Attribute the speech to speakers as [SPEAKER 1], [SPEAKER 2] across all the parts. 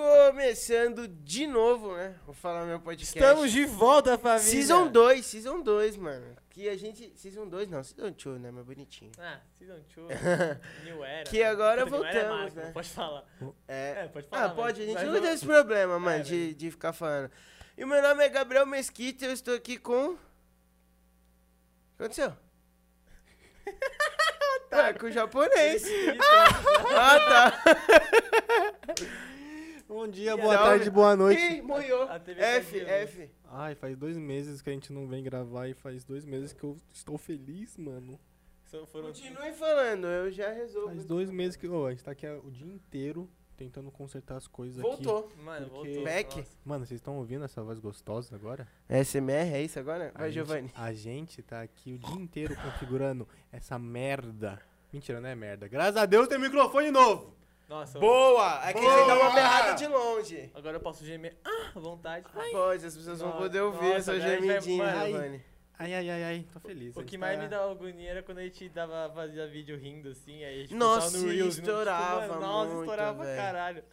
[SPEAKER 1] Começando de novo, né? Vou falar meu podcast.
[SPEAKER 2] Estamos de volta, família.
[SPEAKER 1] Season 2, Season 2, mano. Que a gente. Season 2 não, Season 2, né? Mas bonitinho.
[SPEAKER 3] Ah, Season 2, New Era.
[SPEAKER 1] Que agora
[SPEAKER 3] Puta, New Era é
[SPEAKER 1] voltamos,
[SPEAKER 3] massa,
[SPEAKER 1] né?
[SPEAKER 3] Pode falar.
[SPEAKER 1] É.
[SPEAKER 3] É, pode falar.
[SPEAKER 1] ah, pode, a
[SPEAKER 3] mas-
[SPEAKER 1] gente
[SPEAKER 3] mas
[SPEAKER 1] não tem esse problema, mano,
[SPEAKER 3] É,
[SPEAKER 1] de, de ficar falando. E o meu nome é Gabriel Mesquita e eu estou aqui com. O que aconteceu? ah, com o japonês. ah, tá.
[SPEAKER 2] Bom dia,
[SPEAKER 3] E
[SPEAKER 2] boa
[SPEAKER 1] aí?
[SPEAKER 2] tarde, boa noite.
[SPEAKER 1] Ih, morreu.
[SPEAKER 3] A TV
[SPEAKER 1] F,
[SPEAKER 3] caiu.
[SPEAKER 1] F.
[SPEAKER 2] Ai, faz dois meses que a gente não vem gravar e faz dois meses que eu estou feliz, mano.
[SPEAKER 3] Só Então, foram-
[SPEAKER 1] Continue falando, eu já resolvo.
[SPEAKER 2] Faz dois meses que. Ô, a gente tá aqui o dia inteiro tentando consertar as coisas aqui.
[SPEAKER 1] Voltou.
[SPEAKER 3] Mano,
[SPEAKER 2] Porque-
[SPEAKER 3] voltou.
[SPEAKER 1] Back?
[SPEAKER 3] nossa.
[SPEAKER 2] Mano, vocês estão ouvindo essa voz gostosa agora?
[SPEAKER 1] SMR, é isso agora?
[SPEAKER 2] A
[SPEAKER 1] Vai,
[SPEAKER 2] gente-
[SPEAKER 1] Giovanni.
[SPEAKER 2] A gente tá aqui o dia inteiro configurando essa merda. Mentira, não é merda. Graças a Deus tem microfone novo.
[SPEAKER 3] Nossa,
[SPEAKER 1] Boa! Aqui
[SPEAKER 2] Boa!
[SPEAKER 1] você dá uma berrada de longe.
[SPEAKER 3] agora eu posso gemer. Ah, à vontade.
[SPEAKER 1] Pois, as pessoas vão
[SPEAKER 3] Nossa,
[SPEAKER 1] poder ouvir
[SPEAKER 3] nossa,
[SPEAKER 1] essa
[SPEAKER 3] agora a gente vai-
[SPEAKER 1] gemidinha,
[SPEAKER 2] Ai.
[SPEAKER 1] Giovanni.
[SPEAKER 2] Ai, ai, ai, ai. Tô feliz.
[SPEAKER 3] O
[SPEAKER 2] a gente
[SPEAKER 3] que mais
[SPEAKER 2] tá-
[SPEAKER 3] me dava agonia era quando a gente dava, fazia vídeo rindo assim, aí a gente
[SPEAKER 1] Nossa,
[SPEAKER 3] postava no Reels,
[SPEAKER 1] estourava
[SPEAKER 3] não, mano, Nossa,
[SPEAKER 1] muito,
[SPEAKER 3] estourava
[SPEAKER 1] velho.
[SPEAKER 3] caralho.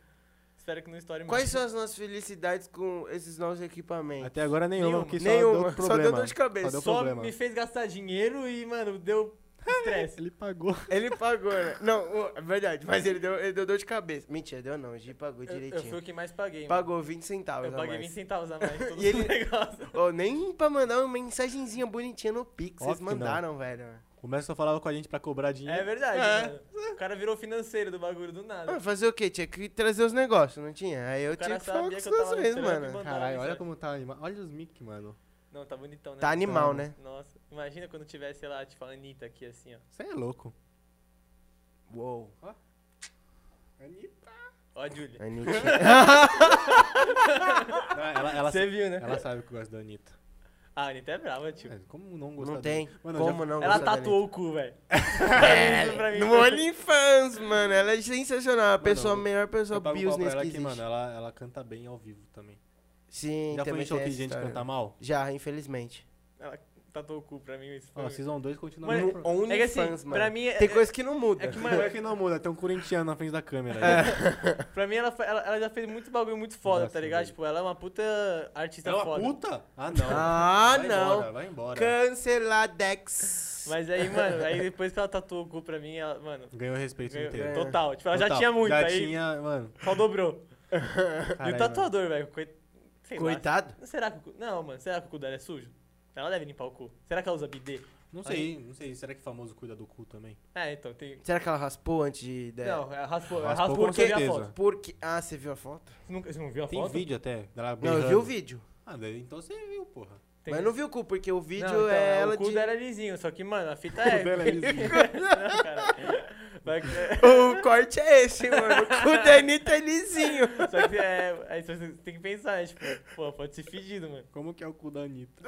[SPEAKER 3] Espero que não estoure
[SPEAKER 1] Quais
[SPEAKER 3] muito.
[SPEAKER 1] são as nossas felicidades com esses novos equipamentos?
[SPEAKER 2] Até agora nenhuma,
[SPEAKER 3] Nenhuma.
[SPEAKER 2] porque só
[SPEAKER 1] Nenhuma, só
[SPEAKER 2] deu
[SPEAKER 1] deu
[SPEAKER 2] problema.
[SPEAKER 1] dor de cabeça.
[SPEAKER 2] Só deu
[SPEAKER 3] Só
[SPEAKER 2] problema.
[SPEAKER 3] me fez gastar dinheiro e, mano, deu estresse.
[SPEAKER 2] Ele pagou.
[SPEAKER 1] Ele pagou, né? Não, o- é verdade, mas ele deu, ele deu dor de cabeça. Mentira, deu não, o Gi pagou
[SPEAKER 3] Eu, eu fui
[SPEAKER 1] direitinho.
[SPEAKER 3] o que mais paguei. mano.
[SPEAKER 1] Pagou 20 centavos
[SPEAKER 3] Eu
[SPEAKER 1] a
[SPEAKER 3] paguei
[SPEAKER 1] mais.
[SPEAKER 3] 20 centavos a mais. Todo
[SPEAKER 1] E ele-
[SPEAKER 3] negócio.
[SPEAKER 1] Ô, nem pra mandar uma mensagenzinha bonitinha no Pix,
[SPEAKER 2] Óbvio
[SPEAKER 1] vocês
[SPEAKER 2] que não.
[SPEAKER 1] mandaram, velho.
[SPEAKER 2] O mestre só falava com a gente pra cobrar dinheiro.
[SPEAKER 3] É verdade,
[SPEAKER 1] É.
[SPEAKER 3] mano. O cara virou financeiro do bagulho do nada.
[SPEAKER 1] Ah, fazer o quê? Tinha que trazer os negócios, não tinha? Aí eu
[SPEAKER 3] cara
[SPEAKER 1] tinha que
[SPEAKER 3] sabia
[SPEAKER 1] falar com
[SPEAKER 3] que
[SPEAKER 1] os
[SPEAKER 3] eu tava
[SPEAKER 1] meus
[SPEAKER 3] no
[SPEAKER 1] mesmo,
[SPEAKER 3] trampo e
[SPEAKER 1] mano.
[SPEAKER 3] mandava
[SPEAKER 2] Caralho, olha
[SPEAKER 3] mensagem.
[SPEAKER 2] como tá animado. Olha os mic, mano.
[SPEAKER 3] Não, tá bonitão, né?
[SPEAKER 1] Tá animal, né?
[SPEAKER 3] Nossa, imagina quando tivesse, sei lá, tipo, a Anitta aqui, assim, ó.
[SPEAKER 2] Você é louco.
[SPEAKER 1] Uou.
[SPEAKER 2] Anitta.
[SPEAKER 3] Ó a Júlia.
[SPEAKER 1] Anitta.
[SPEAKER 2] Ela, ela,
[SPEAKER 3] Você viu, né?
[SPEAKER 2] ela sabe que eu gosto da Anitta.
[SPEAKER 3] A Anitta é brava, tipo.
[SPEAKER 2] É, como não gostar
[SPEAKER 1] Não
[SPEAKER 2] da
[SPEAKER 1] tem.
[SPEAKER 2] Anitta? Mano, eu
[SPEAKER 1] Como
[SPEAKER 2] já-
[SPEAKER 1] não?
[SPEAKER 3] Ela
[SPEAKER 1] gostar da
[SPEAKER 3] tatuou o cu, velho. Isso pra
[SPEAKER 1] É,
[SPEAKER 3] mim
[SPEAKER 1] no
[SPEAKER 3] foi-
[SPEAKER 1] OnlyFans, mano. Ela é sensacional. A pessoa, a
[SPEAKER 2] eu-
[SPEAKER 1] melhor
[SPEAKER 2] eu
[SPEAKER 1] pessoa
[SPEAKER 2] pago um pau pra
[SPEAKER 1] business
[SPEAKER 2] ela
[SPEAKER 1] que
[SPEAKER 2] aqui,
[SPEAKER 1] existe.
[SPEAKER 2] mano. Ela, ela canta bem ao vivo também.
[SPEAKER 1] Sim,
[SPEAKER 2] já foi
[SPEAKER 1] também
[SPEAKER 2] em show
[SPEAKER 1] tem
[SPEAKER 2] que
[SPEAKER 1] essa
[SPEAKER 2] gente
[SPEAKER 1] história.
[SPEAKER 2] cantar mal?
[SPEAKER 1] Já, infelizmente.
[SPEAKER 3] Ela tatuou o cu pra mim, isso foi...
[SPEAKER 2] Ó, Season 2 continua
[SPEAKER 3] Mano,
[SPEAKER 2] mal.
[SPEAKER 3] é que assim,
[SPEAKER 1] OnlyFans, mano.
[SPEAKER 3] pra mim... É,
[SPEAKER 1] Tem coisa que não muda.
[SPEAKER 3] é que, mano, É.
[SPEAKER 2] Pior que não muda, tem um corintiano na frente da câmera. é
[SPEAKER 3] pra mim ela, fa- ela, ela já fez muito bagulho muito foda,
[SPEAKER 2] Nossa,
[SPEAKER 3] tá ligado?
[SPEAKER 2] velho.
[SPEAKER 3] Tipo, ela é uma puta artista
[SPEAKER 2] Ela é uma
[SPEAKER 3] foda.
[SPEAKER 2] puta? Ah, não.
[SPEAKER 1] Ah,
[SPEAKER 2] vai
[SPEAKER 1] não.
[SPEAKER 2] Embora, vai embora.
[SPEAKER 1] Canceladex.
[SPEAKER 3] Mas aí, mano, aí depois que ela tatuou o cu pra mim, ela, mano...
[SPEAKER 2] Ganhou respeito
[SPEAKER 3] ganhou-
[SPEAKER 2] inteiro.
[SPEAKER 1] É.
[SPEAKER 3] Total. Tipo, ela já
[SPEAKER 2] Total.
[SPEAKER 3] tinha muito,
[SPEAKER 2] Já
[SPEAKER 3] aí
[SPEAKER 2] tinha, mano.
[SPEAKER 3] só dobrou. e
[SPEAKER 2] caralho,
[SPEAKER 3] o tatuador, velho? Coit... sei lá.
[SPEAKER 1] Coitado.
[SPEAKER 3] Será que o cu... Não, mano. Será que o cu dela é sujo? Ela deve limpar o cu. Será que ela usa bidê?
[SPEAKER 2] mano. Não sei, não sei. Será que famoso cuida do cu também?
[SPEAKER 3] É, então tem...
[SPEAKER 1] Será que ela raspou antes de... de-
[SPEAKER 3] Não, ela raspou. Ela
[SPEAKER 2] É. Raspou,
[SPEAKER 3] raspou
[SPEAKER 2] com
[SPEAKER 3] porque eu vi a
[SPEAKER 2] certeza.
[SPEAKER 3] foto.
[SPEAKER 1] Porque... Ah, você viu a foto?
[SPEAKER 3] Você nunca- Você não viu a
[SPEAKER 2] Tem
[SPEAKER 3] foto?
[SPEAKER 2] vídeo até. Dela
[SPEAKER 1] Não, eu vi
[SPEAKER 2] berrando.
[SPEAKER 1] o vídeo.
[SPEAKER 2] Ah, daí- então você viu, porra.
[SPEAKER 3] Tem-
[SPEAKER 1] Mas não vi o cu, porque o vídeo
[SPEAKER 3] Não, então,
[SPEAKER 1] é ela
[SPEAKER 3] O cu
[SPEAKER 1] de...
[SPEAKER 3] dela é lisinho, só que, mano, a fita
[SPEAKER 2] O
[SPEAKER 3] é...
[SPEAKER 2] dela é lisinho.
[SPEAKER 3] Não, cara. Só que- é-
[SPEAKER 1] O corte é esse, mano. O cu da Anitta é lisinho.
[SPEAKER 3] Só que é... Aí você tem que pensar, né? Tipo, pô, pode ser fedido, mano.
[SPEAKER 2] Como que é o cu da Anitta?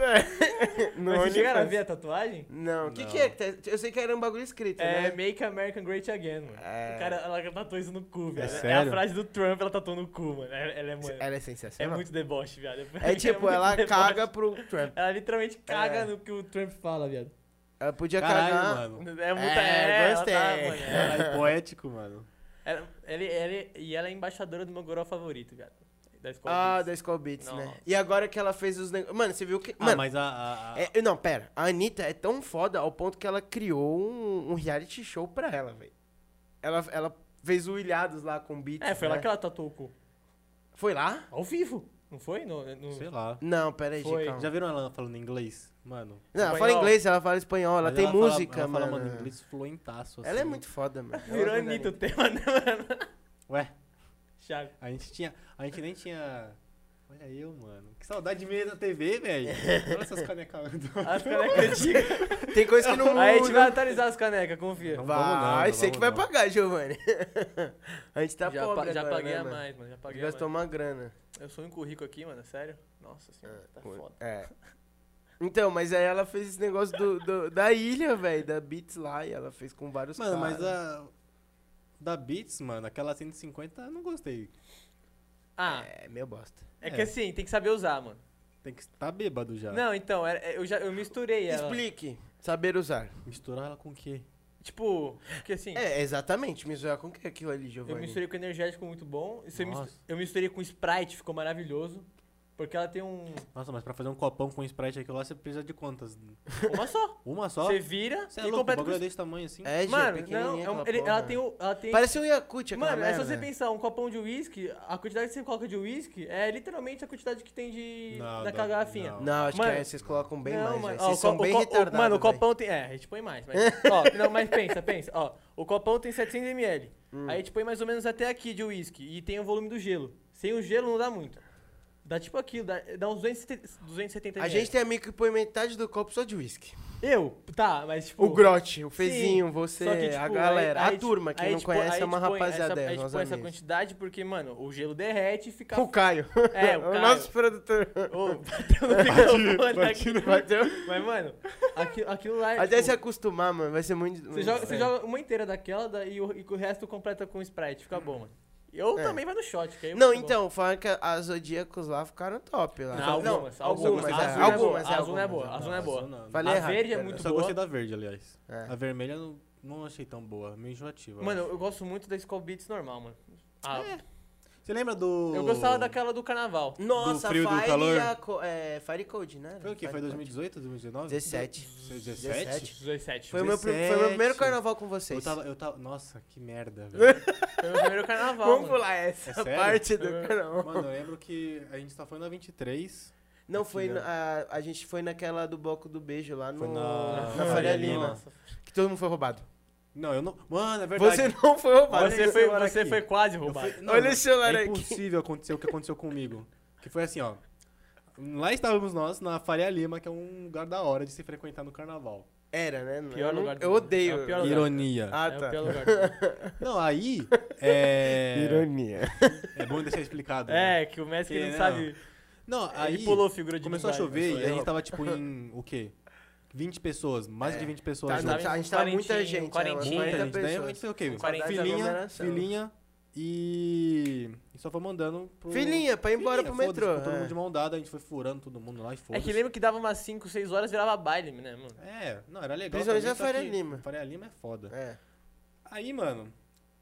[SPEAKER 1] No
[SPEAKER 3] Mas vocês chegaram a
[SPEAKER 1] OnlyFans.
[SPEAKER 3] ver a tatuagem?
[SPEAKER 1] Não, o que,
[SPEAKER 2] Não.
[SPEAKER 1] que é que tá... Eu sei que era um bagulho escrito,
[SPEAKER 3] É
[SPEAKER 1] né?
[SPEAKER 3] Make America Great Again, mano.
[SPEAKER 1] É.
[SPEAKER 3] O cara, ela tatuou isso no cu, velho. É a
[SPEAKER 2] sério?
[SPEAKER 3] frase do Trump, ela tatuou no cu, mano. Ela, ela é, mano,
[SPEAKER 1] Ela é
[SPEAKER 3] é
[SPEAKER 1] sensacional.
[SPEAKER 3] muito deboche, viado.
[SPEAKER 1] É tipo,
[SPEAKER 3] muito
[SPEAKER 1] ela
[SPEAKER 3] deboche.
[SPEAKER 1] caga pro Trump.
[SPEAKER 3] Ela literalmente caga
[SPEAKER 1] É.
[SPEAKER 3] no que o Trump fala, viado.
[SPEAKER 1] Ela podia
[SPEAKER 2] Caralho,
[SPEAKER 1] cagar.
[SPEAKER 2] mano.
[SPEAKER 3] É muito.
[SPEAKER 1] É,
[SPEAKER 3] É, ela
[SPEAKER 1] gostei.
[SPEAKER 3] tá, mano, ela-
[SPEAKER 2] Caralho, é poético, mano.
[SPEAKER 3] ela- ele, ele, e ela é embaixadora do meu goró favorito, viado. Da escola.
[SPEAKER 1] Ah,
[SPEAKER 3] Beats.
[SPEAKER 1] da Skull Beats, né?
[SPEAKER 3] Nossa.
[SPEAKER 1] E agora que ela fez os negócios. Mano, você viu que.
[SPEAKER 2] Ah,
[SPEAKER 1] Mano,
[SPEAKER 2] mas a... a- a-
[SPEAKER 1] é- não, pera. A Anitta é tão foda ao ponto que ela criou um, um reality show pra ela, velho. Ela, ela fez o Ilhados lá com Beats.
[SPEAKER 3] É, foi lá
[SPEAKER 1] né?
[SPEAKER 3] que ela tatuou o cu.
[SPEAKER 1] Foi lá?
[SPEAKER 3] Ao vivo. Não foi? No, no-
[SPEAKER 2] Sei lá.
[SPEAKER 1] Não, pera aí,
[SPEAKER 3] Foi.
[SPEAKER 1] Gicão.
[SPEAKER 2] Já viram ela falando inglês? Mano.
[SPEAKER 1] Não, ela fala
[SPEAKER 3] Espanhol.
[SPEAKER 1] inglês, ela fala espanhol, ela
[SPEAKER 2] Mas
[SPEAKER 1] tem
[SPEAKER 2] fala-
[SPEAKER 1] música,
[SPEAKER 2] ela
[SPEAKER 1] mano.
[SPEAKER 2] fala, mano, inglês fluentaço, assim.
[SPEAKER 1] Ela é muito foda, mano. Eu
[SPEAKER 3] Virou
[SPEAKER 1] gosto da
[SPEAKER 3] Anitta o tema, né, mano?
[SPEAKER 2] Ué,
[SPEAKER 3] Chave.
[SPEAKER 2] a gente tinha... A gente nem tinha... Olha eu, mano. Que saudade de mim na TV, velho. Olha essas canecas.
[SPEAKER 3] As canecas antigas.
[SPEAKER 1] Tem coisa que não muda.
[SPEAKER 3] Aí a gente vai atualizar as canecas, confia.
[SPEAKER 2] Não Então vamos não,
[SPEAKER 1] Vai,
[SPEAKER 2] não
[SPEAKER 1] sei
[SPEAKER 2] vamos
[SPEAKER 1] que vai
[SPEAKER 2] não.
[SPEAKER 1] pagar, Giovanni. a gente tá
[SPEAKER 3] já,
[SPEAKER 1] pobre
[SPEAKER 3] pa- já
[SPEAKER 1] agora,
[SPEAKER 3] paguei
[SPEAKER 1] né,
[SPEAKER 3] a
[SPEAKER 1] mano?
[SPEAKER 3] mais, mano. Já
[SPEAKER 1] A gente
[SPEAKER 3] paguei a mais.
[SPEAKER 1] gastou uma grana.
[SPEAKER 3] Eu sou um currículo aqui, mano, sério? Nossa senhora, tá foda.
[SPEAKER 1] É. Então, mas aí ela fez esse negócio do, do- da ilha, velho, da Beats lá, e ela fez com vários
[SPEAKER 2] Mano,
[SPEAKER 1] caras.
[SPEAKER 2] mas a... Da Beats, mano, aquela 150, eu não gostei.
[SPEAKER 3] Ah,
[SPEAKER 1] É, meu bosta.
[SPEAKER 3] é, que assim, tem que saber usar, mano.
[SPEAKER 2] Tem que estar bêbado já.
[SPEAKER 3] é, Não, então, era- eu já eu misturei ela.
[SPEAKER 1] Explique. Saber usar.
[SPEAKER 2] Misturar ela com o quê?
[SPEAKER 3] Tipo, porque assim,
[SPEAKER 1] É, exatamente. Misturar com o que é aquilo ali,
[SPEAKER 3] eu
[SPEAKER 1] Giovanni?
[SPEAKER 3] misturei com energético muito bom. e se eu,
[SPEAKER 2] Nossa.
[SPEAKER 3] mis- eu misturei com Sprite, ficou maravilhoso. Porque ela tem um.
[SPEAKER 2] Nossa, mas pra fazer um copão com Sprite aquilo lá, você precisa de quantas?
[SPEAKER 3] Uma só.
[SPEAKER 2] Uma só?
[SPEAKER 3] Você vira
[SPEAKER 2] Você é
[SPEAKER 3] e
[SPEAKER 2] louco, o
[SPEAKER 3] completa com.
[SPEAKER 2] bagulho é desse tamanho assim?
[SPEAKER 1] É, Gi,
[SPEAKER 3] Mano,
[SPEAKER 1] é
[SPEAKER 3] não,
[SPEAKER 1] pequenininha
[SPEAKER 3] é um-
[SPEAKER 1] aquela
[SPEAKER 3] ele- ela
[SPEAKER 1] porra.
[SPEAKER 3] tem o. Ela tem...
[SPEAKER 1] Parece um Yakut aquela
[SPEAKER 3] Mano, é só
[SPEAKER 1] merda.
[SPEAKER 3] você pensar, um copão de uísque, a quantidade que você coloca de uísque é literalmente a quantidade que tem de.
[SPEAKER 2] Não,
[SPEAKER 3] daquela
[SPEAKER 2] não,
[SPEAKER 3] garrafinha.
[SPEAKER 2] não.
[SPEAKER 1] Não, acho que
[SPEAKER 3] Mano-
[SPEAKER 1] é, vocês colocam bem mais,
[SPEAKER 3] mano,
[SPEAKER 1] velho.
[SPEAKER 3] ó,
[SPEAKER 1] Vocês
[SPEAKER 3] o
[SPEAKER 1] são
[SPEAKER 3] co- o
[SPEAKER 1] bem
[SPEAKER 3] co- o-
[SPEAKER 1] retardados,
[SPEAKER 3] Mano, o
[SPEAKER 1] velho.
[SPEAKER 3] copão tem. É, a gente põe mais, mas. ó, não, mas pensa, pensa. Ó, o copão tem 700ml.
[SPEAKER 1] Hum.
[SPEAKER 3] Aí a gente põe mais ou menos até aqui de uísque. E tem o volume do gelo. Sem o gelo não dá muito. Dá tipo aquilo, dá, dá uns 270 270
[SPEAKER 1] A gente tem amigo que põe metade do copo só de uísque.
[SPEAKER 3] Eu? Tá, mas tipo.
[SPEAKER 1] O Grote, o
[SPEAKER 3] sim,
[SPEAKER 1] Fezinho, você,
[SPEAKER 3] só que, tipo,
[SPEAKER 1] a galera,
[SPEAKER 3] aí-
[SPEAKER 1] a
[SPEAKER 3] aí,
[SPEAKER 1] turma,
[SPEAKER 3] tipo,
[SPEAKER 1] quem
[SPEAKER 3] aí,
[SPEAKER 1] não
[SPEAKER 3] tipo,
[SPEAKER 1] conhece
[SPEAKER 3] aí
[SPEAKER 1] é uma
[SPEAKER 3] a gente põe
[SPEAKER 1] rapaziada,
[SPEAKER 3] essa,
[SPEAKER 1] é
[SPEAKER 3] A gente
[SPEAKER 1] nós
[SPEAKER 3] põe essa
[SPEAKER 1] amigos.
[SPEAKER 3] quantidade porque, mano, o gelo derrete e fica.
[SPEAKER 1] O Caio.
[SPEAKER 3] É, o Caio.
[SPEAKER 1] nosso produtor.
[SPEAKER 3] Ô, bateu no microfone aqui. Mas, mano, aqui- aquilo lá é.
[SPEAKER 1] Até
[SPEAKER 3] tipo,
[SPEAKER 1] um- se acostumar, mano, vai ser muito...
[SPEAKER 3] Você joga, você joga uma inteira daquela da- e, o, e o resto completa com Sprite, fica bom, mano. Eu
[SPEAKER 1] É.
[SPEAKER 3] também vai no shot, que aí
[SPEAKER 1] Não,
[SPEAKER 3] fica bom.
[SPEAKER 1] então, falaram que as Zodíacos lá ficaram top lá.
[SPEAKER 3] tipo, Não, algumas,
[SPEAKER 2] não,
[SPEAKER 3] algumas,
[SPEAKER 2] algumas,
[SPEAKER 3] a
[SPEAKER 2] é,
[SPEAKER 3] azul é
[SPEAKER 1] algumas,
[SPEAKER 3] boa, a azul não é
[SPEAKER 1] algumas,
[SPEAKER 3] boa, a azul não é boa.
[SPEAKER 2] Não, não.
[SPEAKER 1] Falei
[SPEAKER 3] a
[SPEAKER 1] errado,
[SPEAKER 3] verde é
[SPEAKER 1] cara.
[SPEAKER 3] muito
[SPEAKER 2] Eu só
[SPEAKER 3] boa.
[SPEAKER 2] gostei da verde, aliás.
[SPEAKER 1] É.
[SPEAKER 2] A vermelha eu não, não achei tão boa, meio enjoativa. eu
[SPEAKER 3] Mano,
[SPEAKER 2] acho.
[SPEAKER 3] eu gosto muito da Skull Beats normal, mano. Ah,
[SPEAKER 2] É. você lembra do.
[SPEAKER 3] Eu gostava daquela do carnaval.
[SPEAKER 1] Nossa,
[SPEAKER 2] Do frio, do
[SPEAKER 1] Fire,
[SPEAKER 2] calor.
[SPEAKER 1] e a co- é, Fire Code, né?
[SPEAKER 2] Foi o que?
[SPEAKER 1] Fire
[SPEAKER 2] Foi
[SPEAKER 1] Code.
[SPEAKER 2] 2018, 2019?
[SPEAKER 1] 17.
[SPEAKER 2] 17?
[SPEAKER 3] 17.
[SPEAKER 1] Foi o meu, pr- foi o meu primeiro
[SPEAKER 2] 17.
[SPEAKER 1] carnaval com vocês.
[SPEAKER 2] Eu tava, eu tava. Nossa, que merda, velho.
[SPEAKER 3] Foi o meu primeiro carnaval,
[SPEAKER 1] Vamos
[SPEAKER 3] mano.
[SPEAKER 1] pular essa
[SPEAKER 2] É sério?
[SPEAKER 1] parte do
[SPEAKER 3] É.
[SPEAKER 1] carnaval.
[SPEAKER 2] Mano, eu lembro que a gente tá só foi na 23.
[SPEAKER 1] Não,
[SPEAKER 2] Aqui,
[SPEAKER 1] foi
[SPEAKER 2] né?
[SPEAKER 1] na- a, a gente foi naquela do bloco do beijo lá no,
[SPEAKER 2] Foi na-
[SPEAKER 1] na,
[SPEAKER 2] na
[SPEAKER 1] Faria
[SPEAKER 2] Faria
[SPEAKER 1] Lima.
[SPEAKER 2] Lima.
[SPEAKER 1] Que todo mundo foi roubado.
[SPEAKER 2] Não, eu não. Mano, é verdade.
[SPEAKER 1] Você não foi roubado.
[SPEAKER 3] Você,
[SPEAKER 2] esse
[SPEAKER 3] foi,
[SPEAKER 2] celular
[SPEAKER 3] você
[SPEAKER 2] aqui.
[SPEAKER 3] foi quase
[SPEAKER 2] Eu
[SPEAKER 3] roubado.
[SPEAKER 2] fui- não,
[SPEAKER 1] Olha esse celular
[SPEAKER 2] é
[SPEAKER 1] aqui.
[SPEAKER 2] impossível acontecer o que aconteceu comigo. Que foi assim, ó. Lá estávamos nós, na Faria Lima, que é um lugar da hora de se frequentar no carnaval.
[SPEAKER 1] Era, né? Não,
[SPEAKER 3] Pior
[SPEAKER 1] eu não-
[SPEAKER 3] lugar do
[SPEAKER 1] Eu
[SPEAKER 3] mundo.
[SPEAKER 1] odeio.
[SPEAKER 3] É o pior lugar.
[SPEAKER 2] Ironia.
[SPEAKER 1] Ah,
[SPEAKER 3] É o
[SPEAKER 1] tá.
[SPEAKER 3] pior lugar do mundo.
[SPEAKER 2] Não, aí. É,
[SPEAKER 1] Ironia. Tá,
[SPEAKER 2] é bom deixar explicado. né?
[SPEAKER 3] É, que o Messi
[SPEAKER 2] Que
[SPEAKER 3] ele
[SPEAKER 2] não.
[SPEAKER 3] sabe.
[SPEAKER 1] é
[SPEAKER 2] Não, aí.
[SPEAKER 3] ele pulou a figura de
[SPEAKER 2] Começou a
[SPEAKER 3] linguagem,
[SPEAKER 2] chover
[SPEAKER 1] né?
[SPEAKER 3] mas
[SPEAKER 2] e a
[SPEAKER 3] foi-
[SPEAKER 2] gente tava tipo em. O quê? 20 pessoas, mais de 20 pessoas.
[SPEAKER 1] Tá,
[SPEAKER 2] junto.
[SPEAKER 1] não, a gente tava muita
[SPEAKER 3] Quarentinha,
[SPEAKER 1] gente. né,
[SPEAKER 3] quarentinha.
[SPEAKER 2] Muita
[SPEAKER 1] umas
[SPEAKER 2] gente. Daí é a
[SPEAKER 1] 40
[SPEAKER 2] gente fez o quê?
[SPEAKER 3] Quarenta
[SPEAKER 2] Filinha,
[SPEAKER 1] aglomeração.
[SPEAKER 2] filinha e. E só foi mandando pro.
[SPEAKER 1] Filhinha, pra ir embora
[SPEAKER 2] Filinha,
[SPEAKER 1] pro
[SPEAKER 2] foda-se,
[SPEAKER 1] metrô.
[SPEAKER 2] ficou todo
[SPEAKER 1] é.
[SPEAKER 2] mundo de mão dada, a gente foi furando todo mundo lá e foda
[SPEAKER 3] É que lembra que dava umas 5, 6 horas virava baile, né, mano?
[SPEAKER 2] É, não, era legal.
[SPEAKER 1] Principalmente
[SPEAKER 2] também,
[SPEAKER 1] a
[SPEAKER 2] só
[SPEAKER 1] Faria
[SPEAKER 2] que
[SPEAKER 1] Lima.
[SPEAKER 2] Faria Lima é foda.
[SPEAKER 1] É.
[SPEAKER 2] Aí, mano,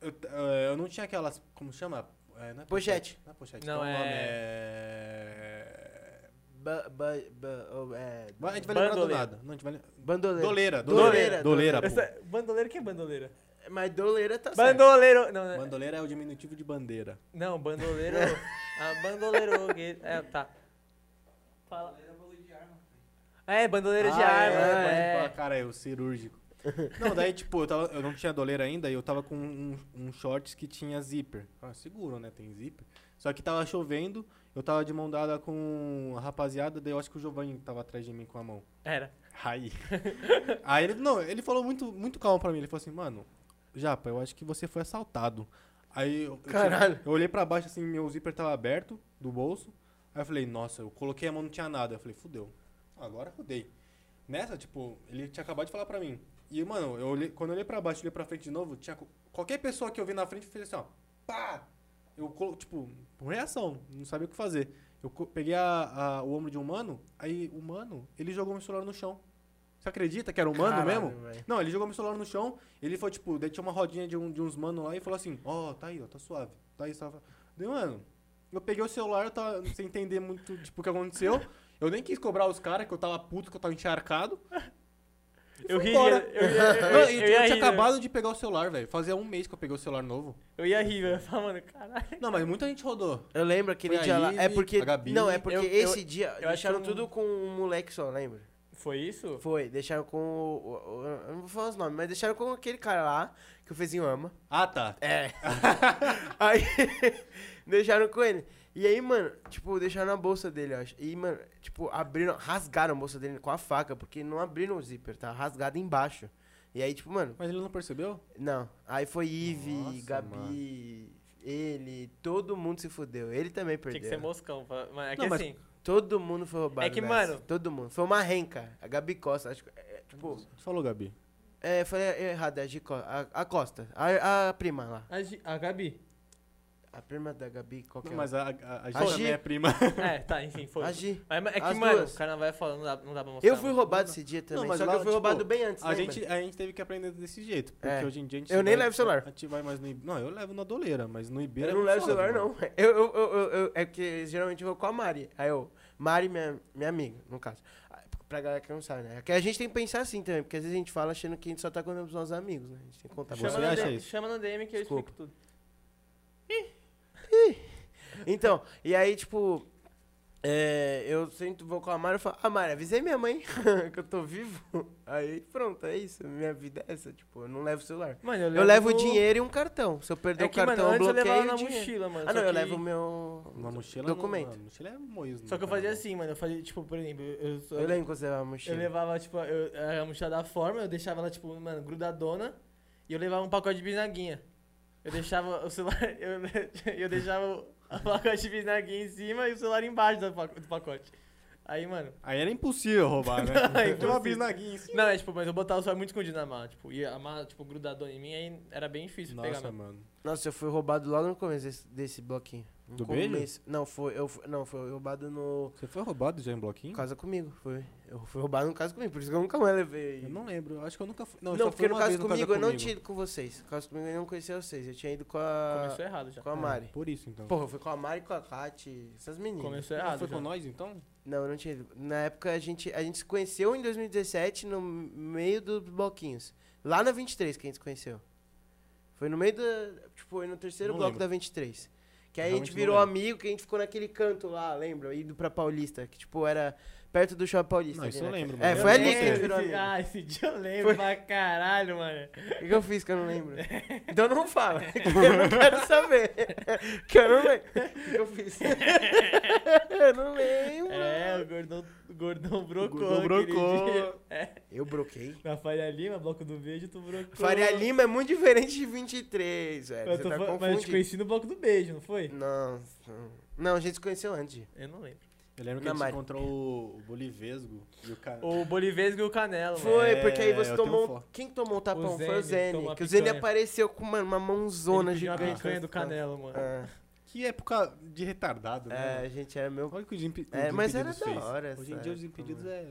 [SPEAKER 2] eu, t- eh, eu não tinha aquelas. Como chama? É, não é
[SPEAKER 1] Pochete.
[SPEAKER 2] Não é pochete.
[SPEAKER 3] Não,
[SPEAKER 2] qual o
[SPEAKER 3] é-
[SPEAKER 2] nome? é...
[SPEAKER 1] Ba, ba, ba, oh, é.
[SPEAKER 2] Vai- A gente vai lembrar do
[SPEAKER 3] Bandoleira.
[SPEAKER 2] nada. Não, a gente vai lem-
[SPEAKER 1] Bandoleira. Doleira,
[SPEAKER 2] Doleira,
[SPEAKER 1] doleira.
[SPEAKER 2] doleira. Doleira, pô.
[SPEAKER 3] Essa- Bandoleiro, que é bandoleira?
[SPEAKER 2] Tá
[SPEAKER 1] Mas doleira tá certo.
[SPEAKER 3] Bandoleiro! Não, né? não,
[SPEAKER 2] Bandoleira é o diminutivo de bandeira.
[SPEAKER 3] Não, bandoleiro. ah, bandoleiro. que- É, tá. Fala. É, bandoleiro de
[SPEAKER 2] Ah,
[SPEAKER 3] arma.
[SPEAKER 2] é,
[SPEAKER 3] É,
[SPEAKER 2] pode pôr, Cara, eu cirúrgico. Não, daí, tipo, eu, tava, eu não tinha doleira ainda e eu tava com um, um shorts que tinha zíper. Ah, seguro, né? Tem zíper. Só que tava chovendo, eu tava de mão dada com a rapaziada, daí eu acho que o Giovanni tava atrás de mim com a mão.
[SPEAKER 3] Era.
[SPEAKER 2] Aí. Aí ele, não, ele falou muito, muito calmo pra mim. Ele falou assim, mano, Japa, eu acho que você foi assaltado. Aí eu, eu tive-
[SPEAKER 1] Caralho.
[SPEAKER 2] eu olhei pra baixo assim, meu zíper tava aberto do bolso. Aí eu falei, nossa, eu coloquei a mão, não tinha nada. Eu falei, fudeu. Agora fudei. Nessa, tipo, ele tinha acabado de falar pra mim. E, mano, eu olhei- quando eu olhei pra baixo e olhei pra frente de novo, tinha co- qualquer pessoa que eu vi na frente fez assim, ó, pá! Eu, colo- tipo, por reação, não sabia o que fazer. Eu co- peguei a- a- o ombro de um mano, aí o mano, ele jogou meu celular no chão. Você acredita que era um mano
[SPEAKER 1] Caralho,
[SPEAKER 2] mesmo?
[SPEAKER 1] velho.
[SPEAKER 2] Não, ele jogou meu celular no chão, ele foi, tipo, daí tinha uma rodinha de, um, de uns mano lá e falou assim, ó, tá aí, ó, tá suave, tá aí, suave. Daí, mano, eu peguei o celular, eu tava sem entender muito, tipo, o que aconteceu. Eu nem quis cobrar os caras, que eu tava puto, que eu tava encharcado.
[SPEAKER 3] Eu
[SPEAKER 2] fui
[SPEAKER 3] ria. Eu,
[SPEAKER 2] embora.
[SPEAKER 3] eu, eu,
[SPEAKER 2] Não,
[SPEAKER 3] eu,
[SPEAKER 2] Eu, eu
[SPEAKER 3] eu ia
[SPEAKER 2] tinha
[SPEAKER 3] rir, né?
[SPEAKER 2] acabado de pegar o celular, velho. Fazia um mês que eu peguei o celular novo.
[SPEAKER 3] Eu ia rir, eu ia falar, mano, caralho.
[SPEAKER 2] Não, mas muita gente rodou.
[SPEAKER 1] Eu lembro aquele
[SPEAKER 2] Foi a
[SPEAKER 1] dia lá. É
[SPEAKER 2] Ivy,
[SPEAKER 1] porque.
[SPEAKER 2] a Gabi.
[SPEAKER 1] Não, é porque
[SPEAKER 3] Eu- eu-
[SPEAKER 1] esse dia.
[SPEAKER 3] eu acho que
[SPEAKER 1] deixaram
[SPEAKER 3] eu não-
[SPEAKER 1] tudo com um moleque só, lembra?
[SPEAKER 3] Foi isso?
[SPEAKER 1] Foi, deixaram com. o- o- o- Eu não vou falar os nomes, mas deixaram com aquele cara lá, que o Fezinho ama.
[SPEAKER 2] Ah, tá.
[SPEAKER 1] É. aí. deixaram com ele. E aí, mano, tipo, deixaram na bolsa dele, eu acho. E, mano, tipo, abriram, rasgaram a bolsa dele com a faca, porque não abriram o zíper, tá rasgado embaixo. E aí, tipo, mano,
[SPEAKER 2] Mas ele não percebeu?
[SPEAKER 1] não. Aí foi Ive,
[SPEAKER 2] Nossa,
[SPEAKER 1] Gabi, ele, todo mundo se fudeu. Ele também perdeu.
[SPEAKER 3] Tinha que ser moscão. pra- Mas é que
[SPEAKER 2] Não, mas-
[SPEAKER 3] assim.
[SPEAKER 1] Todo mundo foi roubado.
[SPEAKER 3] É que,
[SPEAKER 1] nessa.
[SPEAKER 3] mano-
[SPEAKER 1] Todo mundo. Foi uma renca. A Gabi Costa, acho que. é, tipo.
[SPEAKER 2] Falou, Gabi.
[SPEAKER 1] É, foi errado, é a, Gi Co- a, a Costa. A, a prima lá.
[SPEAKER 3] A, Gi- a Gabi.
[SPEAKER 1] A prima da Gabi, qual que
[SPEAKER 2] Não,
[SPEAKER 1] é?
[SPEAKER 2] mas a, a, a Gi
[SPEAKER 1] A
[SPEAKER 2] também
[SPEAKER 1] Gi-
[SPEAKER 2] é prima.
[SPEAKER 3] É, tá, enfim, foi.
[SPEAKER 1] A Gi.
[SPEAKER 3] Mas mas é que,
[SPEAKER 1] As
[SPEAKER 3] mano,
[SPEAKER 1] duas.
[SPEAKER 3] o carnaval é foda, não dá, não dá pra mostrar.
[SPEAKER 1] Eu fui
[SPEAKER 3] mano.
[SPEAKER 1] roubado esse dia também,
[SPEAKER 2] mas
[SPEAKER 1] só
[SPEAKER 2] lá,
[SPEAKER 1] que eu fui
[SPEAKER 2] tipo,
[SPEAKER 1] roubado bem antes,
[SPEAKER 2] A
[SPEAKER 1] né,
[SPEAKER 2] gente,
[SPEAKER 1] mano?
[SPEAKER 2] a gente teve que aprender desse jeito. Porque
[SPEAKER 1] É.
[SPEAKER 2] hoje em dia a gente.
[SPEAKER 1] Eu
[SPEAKER 2] se
[SPEAKER 1] nem
[SPEAKER 2] vai-
[SPEAKER 1] levo celular.
[SPEAKER 2] A gente vai mais no. I- Não, eu levo na doleira, mas no Ibeira.
[SPEAKER 1] Eu
[SPEAKER 2] é
[SPEAKER 1] não
[SPEAKER 2] muito
[SPEAKER 1] levo
[SPEAKER 2] foda,
[SPEAKER 1] celular,
[SPEAKER 2] mano.
[SPEAKER 1] não. Eu, eu, eu, eu- eu- é porque geralmente eu vou com a Mari. Aí eu, Mari, minha, minha amiga, no caso. Ah, Pra galera que não sabe, né? É Que a gente tem que pensar assim também, porque às vezes a gente fala achando que a gente só tá com os nossos amigos, né? A gente tem que contar pra
[SPEAKER 3] Chama,
[SPEAKER 2] Você
[SPEAKER 1] vocês.
[SPEAKER 3] no
[SPEAKER 2] acha
[SPEAKER 3] DM,
[SPEAKER 2] isso?
[SPEAKER 3] chama no DM que eu
[SPEAKER 1] Desculpa.
[SPEAKER 3] explico tudo.
[SPEAKER 1] Então, e aí, tipo, é, eu sempre vou com a Mari e falo, ah, Mari, avisei minha mãe que eu tô vivo. Aí pronto, é isso. Minha vida é essa, tipo, eu não levo celular.
[SPEAKER 3] Mano,
[SPEAKER 1] Eu levo o dinheiro e um cartão. Se eu perder
[SPEAKER 3] É
[SPEAKER 1] o
[SPEAKER 3] que, mano,
[SPEAKER 1] cartão,
[SPEAKER 3] antes eu
[SPEAKER 1] eu bloqueio
[SPEAKER 3] levava na
[SPEAKER 1] o dinheiro.
[SPEAKER 3] mochila, mano.
[SPEAKER 1] Ah,
[SPEAKER 3] só
[SPEAKER 1] não, eu
[SPEAKER 3] que-
[SPEAKER 1] levo o meu
[SPEAKER 2] Uma mochila. não-
[SPEAKER 1] documento.
[SPEAKER 2] uma mochila é moísmo.
[SPEAKER 3] Só que eu fazia assim, mano. Eu fazia, tipo, por exemplo, eu, só-
[SPEAKER 1] Eu lembro quando você levava a mochila.
[SPEAKER 3] eu levava, tipo, eu, a mochila da forma, eu deixava ela, tipo, mano, grudadona. E eu levava um pacote de bisnaguinha. Eu deixava o celular. Eu, eu deixava o o pacote de bisnaguinha em cima e o celular embaixo do pac- do pacote. Aí, mano.
[SPEAKER 2] Aí era impossível roubar, né?
[SPEAKER 3] Não, é
[SPEAKER 2] Tem uma
[SPEAKER 3] impossível.
[SPEAKER 2] bisnaguinha em cima.
[SPEAKER 3] Não, é tipo, mas eu botava o celular muito escondido na mala, tipo, e a mala, tipo, grudadona em mim, aí era bem difícil pegar
[SPEAKER 2] Nossa,
[SPEAKER 3] mesmo.
[SPEAKER 2] mano.
[SPEAKER 1] Nossa, eu fui roubado logo no começo desse, desse bloquinho. No
[SPEAKER 2] Do
[SPEAKER 1] começo.
[SPEAKER 2] beijo?
[SPEAKER 1] Não, foi, eu, fui- não, foi roubado no
[SPEAKER 2] Você foi roubado já em bloquinho?
[SPEAKER 1] Casa Comigo. Foi. Eu fui roubado no Casa Comigo, por isso que eu nunca mais levei.
[SPEAKER 2] Eu não lembro. Acho que eu nunca fui. Não,
[SPEAKER 1] Não,
[SPEAKER 2] eu só
[SPEAKER 1] porque
[SPEAKER 2] fui
[SPEAKER 1] no
[SPEAKER 2] uma
[SPEAKER 1] caso,
[SPEAKER 2] vez no
[SPEAKER 1] comigo,
[SPEAKER 2] Casa
[SPEAKER 1] eu não
[SPEAKER 2] Comigo.
[SPEAKER 1] tinha ido com vocês. No caso comigo eu não conhecia vocês. Eu tinha ido com a.
[SPEAKER 3] Começou errado já.
[SPEAKER 1] Com a Mari.
[SPEAKER 2] Por isso, então.
[SPEAKER 1] Porra, eu fui com a Mari, com a Kati, essas meninas.
[SPEAKER 3] Começou
[SPEAKER 2] Não
[SPEAKER 3] errado
[SPEAKER 2] foi
[SPEAKER 3] já.
[SPEAKER 2] com nós, então?
[SPEAKER 1] Não, eu não tinha ido. Na época a gente, a gente se conheceu em 2017 no meio dos bloquinhos. Lá na 23 que a gente se conheceu. Foi no meio da. Tipo, foi no terceiro
[SPEAKER 2] Não
[SPEAKER 1] bloco
[SPEAKER 2] lembro.
[SPEAKER 1] da 23. Que aí a
[SPEAKER 2] Realmente
[SPEAKER 1] gente
[SPEAKER 2] não
[SPEAKER 1] virou
[SPEAKER 2] lembro.
[SPEAKER 1] amigo, que a gente ficou naquele canto lá, lembra? Indo pra Paulista, que tipo era perto do Shopping Paulista.
[SPEAKER 2] Não,
[SPEAKER 1] ali,
[SPEAKER 2] isso eu
[SPEAKER 1] né?
[SPEAKER 2] lembro,
[SPEAKER 1] É,
[SPEAKER 2] mano.
[SPEAKER 1] foi
[SPEAKER 2] Eu
[SPEAKER 1] ali que a
[SPEAKER 2] lembro.
[SPEAKER 1] gente virou
[SPEAKER 3] Esse-
[SPEAKER 1] amigo.
[SPEAKER 3] Ah, esse dia eu lembro pra caralho, mano.
[SPEAKER 1] O que que eu fiz que eu não lembro? Então não fala, que eu não quero saber. Que eu não lembro. O que que eu fiz? Eu não lembro.
[SPEAKER 3] É, o gordão, o gordão brocou.
[SPEAKER 2] Gordão
[SPEAKER 3] aquele
[SPEAKER 2] brocou.
[SPEAKER 3] dia. É,
[SPEAKER 1] Eu broquei.
[SPEAKER 3] na Faria Lima, bloco do beijo, tu brocou.
[SPEAKER 1] Faria Lima é muito diferente de 23, velho.
[SPEAKER 3] Mas,
[SPEAKER 1] Você
[SPEAKER 3] tu
[SPEAKER 1] tá
[SPEAKER 3] foi- mas eu te
[SPEAKER 1] confundindo.
[SPEAKER 3] conheci no bloco do beijo, não foi?
[SPEAKER 1] Não, não. não, a gente se conheceu antes.
[SPEAKER 3] Eu não lembro.
[SPEAKER 2] Eu lembro que
[SPEAKER 1] Na
[SPEAKER 2] a gente
[SPEAKER 1] Mari.
[SPEAKER 2] encontrou o- o Bolivesgo e o cara.
[SPEAKER 3] O Bolivesco e o Canelo, mano.
[SPEAKER 1] Foi,
[SPEAKER 2] É,
[SPEAKER 1] porque aí você
[SPEAKER 2] eu
[SPEAKER 1] tomou.
[SPEAKER 2] tenho
[SPEAKER 1] um-
[SPEAKER 2] fo-
[SPEAKER 1] Quem tomou o tapão?
[SPEAKER 3] O
[SPEAKER 1] foi o
[SPEAKER 3] Zene,
[SPEAKER 1] Zene.
[SPEAKER 3] tomou a
[SPEAKER 1] que o Zene
[SPEAKER 3] picanha.
[SPEAKER 1] apareceu com uma, uma mãozona
[SPEAKER 3] Ele pediu uma
[SPEAKER 1] gigante.
[SPEAKER 3] picanha do Canelo, mano.
[SPEAKER 1] Ah,
[SPEAKER 2] Que época de retardado, né?
[SPEAKER 1] é, gente, era meu.
[SPEAKER 2] Olha o que o Desimpedidos
[SPEAKER 1] É, mas era da
[SPEAKER 2] fez.
[SPEAKER 1] hora,
[SPEAKER 2] Hoje em
[SPEAKER 1] essa
[SPEAKER 2] dia os
[SPEAKER 1] época,
[SPEAKER 2] Desimpedidos é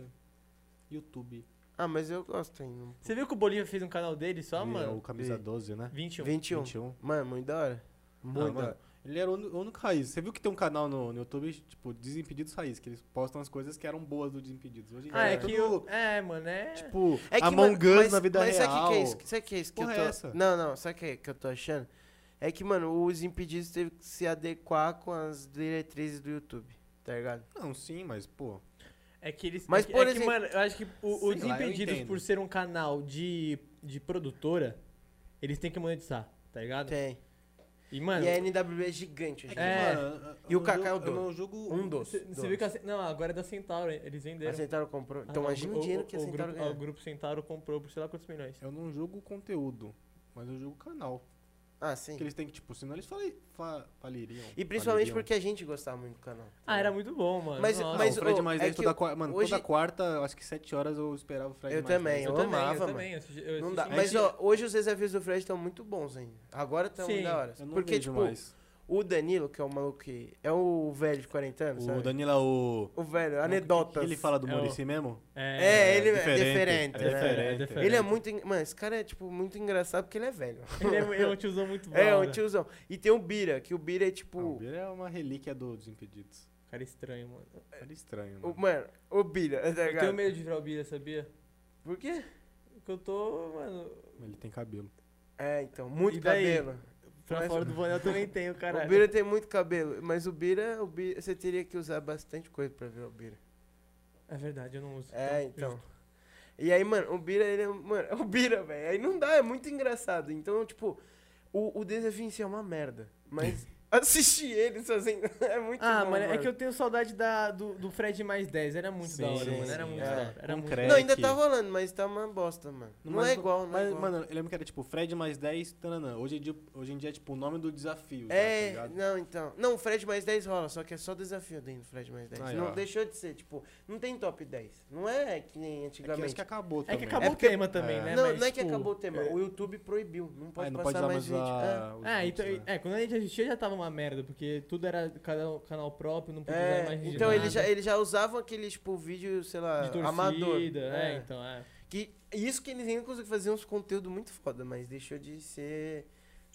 [SPEAKER 2] YouTube.
[SPEAKER 1] Ah, mas eu gosto ainda.
[SPEAKER 3] Você viu que o Bolívia fez um canal dele só,
[SPEAKER 2] Ele é
[SPEAKER 3] mano?
[SPEAKER 2] O camisa
[SPEAKER 1] Vi.
[SPEAKER 2] 12, né?
[SPEAKER 3] 21.
[SPEAKER 1] 21.
[SPEAKER 2] 21.
[SPEAKER 1] Mano, muito da hora. Muito
[SPEAKER 2] Ah,
[SPEAKER 1] da
[SPEAKER 2] mano,
[SPEAKER 1] hora.
[SPEAKER 2] Ele era o uni- o único raiz. Você viu que tem um canal no, no YouTube, tipo, Desimpedidos Raiz, que eles postam as coisas que eram boas do Desimpedidos. Hoje em
[SPEAKER 3] Ah,
[SPEAKER 2] dia
[SPEAKER 3] é
[SPEAKER 2] é
[SPEAKER 3] que
[SPEAKER 2] tudo,
[SPEAKER 3] o... É, mano, é...
[SPEAKER 2] tipo,
[SPEAKER 1] É que,
[SPEAKER 2] Among
[SPEAKER 1] mano,
[SPEAKER 2] Us
[SPEAKER 1] mas-
[SPEAKER 2] na vida
[SPEAKER 1] mas
[SPEAKER 2] real.
[SPEAKER 1] Sabe o que é isso, sabe o que, é isso que eu tô.
[SPEAKER 2] Porra é essa?
[SPEAKER 1] Não, não, sabe o que, é que eu tô achando? É que, mano, os impedidos teve que se adequar com as diretrizes do YouTube, tá ligado?
[SPEAKER 2] Não, sim, mas, pô...
[SPEAKER 3] É que eles.
[SPEAKER 1] Mas,
[SPEAKER 3] é que-
[SPEAKER 1] por
[SPEAKER 3] é
[SPEAKER 1] exemplo-
[SPEAKER 3] que, mano, eu acho que o, o
[SPEAKER 2] Sei lá, eu
[SPEAKER 3] Desimpedidos,
[SPEAKER 2] entendo.
[SPEAKER 3] por ser um canal de, de produtora, eles têm que monetizar, tá ligado?
[SPEAKER 1] Tem.
[SPEAKER 3] E, mano.
[SPEAKER 1] E a NWB é gigante.
[SPEAKER 2] É,
[SPEAKER 1] hoje
[SPEAKER 2] que,
[SPEAKER 1] em dia.
[SPEAKER 3] É.
[SPEAKER 2] mano,
[SPEAKER 1] E o
[SPEAKER 2] eu-
[SPEAKER 1] Kaká é o
[SPEAKER 2] eu
[SPEAKER 1] dono.
[SPEAKER 2] não julgo-
[SPEAKER 1] Um dos.
[SPEAKER 3] Você você viu que a, Ce- Não, agora é da Centauro, eles venderam.
[SPEAKER 1] A Centauro comprou.
[SPEAKER 3] Ah,
[SPEAKER 1] Então
[SPEAKER 3] não,
[SPEAKER 1] imagina o dinheiro que a Centauro
[SPEAKER 3] grupo, O
[SPEAKER 1] ganhou.
[SPEAKER 3] grupo Centauro comprou por sei lá quantos milhões.
[SPEAKER 2] Eu não julgo o conteúdo, mas eu julgo o canal.
[SPEAKER 1] Ah, sim.
[SPEAKER 2] Porque eles têm que, tipo, senão eles fali, fa, faliriam.
[SPEAKER 1] E principalmente
[SPEAKER 2] faliriam.
[SPEAKER 1] porque a gente gostava muito do canal. tá
[SPEAKER 3] Ah, era
[SPEAKER 1] ligado?
[SPEAKER 3] muito bom, mano.
[SPEAKER 1] Mas-
[SPEAKER 3] Nossa.
[SPEAKER 2] Não,
[SPEAKER 1] mas-
[SPEAKER 2] o Fred
[SPEAKER 1] ô,
[SPEAKER 2] mais
[SPEAKER 1] é
[SPEAKER 2] 10
[SPEAKER 1] que
[SPEAKER 2] toda quarta. Mano,
[SPEAKER 1] hoje-
[SPEAKER 2] toda quarta, acho que 7 horas eu esperava o Fred
[SPEAKER 1] Eu
[SPEAKER 2] mais 10.
[SPEAKER 1] também,
[SPEAKER 3] eu
[SPEAKER 1] eu
[SPEAKER 3] também,
[SPEAKER 1] amava,
[SPEAKER 3] eu também. eu- eu
[SPEAKER 1] Não
[SPEAKER 3] assisti-
[SPEAKER 1] dá. Mas, ó, hoje os desafios do Fred estão muito bons ainda. Agora estão
[SPEAKER 3] Sim,
[SPEAKER 1] da hora.
[SPEAKER 2] Eu não
[SPEAKER 1] Porque,
[SPEAKER 2] vejo
[SPEAKER 1] tipo,
[SPEAKER 2] mais.
[SPEAKER 1] o Danilo, que é o maluco que. É o velho de 40 anos,
[SPEAKER 2] O
[SPEAKER 1] sabe?
[SPEAKER 2] Danilo é o...
[SPEAKER 1] O velho, anedotas.
[SPEAKER 2] Ele fala do
[SPEAKER 3] É o-
[SPEAKER 2] Murici mesmo?
[SPEAKER 1] É, ele é
[SPEAKER 2] diferente,
[SPEAKER 1] diferente,
[SPEAKER 2] é
[SPEAKER 1] né?
[SPEAKER 2] diferente.
[SPEAKER 3] É diferente.
[SPEAKER 1] Ele é muito. en- Mano, esse cara é, tipo, muito engraçado porque ele é velho.
[SPEAKER 3] Ele é, ele é um tiozão muito bom.
[SPEAKER 1] É,
[SPEAKER 3] É,
[SPEAKER 1] um tiozão. E tem o Bira, que o Bira é tipo.
[SPEAKER 2] Ah, o Bira é uma relíquia do Desimpedidos.
[SPEAKER 3] Cara é estranho, mano.
[SPEAKER 2] Era é estranho,
[SPEAKER 1] É. o-
[SPEAKER 2] mano.
[SPEAKER 1] mano, o Bira, tá
[SPEAKER 3] Eu
[SPEAKER 1] ligado?
[SPEAKER 3] tenho medo de virar o Bira, sabia?
[SPEAKER 1] Por quê?
[SPEAKER 3] Porque eu tô, mano.
[SPEAKER 2] Ele tem cabelo.
[SPEAKER 1] É, então, muito
[SPEAKER 3] E daí? é.
[SPEAKER 1] cabelo.
[SPEAKER 3] Pra
[SPEAKER 1] Mas-
[SPEAKER 3] fora do boné eu também tenho, caralho.
[SPEAKER 1] O Bira tem muito cabelo, mas o Bira, o Bira, você teria que usar bastante coisa pra virar o Bira.
[SPEAKER 3] É verdade, eu não uso.
[SPEAKER 1] É, então. E aí, mano, o Bira, ele é. Mano, é o Bira, velho. Aí não dá, é muito engraçado. Então, tipo, o, o desafio em si é uma merda. Mas assistir ele sozinho é muito
[SPEAKER 3] Ah,
[SPEAKER 1] bom,
[SPEAKER 3] mano, é
[SPEAKER 1] mano.
[SPEAKER 3] que eu tenho saudade da, do, do Fred mais 10. Era muito
[SPEAKER 2] Sim,
[SPEAKER 3] da hora,
[SPEAKER 2] sim,
[SPEAKER 3] mano. Era
[SPEAKER 2] sim,
[SPEAKER 3] muito
[SPEAKER 1] é.
[SPEAKER 3] da hora. Era
[SPEAKER 2] Um
[SPEAKER 3] muito
[SPEAKER 2] credo.
[SPEAKER 3] da
[SPEAKER 1] Não,
[SPEAKER 3] hora.
[SPEAKER 1] ainda
[SPEAKER 2] que-
[SPEAKER 1] tá rolando, mas tá uma bosta, mano. Não,
[SPEAKER 2] Mas-
[SPEAKER 1] é igual, não
[SPEAKER 2] mas,
[SPEAKER 1] é igual.
[SPEAKER 2] Mano, eu lembro que era tipo Fred mais 10, tananã. Hoje em dia, hoje em dia é tipo o nome do desafio. já, tá
[SPEAKER 1] é,
[SPEAKER 2] ligado?
[SPEAKER 1] não, então. Não, o Fred mais 10 rola, só que é só desafio dentro do Fred mais 10.
[SPEAKER 2] Aí,
[SPEAKER 1] não
[SPEAKER 2] ó.
[SPEAKER 1] deixou de ser, tipo, não tem top 10. Não é que nem
[SPEAKER 2] É que acho
[SPEAKER 1] antigamente.
[SPEAKER 2] que acabou
[SPEAKER 3] É
[SPEAKER 2] também.
[SPEAKER 3] que
[SPEAKER 1] É
[SPEAKER 3] acabou
[SPEAKER 1] porque-
[SPEAKER 3] o tema também,
[SPEAKER 2] É.
[SPEAKER 3] né?
[SPEAKER 1] não,
[SPEAKER 3] Mas,
[SPEAKER 1] não é que
[SPEAKER 3] tipo,
[SPEAKER 1] acabou o tema,
[SPEAKER 3] é-
[SPEAKER 1] o YouTube proibiu, não É, pode
[SPEAKER 2] Aí não
[SPEAKER 1] passar
[SPEAKER 2] pode usar
[SPEAKER 1] mais
[SPEAKER 2] mais
[SPEAKER 1] vídeo.
[SPEAKER 2] a- os
[SPEAKER 3] É,
[SPEAKER 2] vídeos,
[SPEAKER 3] então,
[SPEAKER 2] né?
[SPEAKER 3] é, quando a gente assistia já tava, uma merda, porque tudo era canal, canal próprio, não podia usar
[SPEAKER 1] É,
[SPEAKER 3] mais de
[SPEAKER 1] então eles já,
[SPEAKER 3] nada.
[SPEAKER 1] eles já usavam aquele, tipo, vídeo, sei lá,
[SPEAKER 3] de torcida,
[SPEAKER 1] amador.
[SPEAKER 3] é, então, é.
[SPEAKER 1] Que, isso que eles ainda conseguiam fazer uns conteúdos muito foda, mas deixou de ser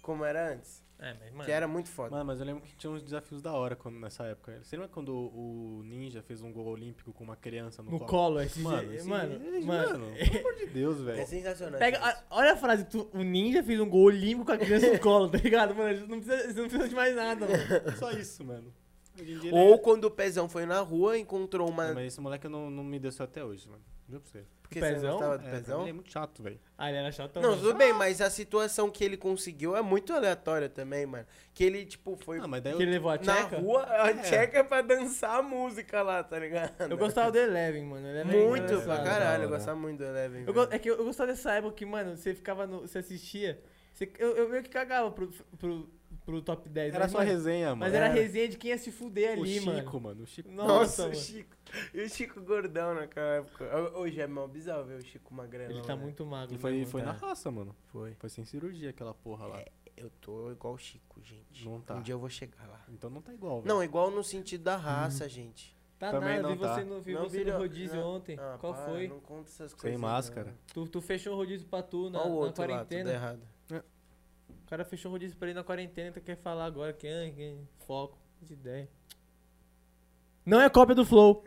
[SPEAKER 1] como era antes.
[SPEAKER 3] É, mas, mano.
[SPEAKER 1] Que era muito foda.
[SPEAKER 2] Mano, mas eu lembro que tinha uns desafios da hora quando, nessa época. Você lembra quando o o Ninja fez um gol olímpico com uma criança no,
[SPEAKER 3] no colo, é esse
[SPEAKER 2] Mano,
[SPEAKER 3] mano,
[SPEAKER 2] esse-
[SPEAKER 3] mano,
[SPEAKER 2] esse-
[SPEAKER 3] mano.
[SPEAKER 2] mano, pelo amor de Deus,
[SPEAKER 1] É
[SPEAKER 2] velho.
[SPEAKER 1] sensacional.
[SPEAKER 3] Pega,
[SPEAKER 1] isso.
[SPEAKER 3] a- olha a frase, tu- o ninja fez um gol olímpico com a criança no colo, tá ligado? Mano, isso não precisa, isso não precisa de mais nada, mano.
[SPEAKER 2] Só isso, mano. Hoje em dia ele
[SPEAKER 1] Ou
[SPEAKER 2] é-
[SPEAKER 1] quando o Pezão foi na rua, encontrou uma...
[SPEAKER 2] Não, Mas esse moleque não, não me desceu até hoje, mano. Juro pra você.
[SPEAKER 1] Porque
[SPEAKER 3] Pezão?
[SPEAKER 1] você gostava
[SPEAKER 2] É,
[SPEAKER 1] do
[SPEAKER 2] pra mim
[SPEAKER 1] Pezão?
[SPEAKER 2] Ele é muito chato, velho.
[SPEAKER 3] Ah, ele era chatão.
[SPEAKER 1] Não,
[SPEAKER 3] mano.
[SPEAKER 1] tudo bem, mas a situação que ele conseguiu é muito aleatória também, mano. Que ele, tipo, foi
[SPEAKER 2] Ah, mas daí eu...
[SPEAKER 3] Que ele levou a
[SPEAKER 1] na
[SPEAKER 3] tcheca.
[SPEAKER 1] rua, a
[SPEAKER 2] É.
[SPEAKER 1] tcheca pra dançar a música lá, tá ligado?
[SPEAKER 3] Eu gostava do Eleven, mano. Eleven era
[SPEAKER 1] Muito
[SPEAKER 3] É engraçado.
[SPEAKER 1] pra
[SPEAKER 2] Da
[SPEAKER 1] caralho, eu
[SPEAKER 2] hora.
[SPEAKER 1] gostava muito do Eleven.
[SPEAKER 3] Eu
[SPEAKER 1] velho.
[SPEAKER 3] go- é que eu, eu gostava dessa época que, mano, você ficava no. Você assistia. você- eu, eu meio que cagava pro, pro, pro top 10.
[SPEAKER 2] Era
[SPEAKER 3] mas,
[SPEAKER 2] só
[SPEAKER 3] mano,
[SPEAKER 2] resenha, mano.
[SPEAKER 3] é
[SPEAKER 2] É.
[SPEAKER 3] Mas era resenha de quem ia se fuder
[SPEAKER 2] O
[SPEAKER 3] ali,
[SPEAKER 2] Chico,
[SPEAKER 3] mano.
[SPEAKER 2] mano. O Chico.
[SPEAKER 1] Nossa,
[SPEAKER 3] Nossa,
[SPEAKER 1] o
[SPEAKER 3] mano.
[SPEAKER 1] Chico. E o Chico gordão naquela época. Ho- Hoje é mal bizarro ver o Chico magrelo.
[SPEAKER 3] Ele tá
[SPEAKER 1] né?
[SPEAKER 3] muito magro.
[SPEAKER 2] Ele foi,
[SPEAKER 3] mesmo,
[SPEAKER 2] foi na
[SPEAKER 3] cara.
[SPEAKER 2] raça, mano.
[SPEAKER 1] Foi.
[SPEAKER 2] Foi sem cirurgia aquela porra lá.
[SPEAKER 1] Eu tô igual o Chico, gente.
[SPEAKER 2] Não tá.
[SPEAKER 1] Um dia eu vou chegar lá.
[SPEAKER 2] Então não tá
[SPEAKER 3] Uhum.
[SPEAKER 2] igual, velho.
[SPEAKER 1] Não, igual no sentido da raça, gente.
[SPEAKER 3] Tá
[SPEAKER 2] Também
[SPEAKER 3] nada,
[SPEAKER 2] não
[SPEAKER 3] vi
[SPEAKER 2] tá.
[SPEAKER 3] você no, vi
[SPEAKER 1] Não,
[SPEAKER 3] você
[SPEAKER 1] virou-
[SPEAKER 3] no rodízio
[SPEAKER 1] não.
[SPEAKER 3] ontem.
[SPEAKER 1] Ah,
[SPEAKER 3] Qual
[SPEAKER 1] para,
[SPEAKER 3] foi?
[SPEAKER 1] Não conta essas coisas.
[SPEAKER 2] Sem
[SPEAKER 1] não.
[SPEAKER 2] máscara.
[SPEAKER 3] Tu, tu fechou o rodízio pra tu na,
[SPEAKER 1] Olha o
[SPEAKER 3] na
[SPEAKER 1] outro lá, tudo
[SPEAKER 3] quarentena.
[SPEAKER 1] errado.
[SPEAKER 3] o cara fechou o rodízio pra ele na quarentena e tu quer falar agora que ah, que- foco, de ideia. Não é cópia do Flow.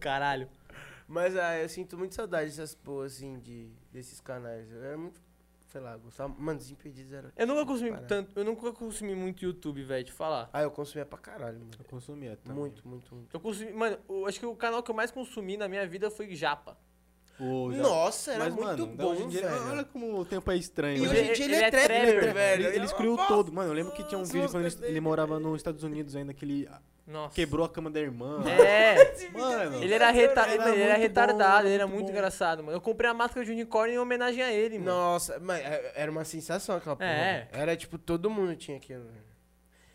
[SPEAKER 3] Caralho.
[SPEAKER 1] Mas ah, eu sinto muito saudade dessas porras, assim, de, desses canais. Eu era muito, sei lá, gostava. Mano, Desimpedidos era.
[SPEAKER 3] Eu nunca consumi
[SPEAKER 1] Parado.
[SPEAKER 3] tanto, eu nunca consumi muito YouTube, velho, de falar.
[SPEAKER 1] Ah, eu consumia pra caralho, mano.
[SPEAKER 2] Eu consumia também.
[SPEAKER 1] Muito, muito, muito.
[SPEAKER 3] Eu consumi, mano, eu acho que o canal que eu mais consumi na minha vida foi Japa.
[SPEAKER 2] O- já-
[SPEAKER 1] Nossa, era
[SPEAKER 2] Mas,
[SPEAKER 1] muito
[SPEAKER 2] mano, da
[SPEAKER 1] bom,
[SPEAKER 2] hoje em dia-
[SPEAKER 1] velho.
[SPEAKER 2] Olha como o tempo é estranho.
[SPEAKER 1] E
[SPEAKER 2] né?
[SPEAKER 1] hoje em dia ele, é, trapper, velho. é
[SPEAKER 2] Ele, ele excluiu
[SPEAKER 1] Nossa,
[SPEAKER 2] todo. Mano, eu lembro que tinha um
[SPEAKER 1] as
[SPEAKER 2] vídeo quando
[SPEAKER 1] músicas
[SPEAKER 2] ele,
[SPEAKER 1] dele,
[SPEAKER 2] ele morava nos Estados Unidos ainda, que ele
[SPEAKER 3] Nossa.
[SPEAKER 2] quebrou a cama da irmã.
[SPEAKER 3] É.
[SPEAKER 1] esse vídeo
[SPEAKER 2] Mano.
[SPEAKER 1] é
[SPEAKER 3] Ele era, reta
[SPEAKER 2] Era
[SPEAKER 3] ele era
[SPEAKER 2] muito bom,
[SPEAKER 3] retardado, ele era
[SPEAKER 2] muito
[SPEAKER 3] muito
[SPEAKER 2] bom.
[SPEAKER 3] engraçado, mano. Eu comprei a máscara de unicórnio em homenagem a ele, mano.
[SPEAKER 1] Nossa, mas é- era uma sensação aquela porra.
[SPEAKER 3] É.
[SPEAKER 1] velho. Era tipo, todo mundo tinha aquilo. velho.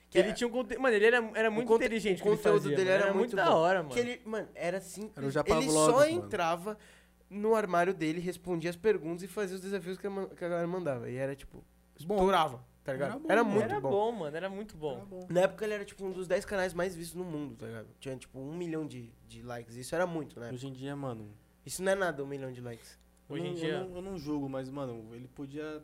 [SPEAKER 3] Que ele tinha um conteúdo. Mano, ele era, era muito
[SPEAKER 1] conte-
[SPEAKER 3] inteligente.
[SPEAKER 1] é o
[SPEAKER 3] que ele
[SPEAKER 1] conteúdo
[SPEAKER 3] fazia,
[SPEAKER 1] dele
[SPEAKER 3] mano.
[SPEAKER 1] era muito
[SPEAKER 3] da
[SPEAKER 1] bom.
[SPEAKER 3] hora, mano.
[SPEAKER 1] Que ele, mano, era simples.
[SPEAKER 2] Era o Japa
[SPEAKER 1] ele
[SPEAKER 2] Vlogs,
[SPEAKER 1] só
[SPEAKER 2] mano.
[SPEAKER 1] entrava no armário dele, respondia as perguntas e fazia os desafios que a, ma- que a galera mandava. E era tipo,
[SPEAKER 2] Bom.
[SPEAKER 1] estourava, tá ligado?
[SPEAKER 2] Era
[SPEAKER 1] Era,
[SPEAKER 2] bom, mano.
[SPEAKER 1] muito
[SPEAKER 3] era
[SPEAKER 1] bom.
[SPEAKER 3] mano. Era muito bom.
[SPEAKER 2] Tá bom.
[SPEAKER 1] Na época ele era tipo um dos 10 canais mais vistos no mundo, tá ligado? Tinha tipo um milhão de, de likes. Isso era muito, né?
[SPEAKER 2] Hoje em dia, mano.
[SPEAKER 1] Isso não é nada, um milhão de likes.
[SPEAKER 2] eu
[SPEAKER 3] Hoje em
[SPEAKER 2] não-
[SPEAKER 3] dia-
[SPEAKER 2] Eu não, eu não julgo, mas, mano, ele podia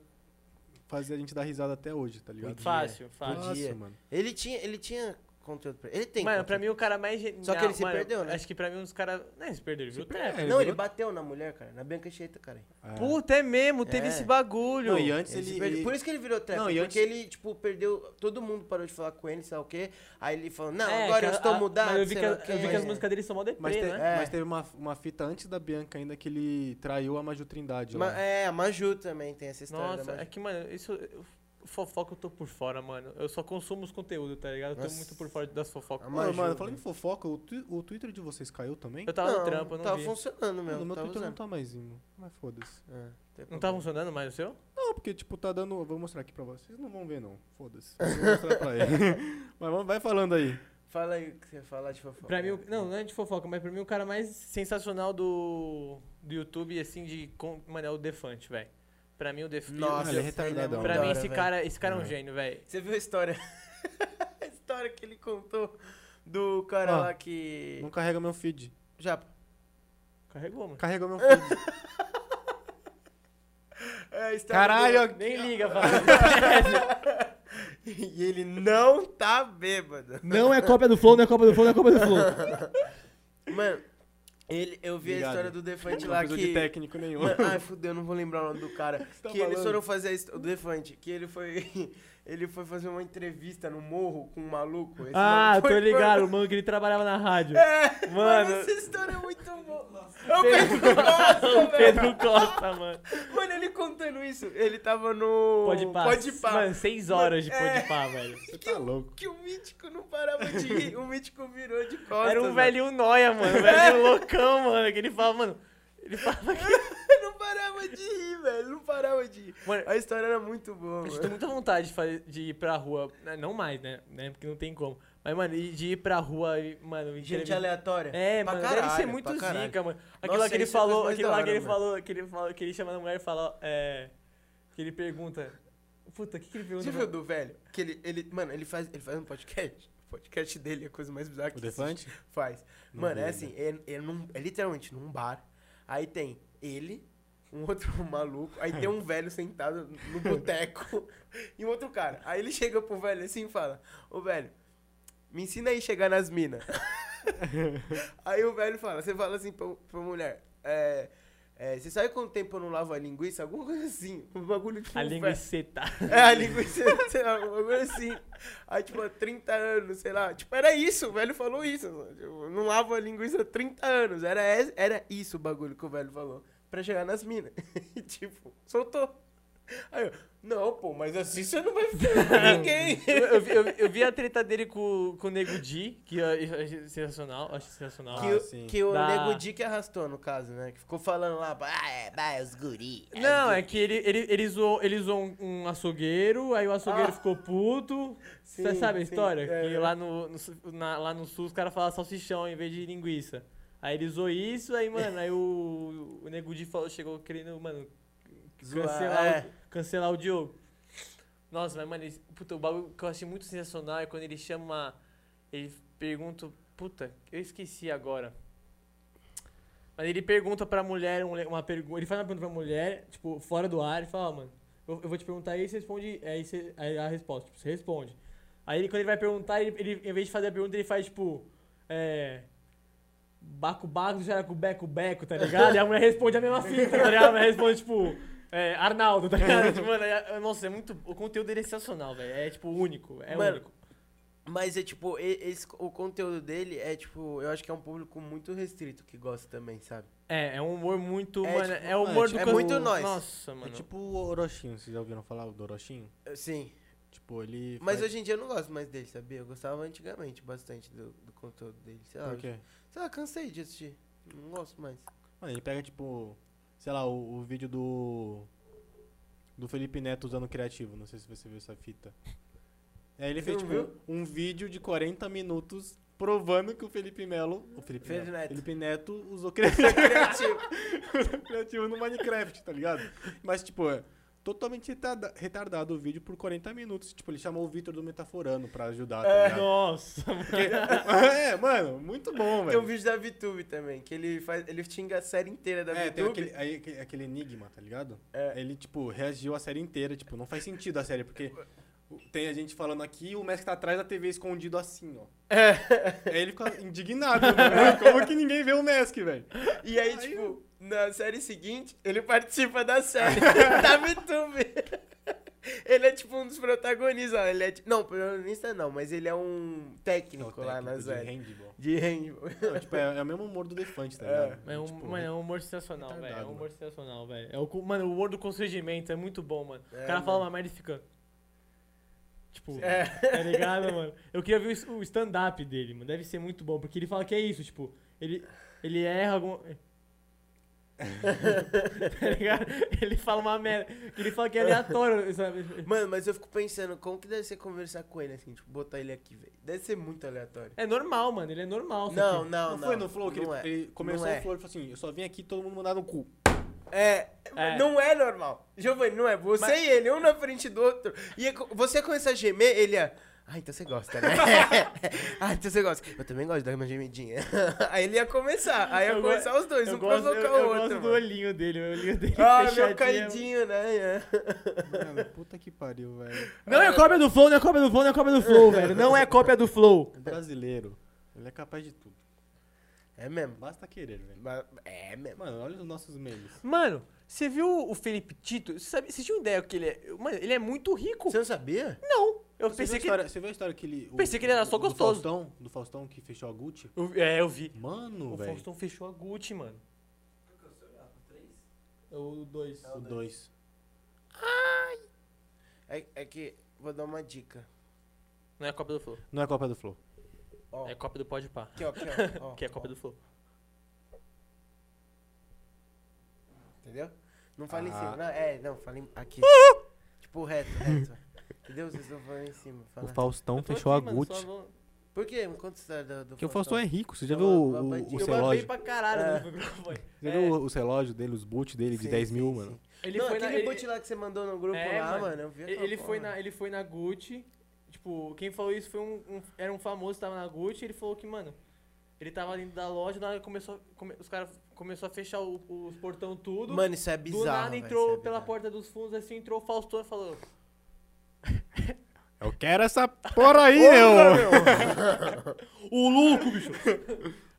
[SPEAKER 2] fazer a gente dar risada até hoje, tá ligado?
[SPEAKER 1] Podia.
[SPEAKER 3] Fácil, fácil.
[SPEAKER 2] Fácil,
[SPEAKER 1] Podia.
[SPEAKER 2] mano.
[SPEAKER 1] Ele tinha, ele tinha conteúdo pra Ele tem
[SPEAKER 3] Mano,
[SPEAKER 1] conteúdo.
[SPEAKER 3] pra mim o cara mais genial.
[SPEAKER 1] Só que ele se
[SPEAKER 3] mano,
[SPEAKER 1] perdeu, né?
[SPEAKER 3] Acho que pra mim um dos caras. Não, ele se perdeu, ele viu o trap.
[SPEAKER 2] É,
[SPEAKER 1] Não, ele
[SPEAKER 2] virou-
[SPEAKER 1] bateu na mulher, cara. Na Bianca Cheita, cara.
[SPEAKER 2] É.
[SPEAKER 3] Puta, é mesmo, teve
[SPEAKER 1] É.
[SPEAKER 3] esse bagulho.
[SPEAKER 2] Não, e antes
[SPEAKER 1] Ele se
[SPEAKER 2] ele.
[SPEAKER 1] perdeu.
[SPEAKER 2] ele-
[SPEAKER 1] Por isso que ele virou trap.
[SPEAKER 2] Não,
[SPEAKER 1] porque
[SPEAKER 2] e antes-
[SPEAKER 1] ele, tipo, perdeu. Todo mundo parou de falar com ele, sabe o quê? Aí ele falou, não,
[SPEAKER 3] É,
[SPEAKER 1] agora
[SPEAKER 3] que
[SPEAKER 1] eu
[SPEAKER 3] a-
[SPEAKER 1] estou
[SPEAKER 3] a-
[SPEAKER 1] mudado.
[SPEAKER 3] Mas eu vi,
[SPEAKER 1] sei
[SPEAKER 3] que,
[SPEAKER 1] lá
[SPEAKER 3] a-
[SPEAKER 1] o quê.
[SPEAKER 3] eu vi que as músicas dele são mó
[SPEAKER 2] Mas,
[SPEAKER 3] deprê,
[SPEAKER 2] te-
[SPEAKER 3] né?
[SPEAKER 1] É.
[SPEAKER 2] mas teve uma, uma fita antes da Bianca ainda que ele traiu a Maju Trindade.
[SPEAKER 1] Ma-
[SPEAKER 2] lá.
[SPEAKER 1] É, a Maju também tem essa história
[SPEAKER 3] Nossa,
[SPEAKER 1] da Maju.
[SPEAKER 3] é que, mano, isso. eu- Fofoca eu tô por fora, mano. Eu só consumo os conteúdos, tá ligado? Eu tô
[SPEAKER 1] Nossa.
[SPEAKER 3] muito por fora das fofocas.
[SPEAKER 1] A
[SPEAKER 2] Mano,
[SPEAKER 1] Maju, né?
[SPEAKER 2] mano,
[SPEAKER 1] velho.
[SPEAKER 2] falando em fofoca, o, twi- o Twitter de vocês caiu também?
[SPEAKER 3] Eu tava
[SPEAKER 1] não,
[SPEAKER 3] no trampo, eu não
[SPEAKER 1] tava
[SPEAKER 3] vi.
[SPEAKER 1] funcionando
[SPEAKER 2] Mano,
[SPEAKER 1] mesmo.
[SPEAKER 2] o meu
[SPEAKER 1] tava
[SPEAKER 2] Twitter não
[SPEAKER 1] usando.
[SPEAKER 2] tá mais indo. Mas foda-se.
[SPEAKER 1] É, tem
[SPEAKER 3] Não tá
[SPEAKER 1] problema.
[SPEAKER 3] funcionando mais o seu?
[SPEAKER 2] Não, porque, tipo, tá dando. eu Vou mostrar aqui pra vocês. Vocês não vão ver, não. Foda-se. Eu Vou mostrar pra ele. Mas vamos- vai falando aí.
[SPEAKER 1] Fala aí o que você ia falar de fofoca.
[SPEAKER 3] Pra mim, o- não, não é de fofoca, mas pra mim o cara mais sensacional do, do YouTube, assim, de. com- Mano, é o Defante, velho. Pra mim, o Defante.
[SPEAKER 1] Nossa,
[SPEAKER 2] ele
[SPEAKER 1] ele
[SPEAKER 2] é
[SPEAKER 1] é
[SPEAKER 2] retardadão.
[SPEAKER 1] muito
[SPEAKER 3] Pra
[SPEAKER 1] da
[SPEAKER 3] mim,
[SPEAKER 1] hora,
[SPEAKER 3] esse
[SPEAKER 1] velho.
[SPEAKER 3] cara, esse cara é um
[SPEAKER 2] É.
[SPEAKER 3] gênio, velho.
[SPEAKER 1] Você viu a história? a história que ele contou do cara
[SPEAKER 2] Ah.
[SPEAKER 1] lá que.
[SPEAKER 2] Não carrega meu feed.
[SPEAKER 1] Já.
[SPEAKER 3] Carregou, mano.
[SPEAKER 2] Carrega meu feed.
[SPEAKER 1] É a história
[SPEAKER 2] Caralho,
[SPEAKER 1] do-
[SPEAKER 3] Nem liga, fala.
[SPEAKER 1] e ele não tá bêbado.
[SPEAKER 3] Não é cópia do Flow, não é cópia do Flow, não é cópia do Flow.
[SPEAKER 1] Mano, ele, eu vi
[SPEAKER 2] Obrigado.
[SPEAKER 1] a história do Defante
[SPEAKER 2] não
[SPEAKER 1] lá
[SPEAKER 2] precisa de
[SPEAKER 1] que.
[SPEAKER 2] técnico nenhum.
[SPEAKER 1] Mano, ai, fudeu, não vou lembrar o nome do cara.
[SPEAKER 2] tá
[SPEAKER 1] que eles
[SPEAKER 2] falando?
[SPEAKER 1] foram fazer a história do Defante, que ele foi. Ele foi fazer uma entrevista no morro com um maluco. esse
[SPEAKER 3] Ah,
[SPEAKER 1] maluco
[SPEAKER 3] tô
[SPEAKER 1] foi-
[SPEAKER 3] ligado, mano, que ele trabalhava na rádio.
[SPEAKER 1] É, mano,
[SPEAKER 3] Mano.
[SPEAKER 1] essa história é muito boa. É o Pedro Costa, velho.
[SPEAKER 3] Pedro Costa, mano.
[SPEAKER 1] Mano, ele contando isso, ele tava no.
[SPEAKER 3] Pode pá.
[SPEAKER 1] Pode
[SPEAKER 3] Mano, seis horas de
[SPEAKER 1] É.
[SPEAKER 3] pode pá, velho.
[SPEAKER 2] Você tá louco.
[SPEAKER 1] Que o mítico não parava de rir. O mítico virou de costas.
[SPEAKER 3] Era um
[SPEAKER 1] mano.
[SPEAKER 3] velhinho noia, mano. Um velhinho loucão, mano. Que ele fala, mano. Ele fala que.
[SPEAKER 1] não parava de rir, velho. Não parava de rir.
[SPEAKER 3] Mano,
[SPEAKER 1] A história era muito boa,
[SPEAKER 3] A gente
[SPEAKER 1] mano.
[SPEAKER 3] tem muita vontade de, fazer- de ir pra rua. né, Não mais, né? né? Porque não tem como. Mas, mano, e de ir pra rua e, mano, e
[SPEAKER 1] Gente
[SPEAKER 3] entrevistar-
[SPEAKER 1] aleatória.
[SPEAKER 3] É,
[SPEAKER 1] Pra
[SPEAKER 3] mano, deve
[SPEAKER 1] caralho,
[SPEAKER 3] ser
[SPEAKER 1] pra
[SPEAKER 3] muito
[SPEAKER 1] caralho.
[SPEAKER 3] zica, mano. Aquilo
[SPEAKER 1] Nossa,
[SPEAKER 3] lá que ele
[SPEAKER 1] isso é a coisa
[SPEAKER 3] falou,
[SPEAKER 1] mais
[SPEAKER 3] aquilo
[SPEAKER 1] da
[SPEAKER 3] lá
[SPEAKER 1] hora,
[SPEAKER 3] que ele
[SPEAKER 1] mano.
[SPEAKER 3] falou, que ele falou, que ele chama na mulher e fala, é. Que ele pergunta. Puta, o que, que ele perguntou?
[SPEAKER 1] Você viu do velho? Que ele, ele, mano, ele faz, ele faz um podcast. O podcast dele é a coisa mais bizarra que
[SPEAKER 2] O
[SPEAKER 1] existe.
[SPEAKER 2] Defante?
[SPEAKER 1] Faz.
[SPEAKER 2] Não
[SPEAKER 1] Mano,
[SPEAKER 2] vi
[SPEAKER 1] é
[SPEAKER 2] ainda.
[SPEAKER 1] assim, é, é num- é literalmente num bar. Aí tem ele, um outro maluco, aí tem um velho sentado no boteco e um outro cara. Aí ele chega pro velho assim e fala, ô velho, me ensina aí a chegar nas minas. aí o velho fala, você fala assim pra, pra mulher, é... é, você sabe quanto tempo eu não lavo a linguiça? Alguma coisa assim. Um bagulho tipo.
[SPEAKER 3] A
[SPEAKER 1] um velho-
[SPEAKER 3] linguiceta.
[SPEAKER 1] é, a linguiça, sei lá, um bagulho assim. Aí, tipo, há 30 anos, sei lá. Tipo, era isso, o velho falou isso. Tipo, não lavo a linguiça há 30 anos. Era, es- era isso o bagulho que o velho falou. Pra chegar nas minas. E, tipo, soltou. Aí eu, não, pô, mas assim você não vai ferrar ninguém.
[SPEAKER 3] Eu, eu vi- eu- eu vi a treta dele com, com o Nego Di, que eu achei sensacional, acho sensacional.
[SPEAKER 1] que, o-
[SPEAKER 2] sim.
[SPEAKER 1] que o
[SPEAKER 3] Da-
[SPEAKER 1] Nego Di que arrastou, no caso, né? Que ficou falando lá, ah, é, vai, os guri. é os
[SPEAKER 3] Não,
[SPEAKER 1] guri."
[SPEAKER 3] é que ele, ele, ele zoou, ele zoou um, um açougueiro, aí o açougueiro
[SPEAKER 1] Ah.
[SPEAKER 3] ficou puto. é, Você
[SPEAKER 1] Sim,
[SPEAKER 3] sabe a
[SPEAKER 1] sim,
[SPEAKER 3] história?
[SPEAKER 1] é.
[SPEAKER 3] Que lá no, no su- na- lá no sul os caras falam salsichão em vez de linguiça. Aí ele zoou isso, aí, mano, aí o, o Nego Di falou, chegou querendo, mano,
[SPEAKER 1] Zoar,
[SPEAKER 3] cancelar,
[SPEAKER 1] é.
[SPEAKER 3] o, cancelar o Diogo. Nossa, mas, mano, esse- puta, o bagulho que eu achei muito sensacional é quando ele chama. Ele pergunta. Puta, eu esqueci agora. Mas ele pergunta pra mulher um le- uma pergunta. Ele faz uma pergunta pra mulher, tipo, fora do ar, e fala, ó, mano, eu, eu vou te perguntar e você responde. Aí, você, aí a resposta, tipo, você responde. Aí ele, quando ele vai perguntar, ele, ele, em vez de fazer a pergunta, ele faz, tipo. É. Baco baco, jaracu beco beco, tá ligado? E a mulher responde a mesma fita, tá ligado? A mulher responde, tipo. É, Arnaldo, tá ligado? Tipo, mano, é- nossa, é muito. O conteúdo dele é sensacional, velho. É, tipo, único. É
[SPEAKER 1] Mano,
[SPEAKER 3] único.
[SPEAKER 1] Mas é tipo, e- esse, o conteúdo dele é tipo, eu acho que é um público muito restrito que gosta também, sabe?
[SPEAKER 3] É, é um humor muito.
[SPEAKER 1] É,
[SPEAKER 3] mano,
[SPEAKER 1] tipo,
[SPEAKER 3] é o humor
[SPEAKER 1] é
[SPEAKER 3] do
[SPEAKER 1] tipo-
[SPEAKER 3] can-
[SPEAKER 1] é muito nós.
[SPEAKER 3] Nossa, mano.
[SPEAKER 2] É tipo o Orochinho, vocês já ouviram falar do Orochinho?
[SPEAKER 1] Eh, Sim.
[SPEAKER 2] Tipo, ele.
[SPEAKER 1] Mas
[SPEAKER 2] faz-
[SPEAKER 1] hoje em dia eu não gosto mais dele, sabia? Eu gostava antigamente bastante do, do conteúdo dele. Sei lá,
[SPEAKER 2] Por quê?
[SPEAKER 1] sei lá, cansei de assistir. Não gosto mais.
[SPEAKER 2] Mano, ele pega, tipo, sei lá, o, o vídeo do. Do Felipe Neto usando criativo. Não sei se você viu essa fita. Aí ele fez,
[SPEAKER 1] Não
[SPEAKER 2] tipo, um vídeo de 40 minutos provando que o Felipe Melo. O Felipe,
[SPEAKER 1] Felipe
[SPEAKER 2] Melo,
[SPEAKER 1] Neto.
[SPEAKER 2] Felipe Neto usou criativo. criativo no Minecraft, tá ligado? Mas, tipo, é totalmente retarda- retardado o vídeo por 40 minutos. Tipo, ele chamou o Vitor do Metaforano pra ajudar, tá
[SPEAKER 1] É,
[SPEAKER 2] ligado?
[SPEAKER 3] Nossa,
[SPEAKER 2] é, mano, muito bom,
[SPEAKER 1] Tem um
[SPEAKER 2] velho.
[SPEAKER 1] vídeo da VTube também, que ele faz. Ele xinga a série inteira da
[SPEAKER 2] É, tem
[SPEAKER 1] VTube.
[SPEAKER 2] aquele, aí, aquele- aquele enigma, tá ligado?
[SPEAKER 1] É.
[SPEAKER 2] Ele, tipo, reagiu a série inteira. Tipo, não faz sentido a série, porque o- tem a gente falando aqui e o Messi tá atrás da TV escondido assim, ó.
[SPEAKER 1] É.
[SPEAKER 2] Aí ele fica indignado, né, mano. Como que ninguém vê o Messi, velho?
[SPEAKER 1] E aí,
[SPEAKER 2] Aí
[SPEAKER 1] tipo, na série seguinte, ele participa da série da VTube. Ele é tipo um dos protagonistas. ó. Ele é, ti- não, protagonista não, mas ele é um técnico, lá na
[SPEAKER 2] É Técnico de
[SPEAKER 1] série.
[SPEAKER 2] handball.
[SPEAKER 1] De handball.
[SPEAKER 2] Não, tipo, é, é o mesmo humor do Defante, tá
[SPEAKER 1] É.
[SPEAKER 2] ligado?
[SPEAKER 3] Mas é um,
[SPEAKER 2] Tipo,
[SPEAKER 3] mano, é um humor sensacional,
[SPEAKER 2] retardado,
[SPEAKER 3] velho. É um
[SPEAKER 2] mano.
[SPEAKER 3] humor sensacional, velho. É o, cu- mano, o humor do constrangimento é muito bom, mano.
[SPEAKER 1] É,
[SPEAKER 3] o cara fala
[SPEAKER 1] mano.
[SPEAKER 3] uma merda e fica. Tipo,
[SPEAKER 1] É.
[SPEAKER 3] tá ligado, mano? Eu queria ver o s- o stand-up dele, mano. Deve ser muito bom, porque ele fala que é isso, tipo, ele, ele erra alguma. tá ligado? Ele fala uma merda. Que ele fala que é aleatório, sabe?
[SPEAKER 1] Mano, mas eu fico pensando, como que deve ser conversar com ele, assim, tipo, botar ele aqui, velho? Deve ser muito aleatório.
[SPEAKER 3] É normal, mano. Ele é normal. só
[SPEAKER 1] Não,
[SPEAKER 3] que-
[SPEAKER 1] não,
[SPEAKER 2] Não,
[SPEAKER 1] não.
[SPEAKER 2] foi no Flow que ele,
[SPEAKER 1] não é.
[SPEAKER 2] ele começou
[SPEAKER 1] Não
[SPEAKER 2] o
[SPEAKER 1] é.
[SPEAKER 2] Flow e falou assim: eu só vim aqui todo mundo mandar no cu.
[SPEAKER 1] É,
[SPEAKER 3] É.
[SPEAKER 1] não é normal. Giovanni, não é. Você
[SPEAKER 3] Mas-
[SPEAKER 1] e ele, um na frente do outro. E é co- você começa a gemer, ele é. Ah, então você gosta, né? ah, então você gosta. Eu também gosto de dar uma gemidinha. aí ele ia começar. Aí ia
[SPEAKER 3] Eu go-
[SPEAKER 1] começar os dois, um
[SPEAKER 3] gosto-
[SPEAKER 1] provocar
[SPEAKER 3] eu- eu
[SPEAKER 1] o outro.
[SPEAKER 3] gosto do
[SPEAKER 1] mano.
[SPEAKER 3] olhinho dele, o olhinho dele
[SPEAKER 1] Ah,
[SPEAKER 3] fechadinho. é
[SPEAKER 1] meu caidinho, né? É.
[SPEAKER 2] Mano, puta que pariu, velho.
[SPEAKER 3] Não é cópia do Flow, não é cópia do Flow, não é cópia do Flow, velho. Não é cópia do Flow.
[SPEAKER 2] O brasileiro, ele é capaz de tudo.
[SPEAKER 1] É mesmo.
[SPEAKER 2] Basta querer, velho.
[SPEAKER 1] Mas- É mesmo.
[SPEAKER 2] Mano, olha os nossos memes.
[SPEAKER 3] Mano, você viu o Felipe Tito? Você, sabe, você tinha uma ideia que ele é... Mano, ele é muito rico.
[SPEAKER 1] Você não sabia?
[SPEAKER 3] Não,
[SPEAKER 2] Você viu,
[SPEAKER 3] eu
[SPEAKER 2] a
[SPEAKER 3] pensei que...
[SPEAKER 2] história, você viu a história que ele. o-
[SPEAKER 3] Pensei que ele era só
[SPEAKER 2] do
[SPEAKER 3] gostoso.
[SPEAKER 2] Faustão, do Faustão que fechou a Gucci?
[SPEAKER 3] Eu- é, eu vi.
[SPEAKER 2] Mano,
[SPEAKER 3] o
[SPEAKER 2] velho.
[SPEAKER 3] Faustão fechou a Gucci, mano. É o 2.
[SPEAKER 2] O 2.
[SPEAKER 1] É, é que, vou dar uma dica.
[SPEAKER 3] Não é cópia do Flow,
[SPEAKER 2] Não é Copa do Flow.
[SPEAKER 1] Ó,
[SPEAKER 3] é cópia do Podpah,
[SPEAKER 1] aqui, ó, aqui, ó. ó
[SPEAKER 3] que é cópia do Flow.
[SPEAKER 1] Entendeu? Não fala em
[SPEAKER 2] Ah.
[SPEAKER 1] cima. Não, é, não, fala em, aqui. tipo, reto, reto. Entendeu? Vocês estão falando em cima.
[SPEAKER 2] O
[SPEAKER 1] Fala.
[SPEAKER 2] Faustão fechou a Gucci.
[SPEAKER 1] Por quê? Me conta a história do, do
[SPEAKER 2] Porque o Faustão é rico. Você já
[SPEAKER 1] É
[SPEAKER 2] viu
[SPEAKER 1] uma- uma
[SPEAKER 2] o- o-
[SPEAKER 1] bandida.
[SPEAKER 2] o
[SPEAKER 3] Eu
[SPEAKER 2] seu
[SPEAKER 3] babei
[SPEAKER 2] relógio?
[SPEAKER 3] pra caralho
[SPEAKER 1] É.
[SPEAKER 3] no microfone.
[SPEAKER 2] Já viu o- o relógio dele, os boots dele de
[SPEAKER 1] Sim,
[SPEAKER 2] 10 mil,
[SPEAKER 1] sim,
[SPEAKER 2] mano?
[SPEAKER 1] sim.
[SPEAKER 3] Ele
[SPEAKER 1] não,
[SPEAKER 3] foi na.
[SPEAKER 1] aquele
[SPEAKER 3] ele-
[SPEAKER 1] boot lá que você mandou no grupo
[SPEAKER 3] É,
[SPEAKER 1] lá,
[SPEAKER 3] mano.
[SPEAKER 1] mano. eu vi
[SPEAKER 3] ele,
[SPEAKER 1] aquela
[SPEAKER 3] ele foi
[SPEAKER 1] porra.
[SPEAKER 3] na, ele foi na Gucci. Tipo, quem falou isso foi um, um- Era um famoso que tava na Gucci. Ele falou que, mano. Ele tava dentro da loja, na hora começou, come- os caras começou a fechar o- os portão tudo.
[SPEAKER 1] Mano, isso é bizarro.
[SPEAKER 3] do nada
[SPEAKER 1] velho,
[SPEAKER 3] entrou
[SPEAKER 1] isso é
[SPEAKER 3] pela
[SPEAKER 1] bizarro.
[SPEAKER 3] porta dos fundos, assim, entrou o Faustão e falou.
[SPEAKER 2] Eu quero essa porra aí,
[SPEAKER 1] Porra, meu.
[SPEAKER 2] eu.
[SPEAKER 3] O louco, bicho!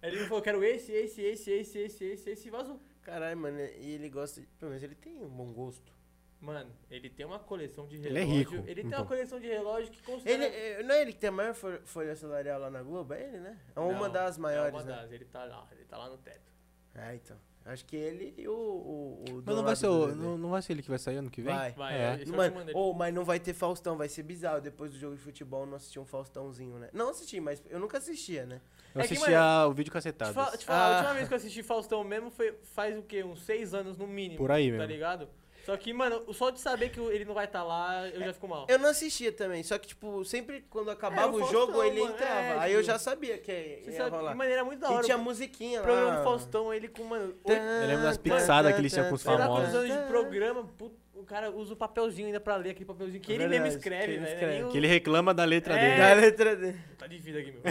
[SPEAKER 3] Aí ele falou, quero esse, esse, esse, esse, esse, esse, esse, e vazou.
[SPEAKER 1] Caralho, mano, e ele gosta. de- Pelo menos ele tem um bom gosto.
[SPEAKER 3] Mano, ele tem uma coleção de
[SPEAKER 2] Ele
[SPEAKER 3] relógio.
[SPEAKER 2] é rico,
[SPEAKER 3] Ele tem
[SPEAKER 2] então.
[SPEAKER 1] Uhum.
[SPEAKER 3] uma coleção de relógio que considera...
[SPEAKER 1] Ele, é, não é ele que tem a maior fol- folha salarial lá na Globo? É ele, né? É uma
[SPEAKER 3] Não,
[SPEAKER 1] das maiores,
[SPEAKER 3] É uma
[SPEAKER 1] né?
[SPEAKER 3] das, ele tá lá, ele tá lá no teto.
[SPEAKER 1] É, então. Acho que ele e o. o, o
[SPEAKER 2] Mas
[SPEAKER 1] dono
[SPEAKER 2] não
[SPEAKER 1] lá
[SPEAKER 2] vai,
[SPEAKER 1] do
[SPEAKER 2] ser o,
[SPEAKER 1] BBB.
[SPEAKER 2] não, não vai ser ele que vai sair ano que vem?
[SPEAKER 1] Vai.
[SPEAKER 3] Vai,
[SPEAKER 2] É.
[SPEAKER 3] é. esse é o
[SPEAKER 1] Mano,
[SPEAKER 3] irmão dele.
[SPEAKER 1] ou mas não vai ter Faustão, vai ser bizarro. Depois do jogo de futebol, não assisti um Faustãozinho, né? Não assisti, mas eu nunca assistia, né?
[SPEAKER 2] Eu
[SPEAKER 3] É que,
[SPEAKER 2] assisti a- o vídeo cacetado.
[SPEAKER 3] Te tipo, fala- te
[SPEAKER 1] Ah.
[SPEAKER 3] falar, a última vez que eu assisti Faustão mesmo foi faz o quê? Uns seis anos no mínimo.
[SPEAKER 2] Por aí
[SPEAKER 3] Tá
[SPEAKER 2] mesmo.
[SPEAKER 3] ligado? Só que, mano, só de saber que ele não vai estar lá, eu já fico mal.
[SPEAKER 1] Eu não assistia também, só que, tipo, sempre quando acabava
[SPEAKER 3] o
[SPEAKER 1] o jogo,
[SPEAKER 3] Faustão,
[SPEAKER 1] ele
[SPEAKER 3] mano,
[SPEAKER 1] entrava.
[SPEAKER 3] é,
[SPEAKER 1] Aí eu
[SPEAKER 3] tipo,
[SPEAKER 1] já sabia que ia,
[SPEAKER 3] Você
[SPEAKER 1] ia
[SPEAKER 3] sabe,
[SPEAKER 1] rolar.
[SPEAKER 3] de maneira muito da
[SPEAKER 1] E
[SPEAKER 3] hora.
[SPEAKER 1] tinha
[SPEAKER 3] o
[SPEAKER 1] musiquinha lá.
[SPEAKER 3] programa do Faustão, ele com, mano, oito,
[SPEAKER 2] Eu lembro das pixadas que eles tinham com os
[SPEAKER 3] sei lá
[SPEAKER 2] famosos.
[SPEAKER 3] quantos anos tá de programa, puto, o cara usa o papelzinho ainda pra ler aquele papelzinho que ele mesmo
[SPEAKER 1] É Verdade, que
[SPEAKER 3] escreve,
[SPEAKER 1] ele
[SPEAKER 3] velho.
[SPEAKER 1] escreve.
[SPEAKER 3] Nem o-
[SPEAKER 2] Que ele reclama da letra
[SPEAKER 3] É.
[SPEAKER 2] dele.
[SPEAKER 1] Da letra dele.
[SPEAKER 3] Tá de vida aqui, meu.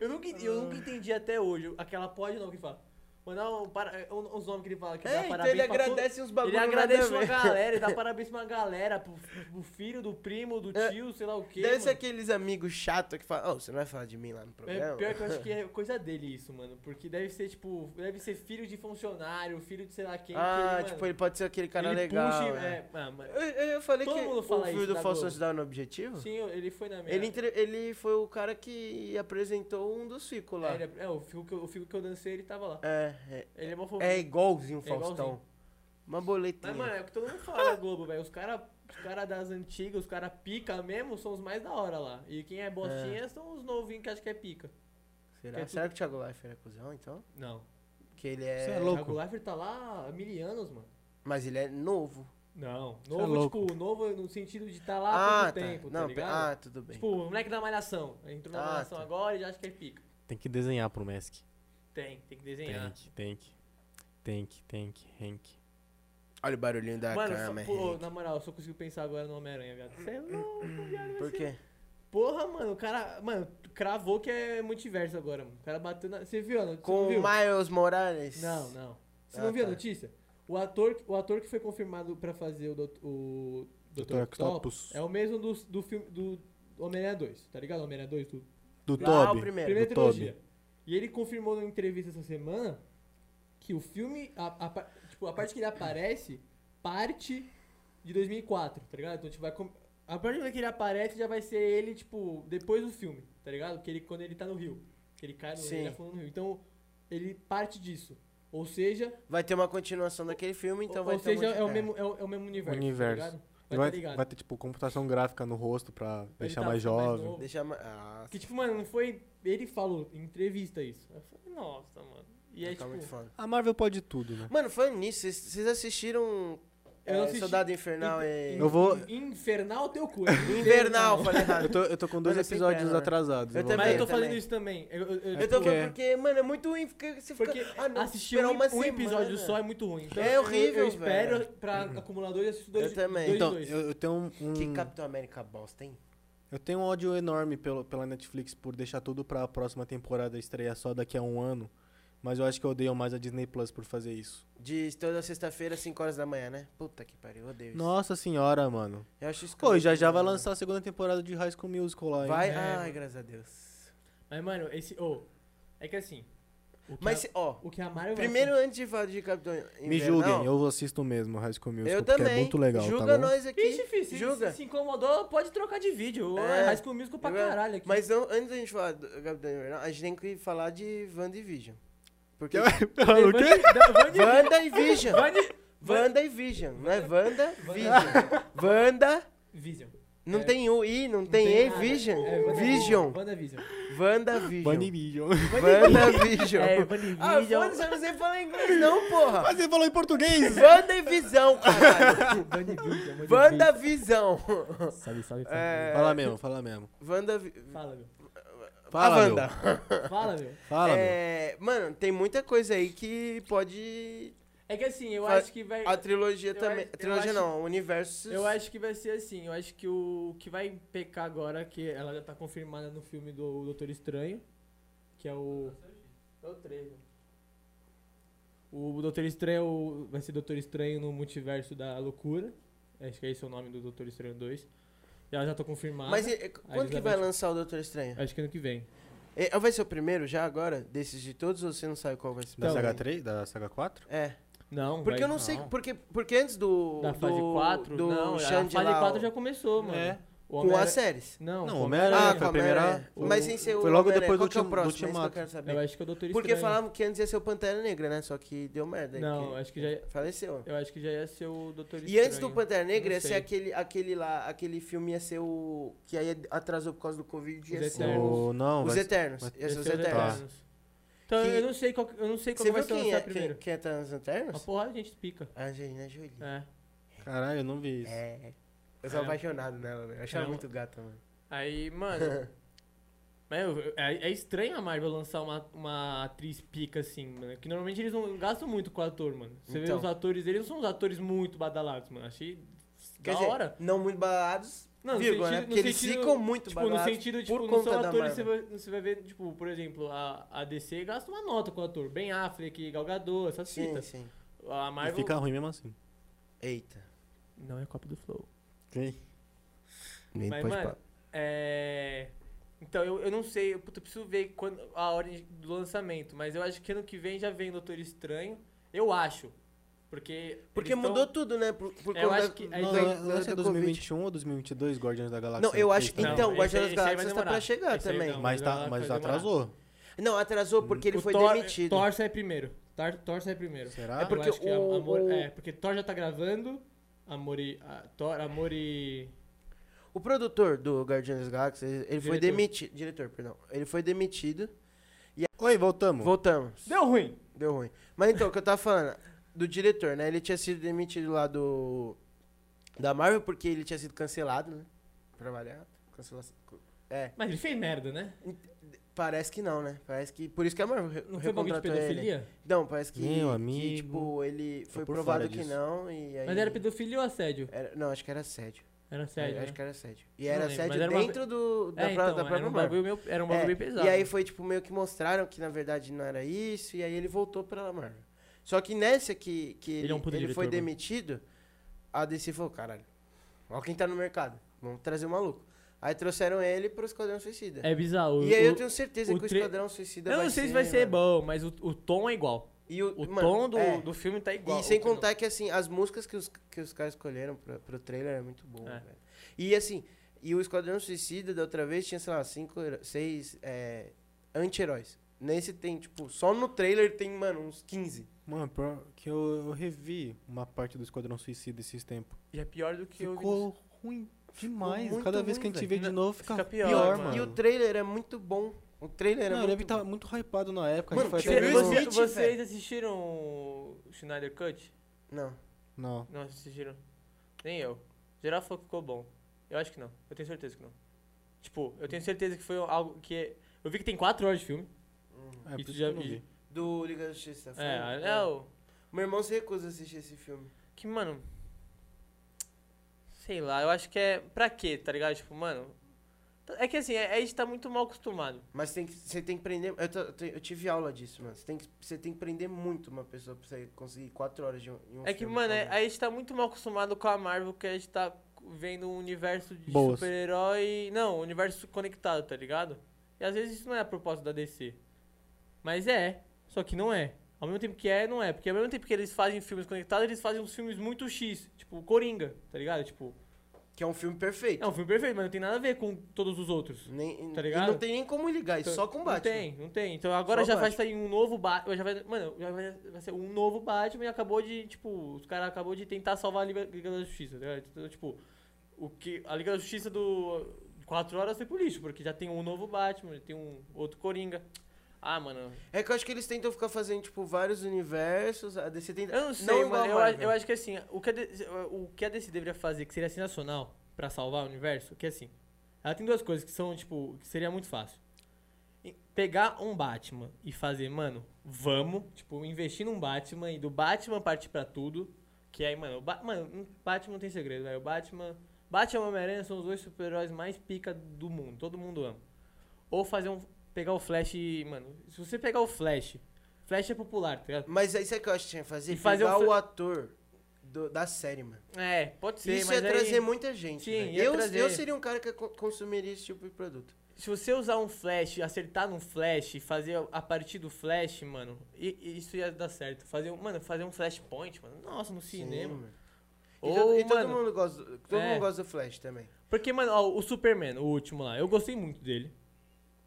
[SPEAKER 3] eu, nunca, eu nunca entendi até hoje aquela pode não que fala. Mandar um para, um- os nomes que ele fala que dá
[SPEAKER 1] É, então
[SPEAKER 3] parabéns
[SPEAKER 1] ele
[SPEAKER 3] pra todo-
[SPEAKER 1] agradece uns bagulho
[SPEAKER 3] Ele agradece
[SPEAKER 1] nada a
[SPEAKER 3] uma
[SPEAKER 1] ver.
[SPEAKER 3] galera, ele dá parabéns pra uma galera, pro, pro filho, do primo, do
[SPEAKER 1] É,
[SPEAKER 3] tio, sei lá o quê.
[SPEAKER 1] Deve ser
[SPEAKER 3] mano.
[SPEAKER 1] aqueles amigos chatos que falam, oh, você não vai falar de mim lá no programa?
[SPEAKER 3] É, pior que eu acho que é coisa dele isso, mano. Porque deve ser, tipo, deve ser filho de funcionário, filho de sei lá quem. que
[SPEAKER 1] ah,
[SPEAKER 3] ele,
[SPEAKER 1] tipo,
[SPEAKER 3] mano,
[SPEAKER 1] ele pode ser aquele cara
[SPEAKER 3] ele
[SPEAKER 1] legal.
[SPEAKER 3] Puxa, e-
[SPEAKER 1] né?
[SPEAKER 3] é, ah, mas-
[SPEAKER 1] Eu, eu falei
[SPEAKER 3] Todo
[SPEAKER 1] que
[SPEAKER 3] mundo
[SPEAKER 1] o
[SPEAKER 3] fala
[SPEAKER 1] filho
[SPEAKER 3] isso
[SPEAKER 1] do
[SPEAKER 3] da
[SPEAKER 1] Faustão
[SPEAKER 3] Globo.
[SPEAKER 1] estudava no Objetivo?
[SPEAKER 3] sim, ele foi na minha.
[SPEAKER 1] Ele, entre- ele foi o cara que apresentou um dos ficos lá.
[SPEAKER 3] é, ele- é, o fico que eu, o fico que eu dancei, ele tava lá.
[SPEAKER 1] É, é,
[SPEAKER 3] Ele é mó fofinho.
[SPEAKER 1] é igualzinho o
[SPEAKER 3] É igualzinho.
[SPEAKER 1] Faustão. Uma boletinha.
[SPEAKER 3] Mas, mano, é o que todo mundo fala da Globo, velho. Os caras os cara das antigas, os caras pica mesmo, são os mais da hora lá. E quem é bostinha são os novinhos que acham que é pica.
[SPEAKER 1] Será?
[SPEAKER 3] que é
[SPEAKER 1] Será que o Thiago Leifert é cuzão, então?
[SPEAKER 3] Não.
[SPEAKER 1] Que ele é...
[SPEAKER 2] Você é louco.
[SPEAKER 3] O Leifert tá lá há mil anos, mano.
[SPEAKER 1] Mas ele é novo.
[SPEAKER 3] Não.
[SPEAKER 2] é
[SPEAKER 3] Novo,
[SPEAKER 2] louco.
[SPEAKER 3] tipo, novo no sentido de tá lá há
[SPEAKER 1] ah,
[SPEAKER 3] pouco tempo,
[SPEAKER 1] tá.
[SPEAKER 3] tá
[SPEAKER 1] Não, pe-
[SPEAKER 3] ligado?
[SPEAKER 1] ah, tudo bem.
[SPEAKER 3] Tipo, o moleque da malhação. Entrou na
[SPEAKER 1] Ah,
[SPEAKER 3] malhação
[SPEAKER 1] tá.
[SPEAKER 3] agora e já acha que é pica.
[SPEAKER 2] Tem que desenhar pro Mask.
[SPEAKER 3] Tem, tem ah. que
[SPEAKER 2] Tem
[SPEAKER 3] desenhar.
[SPEAKER 2] que, tem que. Tem que, tem que, Hank.
[SPEAKER 1] Olha o barulhinho da
[SPEAKER 3] Mano, só-
[SPEAKER 1] cama.
[SPEAKER 3] pô,
[SPEAKER 1] Henrique.
[SPEAKER 3] na moral, eu só consigo pensar agora no Homem-Aranha, viado. Você é louco, viado.
[SPEAKER 1] Por
[SPEAKER 3] você-
[SPEAKER 1] quê?
[SPEAKER 3] Porra, mano, o cara. Mano, cravou que é multiverso agora, mano. O cara bateu na. Você viu, Ana? Você
[SPEAKER 1] Com
[SPEAKER 3] não viu?
[SPEAKER 1] o Miles Morales.
[SPEAKER 3] Não, não. Você
[SPEAKER 1] Ah,
[SPEAKER 3] não viu
[SPEAKER 1] tá.
[SPEAKER 3] a notícia? O ator, o ator que foi confirmado pra fazer o, Dr. o Dr.
[SPEAKER 2] Dr. Octopus.
[SPEAKER 3] é o mesmo do, do filme do Homem-Aranha 2, tá ligado? Homem-Aranha 2, do
[SPEAKER 2] Do
[SPEAKER 1] Lá, Ah, o
[SPEAKER 2] Toby.
[SPEAKER 1] primeiro.
[SPEAKER 3] primeira
[SPEAKER 2] do
[SPEAKER 3] trilogia. E ele confirmou numa entrevista essa semana que o filme, a, a par- tipo, a parte que ele aparece, parte de 2004, tá ligado? Então, tipo, vai com- a parte que ele aparece já vai ser ele, tipo, depois do filme, tá ligado? Que ele, quando ele tá no Rio. Que ele cai no,
[SPEAKER 1] Sim.
[SPEAKER 3] ele afunda no Rio. Então, ele parte disso. Ou seja,
[SPEAKER 1] Vai ter uma continuação daquele filme, então
[SPEAKER 3] ou,
[SPEAKER 1] vai
[SPEAKER 3] ou
[SPEAKER 1] ter um
[SPEAKER 3] seja,
[SPEAKER 1] monte-
[SPEAKER 3] é, o mesmo, é, o, é o mesmo universo.
[SPEAKER 2] Universo.
[SPEAKER 3] Tá
[SPEAKER 2] Ele
[SPEAKER 3] ligado? Vai,
[SPEAKER 2] Vai,
[SPEAKER 3] tá ligado.
[SPEAKER 2] vai ter, tipo, computação gráfica no rosto pra deixar
[SPEAKER 3] tá
[SPEAKER 2] mais
[SPEAKER 3] ficando mais
[SPEAKER 2] jovem.
[SPEAKER 3] novo.
[SPEAKER 1] Deixa ma- Ah,
[SPEAKER 3] Que, tipo, mano, não foi. Ele falou em entrevista isso. Eu falei, nossa, mano. E é
[SPEAKER 1] tá muito
[SPEAKER 3] tipo.
[SPEAKER 1] foda.
[SPEAKER 2] A Marvel pode tudo, né?
[SPEAKER 1] Mano, falando nisso, vocês- vocês assistiram
[SPEAKER 3] Eu não
[SPEAKER 1] eh,
[SPEAKER 3] assisti.
[SPEAKER 1] Soldado Infernal é- e...
[SPEAKER 2] Eu vou-
[SPEAKER 3] Infernal teu cu. é
[SPEAKER 1] Invernal, falei errado.
[SPEAKER 2] Ah, Eu tô, eu tô com dois
[SPEAKER 1] Mas é sem
[SPEAKER 2] episódios
[SPEAKER 1] perna, né?
[SPEAKER 2] atrasados.
[SPEAKER 1] Eu
[SPEAKER 2] vou-
[SPEAKER 1] também,
[SPEAKER 3] Mas eu tô
[SPEAKER 1] também.
[SPEAKER 3] fazendo isso também. Eu, eu, eu-
[SPEAKER 1] Eu tô
[SPEAKER 2] Porque-
[SPEAKER 1] vendo porque, mano, é muito ruim. Porque você fica.
[SPEAKER 3] Porque
[SPEAKER 1] ah, não,
[SPEAKER 3] assistir
[SPEAKER 1] esperar
[SPEAKER 3] um,
[SPEAKER 1] uma
[SPEAKER 3] um
[SPEAKER 1] semana.
[SPEAKER 3] episódio só é muito ruim. Então
[SPEAKER 1] É
[SPEAKER 3] eu-
[SPEAKER 1] horrível,
[SPEAKER 3] Eu espero
[SPEAKER 1] velho.
[SPEAKER 3] pra acumulador e assisto dois
[SPEAKER 1] Eu também.
[SPEAKER 3] Dois,
[SPEAKER 2] Então,
[SPEAKER 3] dois.
[SPEAKER 2] eu, eu tenho um. um-
[SPEAKER 1] Que Capitão América bosta, hein?
[SPEAKER 2] Eu tenho um ódio enorme pelo, pela Netflix por deixar tudo pra próxima temporada estrear só daqui a um ano. Mas eu acho que eu odeio mais a Disney Plus por fazer isso.
[SPEAKER 1] De toda sexta-feira, 5 horas da manhã, né? Puta que pariu, eu odeio isso.
[SPEAKER 2] Nossa senhora, mano.
[SPEAKER 1] Eu acho isso
[SPEAKER 2] Pô, e já
[SPEAKER 1] escroto,
[SPEAKER 2] já vai
[SPEAKER 1] mano.
[SPEAKER 2] lançar a segunda temporada de High School Musical lá, hein?
[SPEAKER 1] né? Vai?
[SPEAKER 3] É,
[SPEAKER 1] Ai,
[SPEAKER 3] mano.
[SPEAKER 1] graças a Deus.
[SPEAKER 3] Mas, mano, esse. ô, é que assim. O que
[SPEAKER 1] Mas,
[SPEAKER 3] a,
[SPEAKER 1] se- ó,
[SPEAKER 3] o que a Mario vai
[SPEAKER 1] primeiro antes de falar de Capitão Invernal.
[SPEAKER 2] Me julguem, eu assisto mesmo High School Musical,
[SPEAKER 1] eu
[SPEAKER 2] porque
[SPEAKER 1] também.
[SPEAKER 2] é muito legal,
[SPEAKER 1] Julga
[SPEAKER 2] tá bom?
[SPEAKER 1] nós aqui.
[SPEAKER 3] Vixe, filho, se,
[SPEAKER 1] julga.
[SPEAKER 3] se, se incomodou, pode trocar de vídeo.
[SPEAKER 1] É.
[SPEAKER 3] É, High School Musical pra
[SPEAKER 1] Julga.
[SPEAKER 3] caralho aqui.
[SPEAKER 1] Mas não, antes da gente falar do Capitão Invernal, a gente tem que falar de WandaVision. Porque.
[SPEAKER 2] Fala o quê?
[SPEAKER 1] Wanda e Vision.
[SPEAKER 3] Vani...
[SPEAKER 1] Wanda e Vision. Não é Wanda, Vision. Wanda.
[SPEAKER 3] Vision.
[SPEAKER 1] Não
[SPEAKER 3] É.
[SPEAKER 1] tem o I, não, tem, E,
[SPEAKER 3] nada.
[SPEAKER 1] Vision.
[SPEAKER 3] É, Wanda-
[SPEAKER 1] Vision.
[SPEAKER 3] WandaVision.
[SPEAKER 1] Wanda Vision.
[SPEAKER 2] Banibijon.
[SPEAKER 1] Wanda Vision.
[SPEAKER 3] É, WandaVision.
[SPEAKER 1] Ah, foda-se, eu não sei falar inglês não, porra.
[SPEAKER 2] Mas você falou em português!
[SPEAKER 1] Wanda e Visão, caralho.
[SPEAKER 3] WandaVision.
[SPEAKER 1] Wanda Visão.
[SPEAKER 3] Salve, salve, salve.
[SPEAKER 1] É,
[SPEAKER 2] Fala mesmo, fala mesmo.
[SPEAKER 1] Wanda... Vi-
[SPEAKER 3] Fala, meu.
[SPEAKER 2] Fala,
[SPEAKER 1] a
[SPEAKER 2] meu.
[SPEAKER 1] Wanda.
[SPEAKER 3] Fala, meu.
[SPEAKER 2] Fala, meu.
[SPEAKER 1] É, mano, tem muita coisa aí que pode
[SPEAKER 3] É que assim, eu
[SPEAKER 1] Fa-
[SPEAKER 3] acho que vai.
[SPEAKER 1] A trilogia
[SPEAKER 3] eu
[SPEAKER 1] também.
[SPEAKER 3] acho-
[SPEAKER 1] a trilogia
[SPEAKER 3] eu acho-
[SPEAKER 1] não, o universo.
[SPEAKER 3] Eu acho que vai ser assim. Eu acho que o que vai pecar agora, que ela já tá confirmada no filme do Doutor Estranho, que é o. É o trailer. O Doutor Estranho é o- vai ser Doutor Estranho no Multiverso da Loucura. Acho que é esse o nome do Doutor Estranho 2. E ela já tá confirmada.
[SPEAKER 1] Mas e- quando que
[SPEAKER 3] já
[SPEAKER 1] vai
[SPEAKER 3] vai-
[SPEAKER 1] lançar o Doutor Estranho?
[SPEAKER 3] Acho que ano que vem.
[SPEAKER 1] É, vai ser o primeiro já agora? Desses de todos ou você não sabe qual vai ser?
[SPEAKER 2] Da
[SPEAKER 3] Então,
[SPEAKER 2] saga 3? Da saga 4?
[SPEAKER 1] É.
[SPEAKER 3] Não,
[SPEAKER 1] Porque eu
[SPEAKER 3] vai-
[SPEAKER 1] não sei.
[SPEAKER 2] não.
[SPEAKER 1] Porque, porque antes do.
[SPEAKER 3] Da
[SPEAKER 1] Tipo, do,
[SPEAKER 3] fase 4?
[SPEAKER 1] Do
[SPEAKER 3] não,
[SPEAKER 1] Xande
[SPEAKER 3] a fase
[SPEAKER 1] lá,
[SPEAKER 3] 4
[SPEAKER 1] o-
[SPEAKER 3] já começou, mano.
[SPEAKER 2] É.
[SPEAKER 3] O
[SPEAKER 1] Com
[SPEAKER 3] Homem-Aran-
[SPEAKER 1] as séries.
[SPEAKER 3] Não,
[SPEAKER 2] Não,
[SPEAKER 3] com o
[SPEAKER 2] Homem-Aranha
[SPEAKER 3] Homem-Aranha.
[SPEAKER 2] foi a
[SPEAKER 1] com
[SPEAKER 2] primeira-
[SPEAKER 1] Homem-Aranha.
[SPEAKER 3] o-
[SPEAKER 1] Ah, é? Mas sem ser o
[SPEAKER 2] foi logo
[SPEAKER 1] Homem-Aranha.
[SPEAKER 2] depois do
[SPEAKER 1] Qual que é o
[SPEAKER 2] ultim- do
[SPEAKER 1] próximo? É isso que eu
[SPEAKER 2] Ultimato.
[SPEAKER 1] quero saber.
[SPEAKER 3] Eu acho que é o Doutor
[SPEAKER 1] Porque
[SPEAKER 3] Estranho.
[SPEAKER 1] falavam que antes ia ser o Pantera Negra, né? Só que deu merda.
[SPEAKER 3] Não,
[SPEAKER 1] que
[SPEAKER 3] acho que já-
[SPEAKER 1] Faleceu.
[SPEAKER 3] Eu acho que já ia ser o Doutor
[SPEAKER 1] E
[SPEAKER 3] Estranho.
[SPEAKER 1] antes do Pantera Negra
[SPEAKER 3] Não
[SPEAKER 1] ia ser
[SPEAKER 3] sei.
[SPEAKER 1] aquele, aquele lá, aquele filme ia ser o. Que aí atrasou por causa do Covid ia
[SPEAKER 3] Os
[SPEAKER 1] ser
[SPEAKER 3] Eternos.
[SPEAKER 1] o-
[SPEAKER 2] Ou não,
[SPEAKER 1] Os
[SPEAKER 2] vai-
[SPEAKER 1] Eternos.
[SPEAKER 2] vai-
[SPEAKER 1] Ia ser os
[SPEAKER 3] Esse é o
[SPEAKER 1] Eternos. Tá.
[SPEAKER 3] Eternos. Então
[SPEAKER 1] Que-
[SPEAKER 3] eu não sei qual, eu não sei qual
[SPEAKER 1] Você
[SPEAKER 3] vai
[SPEAKER 1] viu
[SPEAKER 3] ser
[SPEAKER 1] quem é,
[SPEAKER 3] lançado
[SPEAKER 1] quem,
[SPEAKER 3] primeiro.
[SPEAKER 1] quem é tá nos
[SPEAKER 3] Uma
[SPEAKER 1] Eternos?
[SPEAKER 3] porrada a gente pica.
[SPEAKER 1] Angelina Jolie.
[SPEAKER 3] É.
[SPEAKER 2] Caralho, eu não vi isso.
[SPEAKER 1] É. Eu sou
[SPEAKER 3] É.
[SPEAKER 1] apaixonado nela, velho. Eu achava
[SPEAKER 3] É.
[SPEAKER 1] muito gata, mano.
[SPEAKER 3] Aí, mano. mas eu- é, é estranho a Marvel lançar uma, uma atriz pica assim, mano. Que normalmente eles não gastam muito com o ator, mano. Você vê
[SPEAKER 1] Então.
[SPEAKER 3] os atores, eles não são uns atores muito badalados, mano. Achei
[SPEAKER 1] Quer
[SPEAKER 3] da
[SPEAKER 1] dizer,
[SPEAKER 3] hora.
[SPEAKER 1] não muito balados,
[SPEAKER 3] Não, no
[SPEAKER 1] vírgula,
[SPEAKER 3] sentido-
[SPEAKER 1] né?
[SPEAKER 3] no
[SPEAKER 1] Porque eles
[SPEAKER 3] sentido-
[SPEAKER 1] ficam muito
[SPEAKER 3] Tipo, no
[SPEAKER 1] balados
[SPEAKER 3] sentido, tipo,
[SPEAKER 1] por
[SPEAKER 3] não são
[SPEAKER 1] conta da
[SPEAKER 3] atores,
[SPEAKER 1] Marvel.
[SPEAKER 3] você vai, você vai ver, tipo, por exemplo, a, a DC gasta uma nota com o ator. Ben Affleck, Gal Gadot, essas
[SPEAKER 1] Sim,
[SPEAKER 3] fitas.
[SPEAKER 1] sim.
[SPEAKER 3] A
[SPEAKER 2] E
[SPEAKER 3] Marvel...
[SPEAKER 2] fica ruim mesmo assim.
[SPEAKER 1] Eita.
[SPEAKER 3] Não é cópia do Flow.
[SPEAKER 1] Nem
[SPEAKER 3] Mas,
[SPEAKER 1] pode
[SPEAKER 3] mano,
[SPEAKER 1] pa-
[SPEAKER 3] É. Então, eu, eu não sei, eu, puta, eu preciso ver quando, a hora de- do lançamento, mas eu acho que ano que vem já vem Doutor Estranho. Eu acho. Porque.
[SPEAKER 1] Porque
[SPEAKER 3] eles tão-
[SPEAKER 1] mudou tudo, né? Por, por
[SPEAKER 3] Eu
[SPEAKER 1] conta
[SPEAKER 3] acho que- aí
[SPEAKER 1] então,
[SPEAKER 2] não,
[SPEAKER 3] vai-
[SPEAKER 2] não, não sei,
[SPEAKER 1] do
[SPEAKER 2] 2021 ou 2022, Guardiões da Galáxia.
[SPEAKER 1] Não, eu acho que.
[SPEAKER 2] três, tá?
[SPEAKER 3] Não,
[SPEAKER 1] Então,
[SPEAKER 3] esse aí-
[SPEAKER 1] Guardiões
[SPEAKER 3] esse
[SPEAKER 1] da
[SPEAKER 3] aí vai
[SPEAKER 1] Galáxia tá pra
[SPEAKER 3] demorar.
[SPEAKER 1] chegar
[SPEAKER 3] Esse aí
[SPEAKER 1] também.
[SPEAKER 3] não.
[SPEAKER 2] Mas, tá,
[SPEAKER 3] Vai
[SPEAKER 2] mas
[SPEAKER 3] demorar.
[SPEAKER 2] atrasou.
[SPEAKER 1] Não, atrasou porque ele
[SPEAKER 3] O
[SPEAKER 1] foi
[SPEAKER 3] Thor-
[SPEAKER 1] demitido.
[SPEAKER 3] Thor sai primeiro. Thor, Thor sai primeiro.
[SPEAKER 2] Será?
[SPEAKER 1] É porque
[SPEAKER 3] eu acho que a-
[SPEAKER 1] o-
[SPEAKER 3] Amor-
[SPEAKER 1] o-
[SPEAKER 3] é, porque Thor já tá gravando. Amor e. a- Thor, Amor e.
[SPEAKER 1] O produtor do Guardiões da Galáxia, ele ele foi
[SPEAKER 3] Diretor.
[SPEAKER 1] demitido. Diretor, perdão. Ele foi demitido.
[SPEAKER 2] Oi, voltamos.
[SPEAKER 1] Voltamos.
[SPEAKER 3] Deu ruim!
[SPEAKER 1] Deu ruim. Mas então, o que eu tava falando, do diretor, né? Ele tinha sido demitido lá do. Da Marvel porque ele tinha sido cancelado, né? Trabalhar. Cancelação. É.
[SPEAKER 3] Mas ele fez merda, né?
[SPEAKER 1] Parece que não, né? Parece que. Por isso que a Marvel re-
[SPEAKER 3] Não foi um bagulho de
[SPEAKER 1] recontratou ele.
[SPEAKER 3] pedofilia?
[SPEAKER 1] Não, parece que.
[SPEAKER 2] Meu
[SPEAKER 1] que,
[SPEAKER 2] amigo.
[SPEAKER 1] tipo, ele. Foi
[SPEAKER 2] por
[SPEAKER 1] provado
[SPEAKER 2] fora
[SPEAKER 1] que
[SPEAKER 2] disso.
[SPEAKER 1] não. E aí...
[SPEAKER 3] Mas era pedofilia ou assédio?
[SPEAKER 1] Era- não, acho que era assédio.
[SPEAKER 3] Era assédio.
[SPEAKER 1] É, acho
[SPEAKER 3] né?
[SPEAKER 1] que era assédio. E
[SPEAKER 3] Não
[SPEAKER 1] era
[SPEAKER 3] lembro, mas
[SPEAKER 1] assédio
[SPEAKER 3] era uma-
[SPEAKER 1] dentro do, da,
[SPEAKER 3] É,
[SPEAKER 1] pró-
[SPEAKER 3] então,
[SPEAKER 1] da
[SPEAKER 3] era
[SPEAKER 1] própria
[SPEAKER 3] um
[SPEAKER 1] Marvel.
[SPEAKER 3] bagulho, meio, era um bagulho
[SPEAKER 1] É,
[SPEAKER 3] meio pesado.
[SPEAKER 1] E aí foi, tipo, meio que mostraram que, na verdade, não era isso, e aí ele voltou pra Marvel. Só que nessa que, que ele,
[SPEAKER 3] Ele é um puta
[SPEAKER 1] ele foi
[SPEAKER 3] diretor, mano.
[SPEAKER 1] demitido, a DC falou, caralho, olha quem tá no mercado, vamos trazer o maluco. Aí trouxeram ele pro Esquadrão Suicida.
[SPEAKER 3] É bizarro.
[SPEAKER 1] e aí eu
[SPEAKER 3] o-
[SPEAKER 1] tenho certeza
[SPEAKER 3] o
[SPEAKER 1] que o
[SPEAKER 3] tre-
[SPEAKER 1] Esquadrão Suicida
[SPEAKER 3] Eu
[SPEAKER 1] vai
[SPEAKER 3] não sei se vai ser
[SPEAKER 1] mano.
[SPEAKER 3] bom, mas o, o tom é igual.
[SPEAKER 1] E
[SPEAKER 3] O
[SPEAKER 1] mano,
[SPEAKER 3] tom do,
[SPEAKER 1] é.
[SPEAKER 3] do filme tá igual.
[SPEAKER 1] E sem
[SPEAKER 3] O tom-
[SPEAKER 1] contar que, assim, as músicas que os, que os caras escolheram pra, pro trailer é muito boa,
[SPEAKER 3] É.
[SPEAKER 1] velho. E, assim, e o Esquadrão Suicida, da outra vez, tinha, sei lá, cinco, heró- seis é, anti-heróis. Nesse tem, tipo, só no trailer tem, mano, uns 15.
[SPEAKER 2] Mano, pior que eu, eu revi uma parte do Esquadrão Suicida esses tempos.
[SPEAKER 3] E é pior do que eu.
[SPEAKER 2] Ficou ruim demais.
[SPEAKER 1] muito
[SPEAKER 2] Cada vez que a
[SPEAKER 1] ruim,
[SPEAKER 2] gente vê
[SPEAKER 3] velho.
[SPEAKER 2] de
[SPEAKER 3] Não,
[SPEAKER 2] novo, fica,
[SPEAKER 3] fica
[SPEAKER 2] pior,
[SPEAKER 3] pior,
[SPEAKER 2] mano.
[SPEAKER 3] mano. tá
[SPEAKER 1] E o trailer é muito bom. O trailer era
[SPEAKER 2] Não, eu
[SPEAKER 1] muito
[SPEAKER 2] lembro que
[SPEAKER 1] bom.
[SPEAKER 2] tava muito hypado na época.
[SPEAKER 1] Mano,
[SPEAKER 2] a gente foi
[SPEAKER 1] tinha
[SPEAKER 2] até-
[SPEAKER 1] Will
[SPEAKER 3] é
[SPEAKER 2] Não,
[SPEAKER 1] Smith,
[SPEAKER 3] vocês
[SPEAKER 1] é velho.
[SPEAKER 3] assistiram o Schneider Cut?
[SPEAKER 1] Não.
[SPEAKER 2] Não.
[SPEAKER 3] Não assistiram. Nem eu. Geral falou que ficou bom. Eu acho que não. Eu tenho certeza que não. Tipo, eu tenho certeza que foi algo que. é, Eu vi que tem 4 horas de filme.
[SPEAKER 2] É, por
[SPEAKER 3] Isso
[SPEAKER 2] isso que
[SPEAKER 3] já
[SPEAKER 2] eu não
[SPEAKER 3] vi.
[SPEAKER 2] vi.
[SPEAKER 1] Do Liga da Justiça. foi?
[SPEAKER 3] É, é o.
[SPEAKER 1] Meu irmão se recusa a assistir esse filme.
[SPEAKER 3] Que, mano. Sei lá, eu acho que é. Pra quê, tá ligado? Tipo, mano. É que assim, é- a gente tá muito mal acostumado.
[SPEAKER 1] Mas tem que, você tem que prender... Eu, tô- eu te- eu tive aula disso, mano. Você tem que, você tem que prender muito uma pessoa pra você conseguir quatro horas de um, em um
[SPEAKER 3] É que,
[SPEAKER 1] filme,
[SPEAKER 3] mano,
[SPEAKER 1] tá
[SPEAKER 3] é-
[SPEAKER 1] ligado?
[SPEAKER 3] a gente tá muito mal acostumado com a Marvel, que a gente tá vendo um universo de
[SPEAKER 2] Boas.
[SPEAKER 3] super-herói. Não, um universo conectado, tá ligado? E às vezes isso não é a proposta da DC. Mas é, só que não é. Ao mesmo tempo que é, não é. Porque ao mesmo tempo que eles fazem filmes conectados, eles fazem uns filmes muito X. Tipo, Coringa, tá ligado? Tipo,
[SPEAKER 1] Que é um filme perfeito.
[SPEAKER 3] é um filme perfeito, mas não tem nada a ver com todos os outros.
[SPEAKER 1] Nem,
[SPEAKER 3] Tá
[SPEAKER 1] e
[SPEAKER 3] ligado?
[SPEAKER 1] não tem nem como ligar, isso
[SPEAKER 3] Então,
[SPEAKER 1] só combate. né?
[SPEAKER 3] Não tem, não tem. Então agora
[SPEAKER 1] Só
[SPEAKER 3] já vai
[SPEAKER 1] Batman.
[SPEAKER 3] sair um novo Batman. Já vai, mano, já vai, vai ser um novo Batman e acabou de, tipo, os caras acabou de tentar salvar a Liga, Liga da Justiça, tá ligado? Então, tipo, o que, a Liga da Justiça do 4 horas foi pro lixo, porque já tem um novo Batman, tem um outro Coringa. Ah, mano.
[SPEAKER 1] É que eu acho que eles tentam ficar fazendo, tipo, vários universos. A DC tenta.
[SPEAKER 3] Eu não sei,
[SPEAKER 1] igual
[SPEAKER 3] mano.
[SPEAKER 1] a
[SPEAKER 3] Eu, a-
[SPEAKER 1] Marvel.
[SPEAKER 3] eu acho que assim, o que, a DC, o que a DC deveria fazer, que seria sensacional pra salvar o universo, que é assim. Ela tem duas coisas que são, tipo, que seria muito fácil. e pegar um Batman e fazer, mano, vamos, tipo, investir num Batman e do Batman partir pra tudo. Que aí, mano, o ba mano, um Batman não tem segredo, velho. O Batman. Batman e Homem-Aranha são os dois super-heróis mais pica do mundo. Todo mundo ama. Ou fazer um. Pegar o Flash e, mano. Se você pegar o Flash. Flash é popular, tá ligado?
[SPEAKER 1] Mas aí sabe o que eu acho que tinha que fazer?
[SPEAKER 3] E fazer
[SPEAKER 1] Pegar
[SPEAKER 3] um-
[SPEAKER 1] o ator do- da série, mano.
[SPEAKER 3] É, pode ser,
[SPEAKER 1] isso
[SPEAKER 3] mas
[SPEAKER 1] ia
[SPEAKER 3] aí-
[SPEAKER 1] trazer muita gente.
[SPEAKER 3] Sim,
[SPEAKER 1] velho.
[SPEAKER 3] ia
[SPEAKER 1] eu,
[SPEAKER 3] trazer.
[SPEAKER 1] eu seria um cara que co- consumiria esse tipo de produto.
[SPEAKER 3] Se você usar um flash, acertar num flash, fazer a partir do flash, mano, i- i- isso ia dar certo. Fazer, um- mano, fazer um flashpoint, mano. Nossa, no cinema.
[SPEAKER 1] Sim, mano. E,
[SPEAKER 3] Ou,
[SPEAKER 1] todo, e todo
[SPEAKER 3] mano,
[SPEAKER 1] mundo gosta, do- todo
[SPEAKER 3] É.
[SPEAKER 1] mundo gosta do Flash também.
[SPEAKER 3] porque mano, ó, o Superman, o último lá, eu gostei muito dele.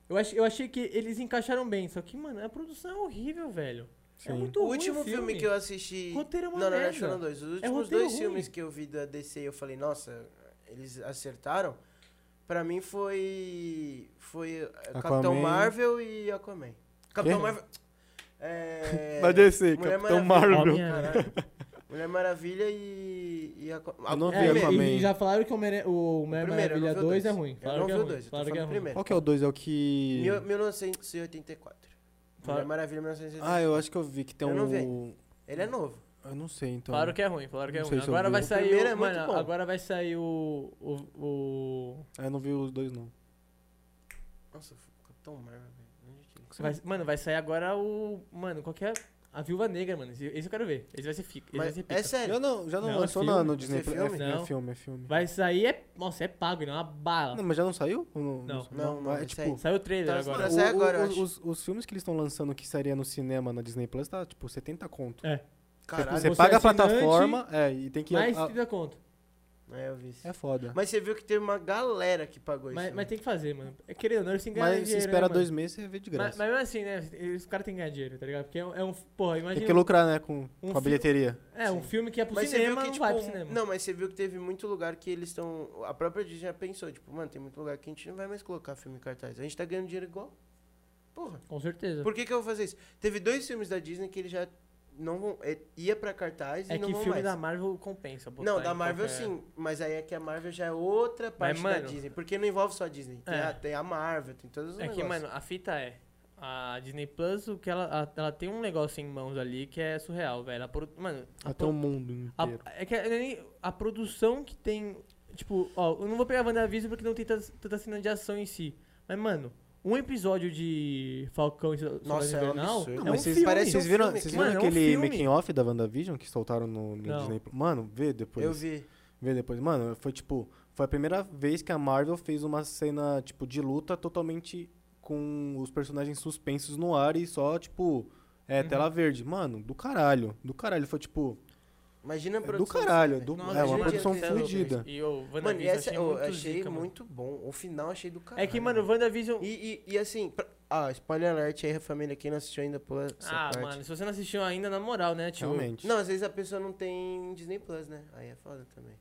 [SPEAKER 3] Eu achei, eu achei que eles encaixaram bem, só que, mano, a produção é horrível, velho. É muito
[SPEAKER 1] o
[SPEAKER 3] ruim
[SPEAKER 1] último filme. que eu assisti.
[SPEAKER 3] Roteiro é uma
[SPEAKER 1] não, não, não,
[SPEAKER 3] merda.
[SPEAKER 1] Shonen 2. Os últimos
[SPEAKER 3] roteiro
[SPEAKER 1] dois
[SPEAKER 3] ruim.
[SPEAKER 1] filmes que eu vi da DC eu falei, nossa, eles acertaram. Pra mim foi. Foi eh, Capitão
[SPEAKER 2] Aquaman.
[SPEAKER 1] Marvel e Aquaman. Capitão
[SPEAKER 2] Quê?
[SPEAKER 1] Marvel. É.
[SPEAKER 2] Vai descer,
[SPEAKER 1] Mulher
[SPEAKER 2] Capitão
[SPEAKER 1] Maravilha.
[SPEAKER 2] Marvel.
[SPEAKER 3] Homem-
[SPEAKER 1] Caralho. Mulher Maravilha e. e Aqua-
[SPEAKER 2] Eu não
[SPEAKER 1] Aquaman.
[SPEAKER 2] vi É, Aquaman.
[SPEAKER 3] e, e já falaram que o Homem- o Homem
[SPEAKER 1] primeiro, eu não
[SPEAKER 3] Maravilha
[SPEAKER 1] vi o
[SPEAKER 3] 2 é
[SPEAKER 1] dois.
[SPEAKER 3] ruim.
[SPEAKER 1] Eu
[SPEAKER 3] Falaram
[SPEAKER 1] não
[SPEAKER 3] que
[SPEAKER 1] vi o
[SPEAKER 3] é ruim.
[SPEAKER 1] dois, eu tô
[SPEAKER 3] falaram que é
[SPEAKER 1] falando
[SPEAKER 3] ruim.
[SPEAKER 1] primeiro.
[SPEAKER 2] Qual que é o 2? É o que.
[SPEAKER 1] Mil- 1984. Mulher
[SPEAKER 3] Fala-
[SPEAKER 1] Maravilha 1984.
[SPEAKER 2] Ah, eu acho que eu vi que tem
[SPEAKER 1] Eu não vi
[SPEAKER 2] um.
[SPEAKER 1] Ele é novo.
[SPEAKER 2] Eu não sei, então.
[SPEAKER 3] Falaram que é ruim, falaram que é
[SPEAKER 2] Não sei
[SPEAKER 3] ruim.
[SPEAKER 2] se eu
[SPEAKER 3] Agora
[SPEAKER 2] vi.
[SPEAKER 3] vai
[SPEAKER 2] O
[SPEAKER 3] sair.
[SPEAKER 1] primeiro
[SPEAKER 3] o-
[SPEAKER 1] é muito
[SPEAKER 3] mano,
[SPEAKER 1] bom.
[SPEAKER 3] agora vai sair o. o, o-
[SPEAKER 2] Ah, eu não vi os dois, não.
[SPEAKER 1] Nossa, Capitão Marvel, velho. Onde é que-
[SPEAKER 3] vai- mano, vai sair agora o. Mano, qual que é? A Viúva Negra, mano. Esse, esse eu quero ver. Esse vai ser fica. Esse vai
[SPEAKER 1] Mas
[SPEAKER 3] ser pica.
[SPEAKER 1] é sério.
[SPEAKER 2] Já não, já não,
[SPEAKER 3] Não, é
[SPEAKER 2] lançou
[SPEAKER 3] filme.
[SPEAKER 2] na, no
[SPEAKER 1] Isso
[SPEAKER 2] Disney
[SPEAKER 1] é
[SPEAKER 2] Plus.
[SPEAKER 1] filme?
[SPEAKER 2] É, é
[SPEAKER 3] Não.
[SPEAKER 2] filme, é filme.
[SPEAKER 3] Vai sair é. Nossa, é pago, não. É uma bala.
[SPEAKER 2] Não, mas já não saiu? Ou
[SPEAKER 3] Não.
[SPEAKER 2] saiu?
[SPEAKER 1] Não, não,
[SPEAKER 2] é
[SPEAKER 1] esse
[SPEAKER 2] tipo.
[SPEAKER 1] aí-
[SPEAKER 3] Saiu o trailer
[SPEAKER 1] Tá,
[SPEAKER 3] agora.
[SPEAKER 1] mano. Sai
[SPEAKER 2] o- o-
[SPEAKER 1] agora, eu
[SPEAKER 2] os,
[SPEAKER 1] acho.
[SPEAKER 2] os- os filmes que eles estão lançando que sairia no cinema na Disney Plus tá tipo 70 conto.
[SPEAKER 3] É.
[SPEAKER 1] Caralho.
[SPEAKER 2] você
[SPEAKER 3] você
[SPEAKER 2] paga
[SPEAKER 3] é
[SPEAKER 2] a plataforma, é, e tem que.
[SPEAKER 3] Mais
[SPEAKER 2] a-
[SPEAKER 3] 30 conto.
[SPEAKER 1] É, eu vi isso.
[SPEAKER 2] é foda.
[SPEAKER 1] Mas você viu que teve uma galera que pagou isso.
[SPEAKER 3] um Mas,
[SPEAKER 1] né?
[SPEAKER 3] mas tem que fazer, mano. É querendo ou não, eles têm que ganhar
[SPEAKER 2] Mas se
[SPEAKER 3] dinheiro.
[SPEAKER 2] espera
[SPEAKER 3] né, mano?
[SPEAKER 2] dois meses, você vê de
[SPEAKER 3] Mas,
[SPEAKER 2] graça.
[SPEAKER 3] mas mesmo assim, né? Os caras têm que ganhar dinheiro, tá ligado? Porque é um. é um- Porra,
[SPEAKER 2] Tem que
[SPEAKER 3] imagina. um
[SPEAKER 2] lucrar, né, com, com a
[SPEAKER 3] filme-
[SPEAKER 2] bilheteria.
[SPEAKER 3] É, um
[SPEAKER 1] Sim.
[SPEAKER 3] filme que é pro
[SPEAKER 1] Mas
[SPEAKER 3] cinema,
[SPEAKER 1] você viu que,
[SPEAKER 3] não
[SPEAKER 1] tipo,
[SPEAKER 3] vai pro cinema.
[SPEAKER 1] Não, mas você viu que teve muito lugar que eles estão. A própria Disney já pensou, tipo, mano, tem muito lugar que a gente não vai mais colocar filme em cartaz. A gente tá ganhando dinheiro igual. Porra.
[SPEAKER 3] Com certeza.
[SPEAKER 1] Por que, que eu vou fazer isso? Teve dois filmes da Disney que eles já não vão. é, ia pra cartaz
[SPEAKER 3] É
[SPEAKER 1] e não
[SPEAKER 3] que
[SPEAKER 1] vão
[SPEAKER 3] filme
[SPEAKER 1] mais.
[SPEAKER 3] da Marvel compensa. botar
[SPEAKER 1] Não,
[SPEAKER 3] em
[SPEAKER 1] da Marvel
[SPEAKER 3] qualquer-
[SPEAKER 1] sim, mas aí é que a Marvel já é outra parte da
[SPEAKER 3] mano-
[SPEAKER 1] Disney, porque não envolve só a Disney, tem,
[SPEAKER 3] É.
[SPEAKER 1] a, tem a Marvel, tem todos os
[SPEAKER 3] É que,
[SPEAKER 1] negócios.
[SPEAKER 3] mano, a fita é. A Disney Plus, o que ela, a- ela tem um negócio em mãos ali que é surreal, velho. A pro- Mano, a,
[SPEAKER 2] Até
[SPEAKER 3] pro-
[SPEAKER 2] o mundo
[SPEAKER 3] a-
[SPEAKER 2] inteiro.
[SPEAKER 3] é que a, a produção que tem. Tipo, ó, eu não vou pegar WandaVision porque não tem tanta, tanta cena de ação em si. Mas, mano, um episódio de Falcão e Sol-
[SPEAKER 1] Nossa, é
[SPEAKER 3] Soldado
[SPEAKER 1] um
[SPEAKER 3] Invernal
[SPEAKER 1] absurdo.
[SPEAKER 2] Não,
[SPEAKER 3] é um
[SPEAKER 2] mas vocês,
[SPEAKER 3] filme.
[SPEAKER 2] parece, vocês viram,
[SPEAKER 1] filme,
[SPEAKER 2] vocês
[SPEAKER 3] cara.
[SPEAKER 2] viram
[SPEAKER 3] Mano, é um
[SPEAKER 2] aquele
[SPEAKER 3] filme.
[SPEAKER 2] making-off da WandaVision que soltaram no, no
[SPEAKER 3] Não.
[SPEAKER 2] Disney Plus? Mano, vê depois.
[SPEAKER 1] eu vi.
[SPEAKER 2] Vê depois. Mano, foi tipo. Foi a primeira vez que a Marvel fez uma cena, tipo, de luta totalmente com os personagens suspensos no ar e só, tipo. É,
[SPEAKER 3] Uhum.
[SPEAKER 2] tela verde. Mano, do caralho. Do caralho. Foi tipo.
[SPEAKER 1] Imagina a
[SPEAKER 2] do
[SPEAKER 1] produção.
[SPEAKER 2] caralho,
[SPEAKER 1] desse
[SPEAKER 2] do-
[SPEAKER 1] negócio.
[SPEAKER 2] é, uma
[SPEAKER 1] Imagina
[SPEAKER 2] produção
[SPEAKER 1] a
[SPEAKER 3] Marvel,
[SPEAKER 2] fudida.
[SPEAKER 3] E o WandaVision
[SPEAKER 1] Mano, e essa
[SPEAKER 3] achei
[SPEAKER 1] eu
[SPEAKER 3] muito
[SPEAKER 1] achei,
[SPEAKER 3] zica, mano.
[SPEAKER 1] muito bom. O final achei do caralho.
[SPEAKER 3] É que, mano, WandaVision...
[SPEAKER 1] E, e, e assim, pra- ah, spoiler alert aí, a família, quem não assistiu ainda, pula essa
[SPEAKER 3] Ah,
[SPEAKER 1] é parte.
[SPEAKER 3] mano, se você não assistiu ainda, na moral, né, tio?
[SPEAKER 2] Realmente.
[SPEAKER 1] Não, às vezes a pessoa não tem Disney Plus, né? Aí é foda também.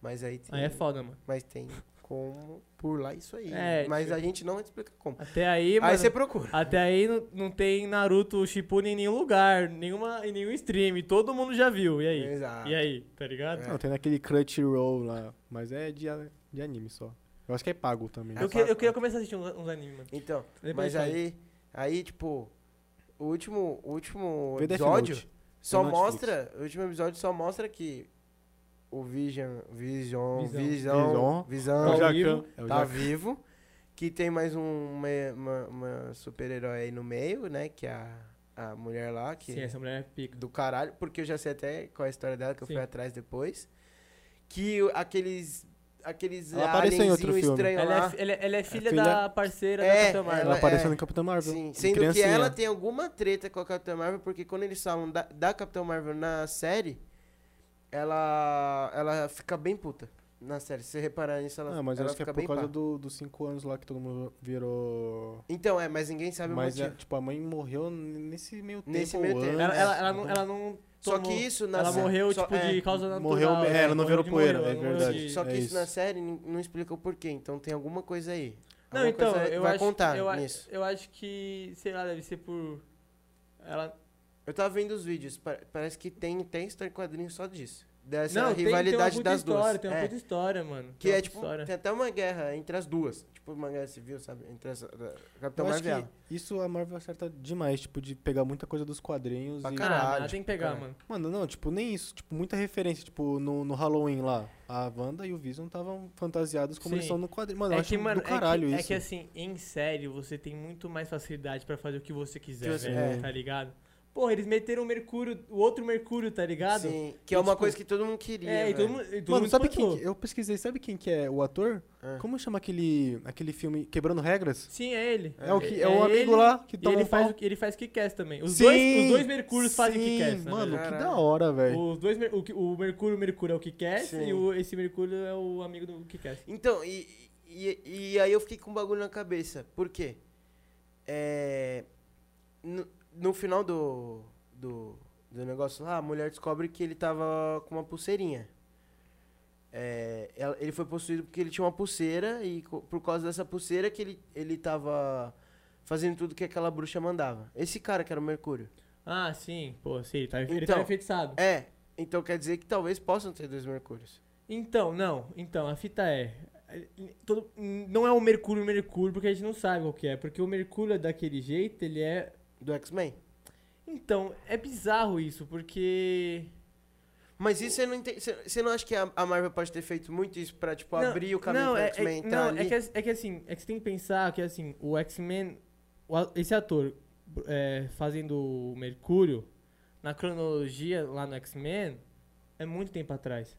[SPEAKER 1] Mas aí tem.
[SPEAKER 3] Aí é foda, mano.
[SPEAKER 1] Mas tem como por lá isso aí.
[SPEAKER 3] É,
[SPEAKER 1] mas
[SPEAKER 3] tipo-
[SPEAKER 1] a gente não vai te explicar como.
[SPEAKER 3] Até aí, mano...
[SPEAKER 1] aí você procura.
[SPEAKER 3] Até aí não, não tem Naruto Shippuden em nenhum lugar, nenhuma, em nenhum stream. Todo mundo já viu. E aí?
[SPEAKER 1] Exato.
[SPEAKER 3] E aí, tá ligado?
[SPEAKER 1] É.
[SPEAKER 2] Não, tem naquele Crunchyroll lá. Mas é de, a- de anime só. Eu acho que é pago também.
[SPEAKER 3] Eu, que- eu queria começar a assistir uns, uns animes, mano.
[SPEAKER 1] Então, mas
[SPEAKER 3] Depois fala.
[SPEAKER 1] aí, aí, tipo, o último, o último
[SPEAKER 2] Vê Death
[SPEAKER 1] episódio
[SPEAKER 2] Note.
[SPEAKER 1] só
[SPEAKER 2] Netflix.
[SPEAKER 1] mostra. O último episódio só mostra que o Vision. Vision.
[SPEAKER 3] Visão.
[SPEAKER 1] Visão.
[SPEAKER 2] Visão.
[SPEAKER 3] É o
[SPEAKER 1] Visão.
[SPEAKER 3] Jacan,
[SPEAKER 2] Jacan. É o
[SPEAKER 1] tá
[SPEAKER 2] Jacan.
[SPEAKER 1] vivo. Que tem mais um, uma, uma- uma super-herói aí no meio, né? Que é a, a mulher lá, que
[SPEAKER 3] Sim, essa mulher é pica.
[SPEAKER 1] do caralho, porque eu já sei até qual é a história dela, que eu fui
[SPEAKER 3] Sim.
[SPEAKER 1] atrás depois. Que o- aqueles. Aqueles
[SPEAKER 2] Ela apareceu em outro
[SPEAKER 1] alienzinho
[SPEAKER 2] filme.
[SPEAKER 1] estranho
[SPEAKER 3] Ela é,
[SPEAKER 1] lá.
[SPEAKER 3] fi- ela é- ela é filha,
[SPEAKER 2] filha-
[SPEAKER 3] da parceira
[SPEAKER 1] É,
[SPEAKER 3] da Capitã Marvel.
[SPEAKER 2] Ela
[SPEAKER 1] Ela
[SPEAKER 2] apareceu
[SPEAKER 1] é-
[SPEAKER 2] no Capitão Marvel.
[SPEAKER 1] Sim, sendo que
[SPEAKER 2] criancinha.
[SPEAKER 1] ela tem alguma treta com a Capitã Marvel, porque quando eles falam da, da Capitã Marvel na série, ela ela fica bem puta na série. Se você reparar nisso, ela,
[SPEAKER 2] Ah, mas eu
[SPEAKER 1] ela
[SPEAKER 2] acho que é
[SPEAKER 1] fica
[SPEAKER 2] por
[SPEAKER 1] bem
[SPEAKER 2] causa
[SPEAKER 1] pá.
[SPEAKER 2] do- dos 5 anos lá que todo mundo virou.
[SPEAKER 1] Então, é, mas ninguém sabe
[SPEAKER 2] mas,
[SPEAKER 1] o
[SPEAKER 2] é,
[SPEAKER 1] motivo.
[SPEAKER 2] tipo, a mãe morreu n- nesse meio tempo.
[SPEAKER 1] Nesse
[SPEAKER 2] ou
[SPEAKER 1] meio tempo.
[SPEAKER 2] antes.
[SPEAKER 3] Ela, ela- ela não. Ela, não
[SPEAKER 1] Só
[SPEAKER 3] tomou-
[SPEAKER 1] que isso na
[SPEAKER 3] ela
[SPEAKER 1] série-
[SPEAKER 3] morreu,
[SPEAKER 1] só-
[SPEAKER 3] tipo,
[SPEAKER 1] é.
[SPEAKER 3] de causa natural.
[SPEAKER 2] Morreu- é,
[SPEAKER 3] né?
[SPEAKER 2] ela não
[SPEAKER 3] Morreu
[SPEAKER 2] virou
[SPEAKER 3] de
[SPEAKER 2] poeira,
[SPEAKER 3] morrer,
[SPEAKER 2] é
[SPEAKER 3] ela morreu
[SPEAKER 2] verdade.
[SPEAKER 3] de-
[SPEAKER 1] Só que
[SPEAKER 2] é
[SPEAKER 1] isso.
[SPEAKER 2] isso.
[SPEAKER 1] na série nin- não explica o porquê, então tem alguma coisa aí.
[SPEAKER 3] Não,
[SPEAKER 1] Alguma
[SPEAKER 3] então,
[SPEAKER 1] coisa é
[SPEAKER 3] eu
[SPEAKER 1] vai
[SPEAKER 3] acho,
[SPEAKER 1] contar
[SPEAKER 3] eu, a-
[SPEAKER 1] nisso.
[SPEAKER 3] eu acho que, sei lá, deve ser por... Ela,
[SPEAKER 1] Eu tava vendo os vídeos, pa- parece que tem, tem história em quadrinhos só disso. dessa
[SPEAKER 3] não, tem,
[SPEAKER 1] rivalidade
[SPEAKER 3] tem uma puta
[SPEAKER 1] das
[SPEAKER 3] história,
[SPEAKER 1] duas.
[SPEAKER 3] Tem uma
[SPEAKER 1] É.
[SPEAKER 3] puta história, mano.
[SPEAKER 1] Que
[SPEAKER 3] Tem uma
[SPEAKER 1] é
[SPEAKER 3] puta
[SPEAKER 1] tipo,
[SPEAKER 3] história.
[SPEAKER 1] tem até uma guerra entre as duas. Tipo, uma guerra civil, sabe? Entre essa. da-
[SPEAKER 2] Eu
[SPEAKER 1] Capitão
[SPEAKER 2] acho
[SPEAKER 1] Marvel.
[SPEAKER 2] que Então, é, isso a Marvel acerta demais, tipo, de pegar muita coisa dos quadrinhos
[SPEAKER 1] Pra
[SPEAKER 2] e.
[SPEAKER 1] caralho,
[SPEAKER 3] Ah,
[SPEAKER 1] tipo,
[SPEAKER 3] tem que pegar,
[SPEAKER 1] cara.
[SPEAKER 3] mano.
[SPEAKER 2] Mano, não, tipo, nem isso. Tipo, muita referência. Tipo, no, no Halloween lá, a Wanda e o Vision estavam fantasiados como
[SPEAKER 3] Sim.
[SPEAKER 2] eles são no quadrinho. Mano, eu acho do
[SPEAKER 3] é
[SPEAKER 2] caralho
[SPEAKER 3] que- é
[SPEAKER 2] isso.
[SPEAKER 3] que, assim, em série você tem muito mais facilidade pra fazer o que você quiser,
[SPEAKER 2] Tipo assim,
[SPEAKER 1] Que você-
[SPEAKER 3] velho,
[SPEAKER 1] é.
[SPEAKER 3] tá ligado? Porra, eles meteram o Mercúrio, o outro Mercúrio, tá ligado?
[SPEAKER 1] Sim, que é uma
[SPEAKER 3] tipo,
[SPEAKER 1] coisa que todo mundo queria.
[SPEAKER 3] É, e todo
[SPEAKER 1] velho.
[SPEAKER 3] mundo, e todo
[SPEAKER 2] Mano,
[SPEAKER 3] mundo assim,
[SPEAKER 2] sabe
[SPEAKER 3] espantou.
[SPEAKER 2] quem? Eu pesquisei, sabe quem que é o ator?
[SPEAKER 1] É.
[SPEAKER 2] Como chama aquele, aquele filme Quebrando Regras?
[SPEAKER 3] Sim, é ele.
[SPEAKER 2] É, o que é
[SPEAKER 3] É
[SPEAKER 2] o amigo
[SPEAKER 3] ele,
[SPEAKER 2] lá que
[SPEAKER 3] E
[SPEAKER 2] toma
[SPEAKER 3] ele
[SPEAKER 2] um pau.
[SPEAKER 3] faz, o- ele faz Kick-Ass também. Os,
[SPEAKER 2] Sim,
[SPEAKER 3] dois, os dois Mercúrios fazem
[SPEAKER 2] sim,
[SPEAKER 3] Kick-Ass, na
[SPEAKER 2] Mano,
[SPEAKER 3] verdade.
[SPEAKER 2] que
[SPEAKER 1] Caralho.
[SPEAKER 2] da hora, velho.
[SPEAKER 3] tá Os dois, mer- o, que- o Mercúrio, o Mercúrio é o Kick-Ass
[SPEAKER 1] Sim.
[SPEAKER 3] e o, esse Mercúrio é o amigo do assim. Kick-Ass.
[SPEAKER 1] Então, e, e, e aí eu fiquei com um bagulho na cabeça. Por quê? É, no, no final do, do, do negócio lá, a mulher descobre que ele tava com uma pulseirinha. É, ela- ele foi possuído porque ele tinha uma pulseira e co- por causa dessa pulseira que ele, ele tava fazendo tudo que aquela bruxa mandava. Esse cara que era o Mercúrio.
[SPEAKER 3] Ah, sim. Pô, sim, ele tá, ele
[SPEAKER 1] Então,
[SPEAKER 3] tá enfeitiçado.
[SPEAKER 1] É, então quer dizer que talvez possam ter dois Mercúrios.
[SPEAKER 3] Então, não. Então, a fita é. é, todo- não é o Mercúrio o Mercúrio, porque a gente não sabe qual que é. Porque o Mercúrio é daquele jeito, ele é.
[SPEAKER 1] Do X-Men.
[SPEAKER 3] Então, é bizarro isso, porque.
[SPEAKER 1] Mas isso você não entende. Você você não acha que a a Marvel pode ter feito muito isso pra, tipo,
[SPEAKER 3] Não,
[SPEAKER 1] abrir o caminho
[SPEAKER 3] não,
[SPEAKER 1] pro
[SPEAKER 3] é,
[SPEAKER 1] X-Men
[SPEAKER 3] é,
[SPEAKER 1] entrar
[SPEAKER 3] não,
[SPEAKER 1] ali?
[SPEAKER 3] é que, as- é que assim, é que você tem que pensar que assim, o X-Men. o a- Esse ator é, fazendo o Mercúrio, na cronologia lá no X-Men, é muito tempo atrás.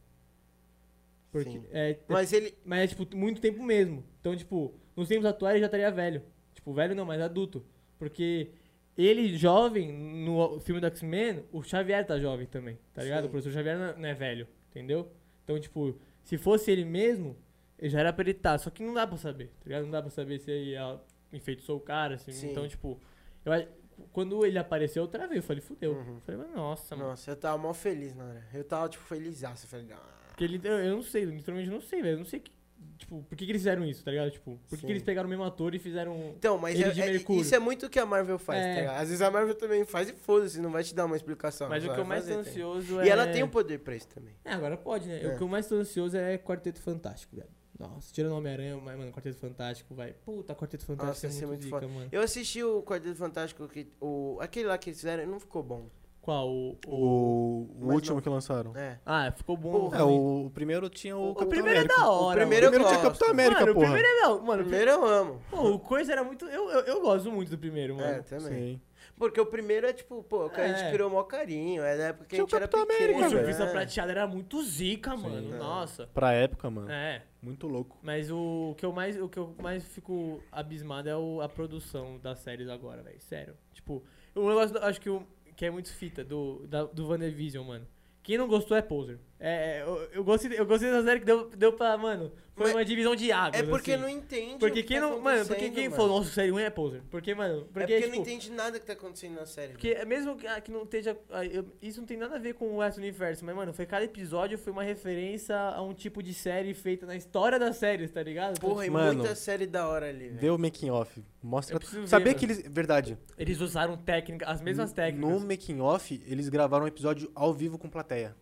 [SPEAKER 3] Porque.
[SPEAKER 1] Sim.
[SPEAKER 3] É,
[SPEAKER 1] Mas ele.
[SPEAKER 3] Mas é, tipo, muito tempo mesmo. Então, tipo, nos tempos atuais ele já estaria velho. Tipo, velho não, mas adulto. Porque ele, jovem, no filme do X-Men, o Xavier tá jovem também, tá ligado?
[SPEAKER 1] Sim.
[SPEAKER 3] O professor Xavier não é, não é velho, entendeu? Então, tipo, se fosse ele mesmo, ele já era pra ele tá. Só que não dá pra saber, tá ligado? Não dá pra saber se ele ah, enfeitiçou o cara, assim.
[SPEAKER 1] Sim.
[SPEAKER 3] Então, tipo, eu a- quando ele apareceu, eu travei. Eu falei, fudeu.
[SPEAKER 1] Uhum.
[SPEAKER 3] Eu falei, mas nossa, mano.
[SPEAKER 1] Nossa, eu tava mal feliz na hora. Eu tava, tipo, feliz. Eu falei, ah.
[SPEAKER 3] Porque ele, eu, eu não sei, literalmente eu não sei, velho. Eu não sei, que, tipo, por que, que eles fizeram isso, tá ligado? Tipo, por que,
[SPEAKER 1] Sim.
[SPEAKER 3] que eles pegaram o mesmo ator e fizeram... um
[SPEAKER 1] Então, mas
[SPEAKER 3] Ele
[SPEAKER 1] é-
[SPEAKER 3] de
[SPEAKER 1] é-
[SPEAKER 3] Mercúrio.
[SPEAKER 1] isso é muito o que a Marvel faz,
[SPEAKER 3] É.
[SPEAKER 1] tá ligado? Às vezes a Marvel também faz e foda-se, não vai te dar uma explicação.
[SPEAKER 3] Mas o
[SPEAKER 1] só
[SPEAKER 3] que eu
[SPEAKER 1] vai
[SPEAKER 3] mais tô
[SPEAKER 1] fazer, tá ligado?
[SPEAKER 3] ansioso é...
[SPEAKER 1] E ela tem o poder pra isso também.
[SPEAKER 3] É, agora pode, né?
[SPEAKER 1] É.
[SPEAKER 3] O que eu mais tô ansioso é Quarteto Fantástico, velho. Nossa, tirando o Homem-Aranha, mas, mano, Quarteto Fantástico, vai... Puta, Quarteto Fantástico
[SPEAKER 1] ia ser
[SPEAKER 3] é muito
[SPEAKER 1] muito
[SPEAKER 3] dica,
[SPEAKER 1] foda.
[SPEAKER 3] mano.
[SPEAKER 1] Eu assisti o Quarteto Fantástico, que, o, aquele lá que eles fizeram, não ficou bom.
[SPEAKER 3] Qual? O...
[SPEAKER 2] O,
[SPEAKER 3] o-
[SPEAKER 2] o
[SPEAKER 1] Mas
[SPEAKER 2] último
[SPEAKER 1] não.
[SPEAKER 2] que lançaram.
[SPEAKER 1] É.
[SPEAKER 3] Ah, ficou bom.
[SPEAKER 1] Porra,
[SPEAKER 2] É, o, o primeiro tinha o,
[SPEAKER 3] O
[SPEAKER 2] Capitão
[SPEAKER 3] primeiro é
[SPEAKER 2] América.
[SPEAKER 3] da hora,
[SPEAKER 2] O primeiro,
[SPEAKER 1] mano. Eu
[SPEAKER 2] tinha o
[SPEAKER 1] gosto.
[SPEAKER 2] Capitão América,
[SPEAKER 3] mano,
[SPEAKER 2] porra.
[SPEAKER 3] o primeiro é não, mano. o
[SPEAKER 1] Primeiro eu amo.
[SPEAKER 3] prim- Pô, o Coisa era muito... Eu, eu, eu gosto muito do primeiro, mano.
[SPEAKER 1] É, também.
[SPEAKER 2] Sim.
[SPEAKER 1] Porque o primeiro é tipo, pô, que a gente
[SPEAKER 3] É.
[SPEAKER 1] criou o maior carinho, é da época que
[SPEAKER 2] Tinha
[SPEAKER 1] a
[SPEAKER 2] o
[SPEAKER 1] gente era
[SPEAKER 2] Capitão
[SPEAKER 1] pequeno.
[SPEAKER 3] Pô, o
[SPEAKER 2] América,
[SPEAKER 1] né?
[SPEAKER 2] velho.
[SPEAKER 3] Surfista Prateado era muito zica, mano.
[SPEAKER 1] É.
[SPEAKER 3] Nossa.
[SPEAKER 2] Pra época, mano.
[SPEAKER 3] É.
[SPEAKER 2] Muito louco.
[SPEAKER 3] Mas o que eu mais, o que eu mais fico abismado é o- a produção das séries agora, velho. Sério. Tipo, o negócio, do- acho que, o, que é muito fita do, da, do WandaVision, mano. Quem não gostou é poser. É, é, eu, eu gostei, eu gostei dessa série que deu, deu pra, mano, foi
[SPEAKER 1] Mas
[SPEAKER 3] uma divisão de águas,
[SPEAKER 1] É porque
[SPEAKER 3] assim.
[SPEAKER 1] não entende. o
[SPEAKER 3] Porque
[SPEAKER 1] que
[SPEAKER 3] quem
[SPEAKER 1] tá
[SPEAKER 3] não, mano, porque
[SPEAKER 1] acontecendo,
[SPEAKER 3] quem
[SPEAKER 1] mano.
[SPEAKER 3] falou, nossa, série ruim é poser. Porque, mano, porque,
[SPEAKER 1] É porque
[SPEAKER 3] tipo,
[SPEAKER 1] não entende nada que tá acontecendo na série. mano.
[SPEAKER 3] porque mesmo que, ah, que não esteja. ah, eu- Isso não tem nada a ver com o resto do universo, mas, mano, foi cada episódio foi uma referência a um tipo de série feita na história das séries, tá ligado? Então,
[SPEAKER 1] Porra, e
[SPEAKER 2] Mano,
[SPEAKER 1] muita série da hora ali, velho.
[SPEAKER 2] Vê o making off. Mostra.
[SPEAKER 3] É. Eu preciso
[SPEAKER 2] Sabia
[SPEAKER 3] ver,
[SPEAKER 2] que eles. Verdade.
[SPEAKER 3] Eles usaram técnica, as mesmas técnicas.
[SPEAKER 2] No making off, eles gravaram um episódio ao vivo com plateia.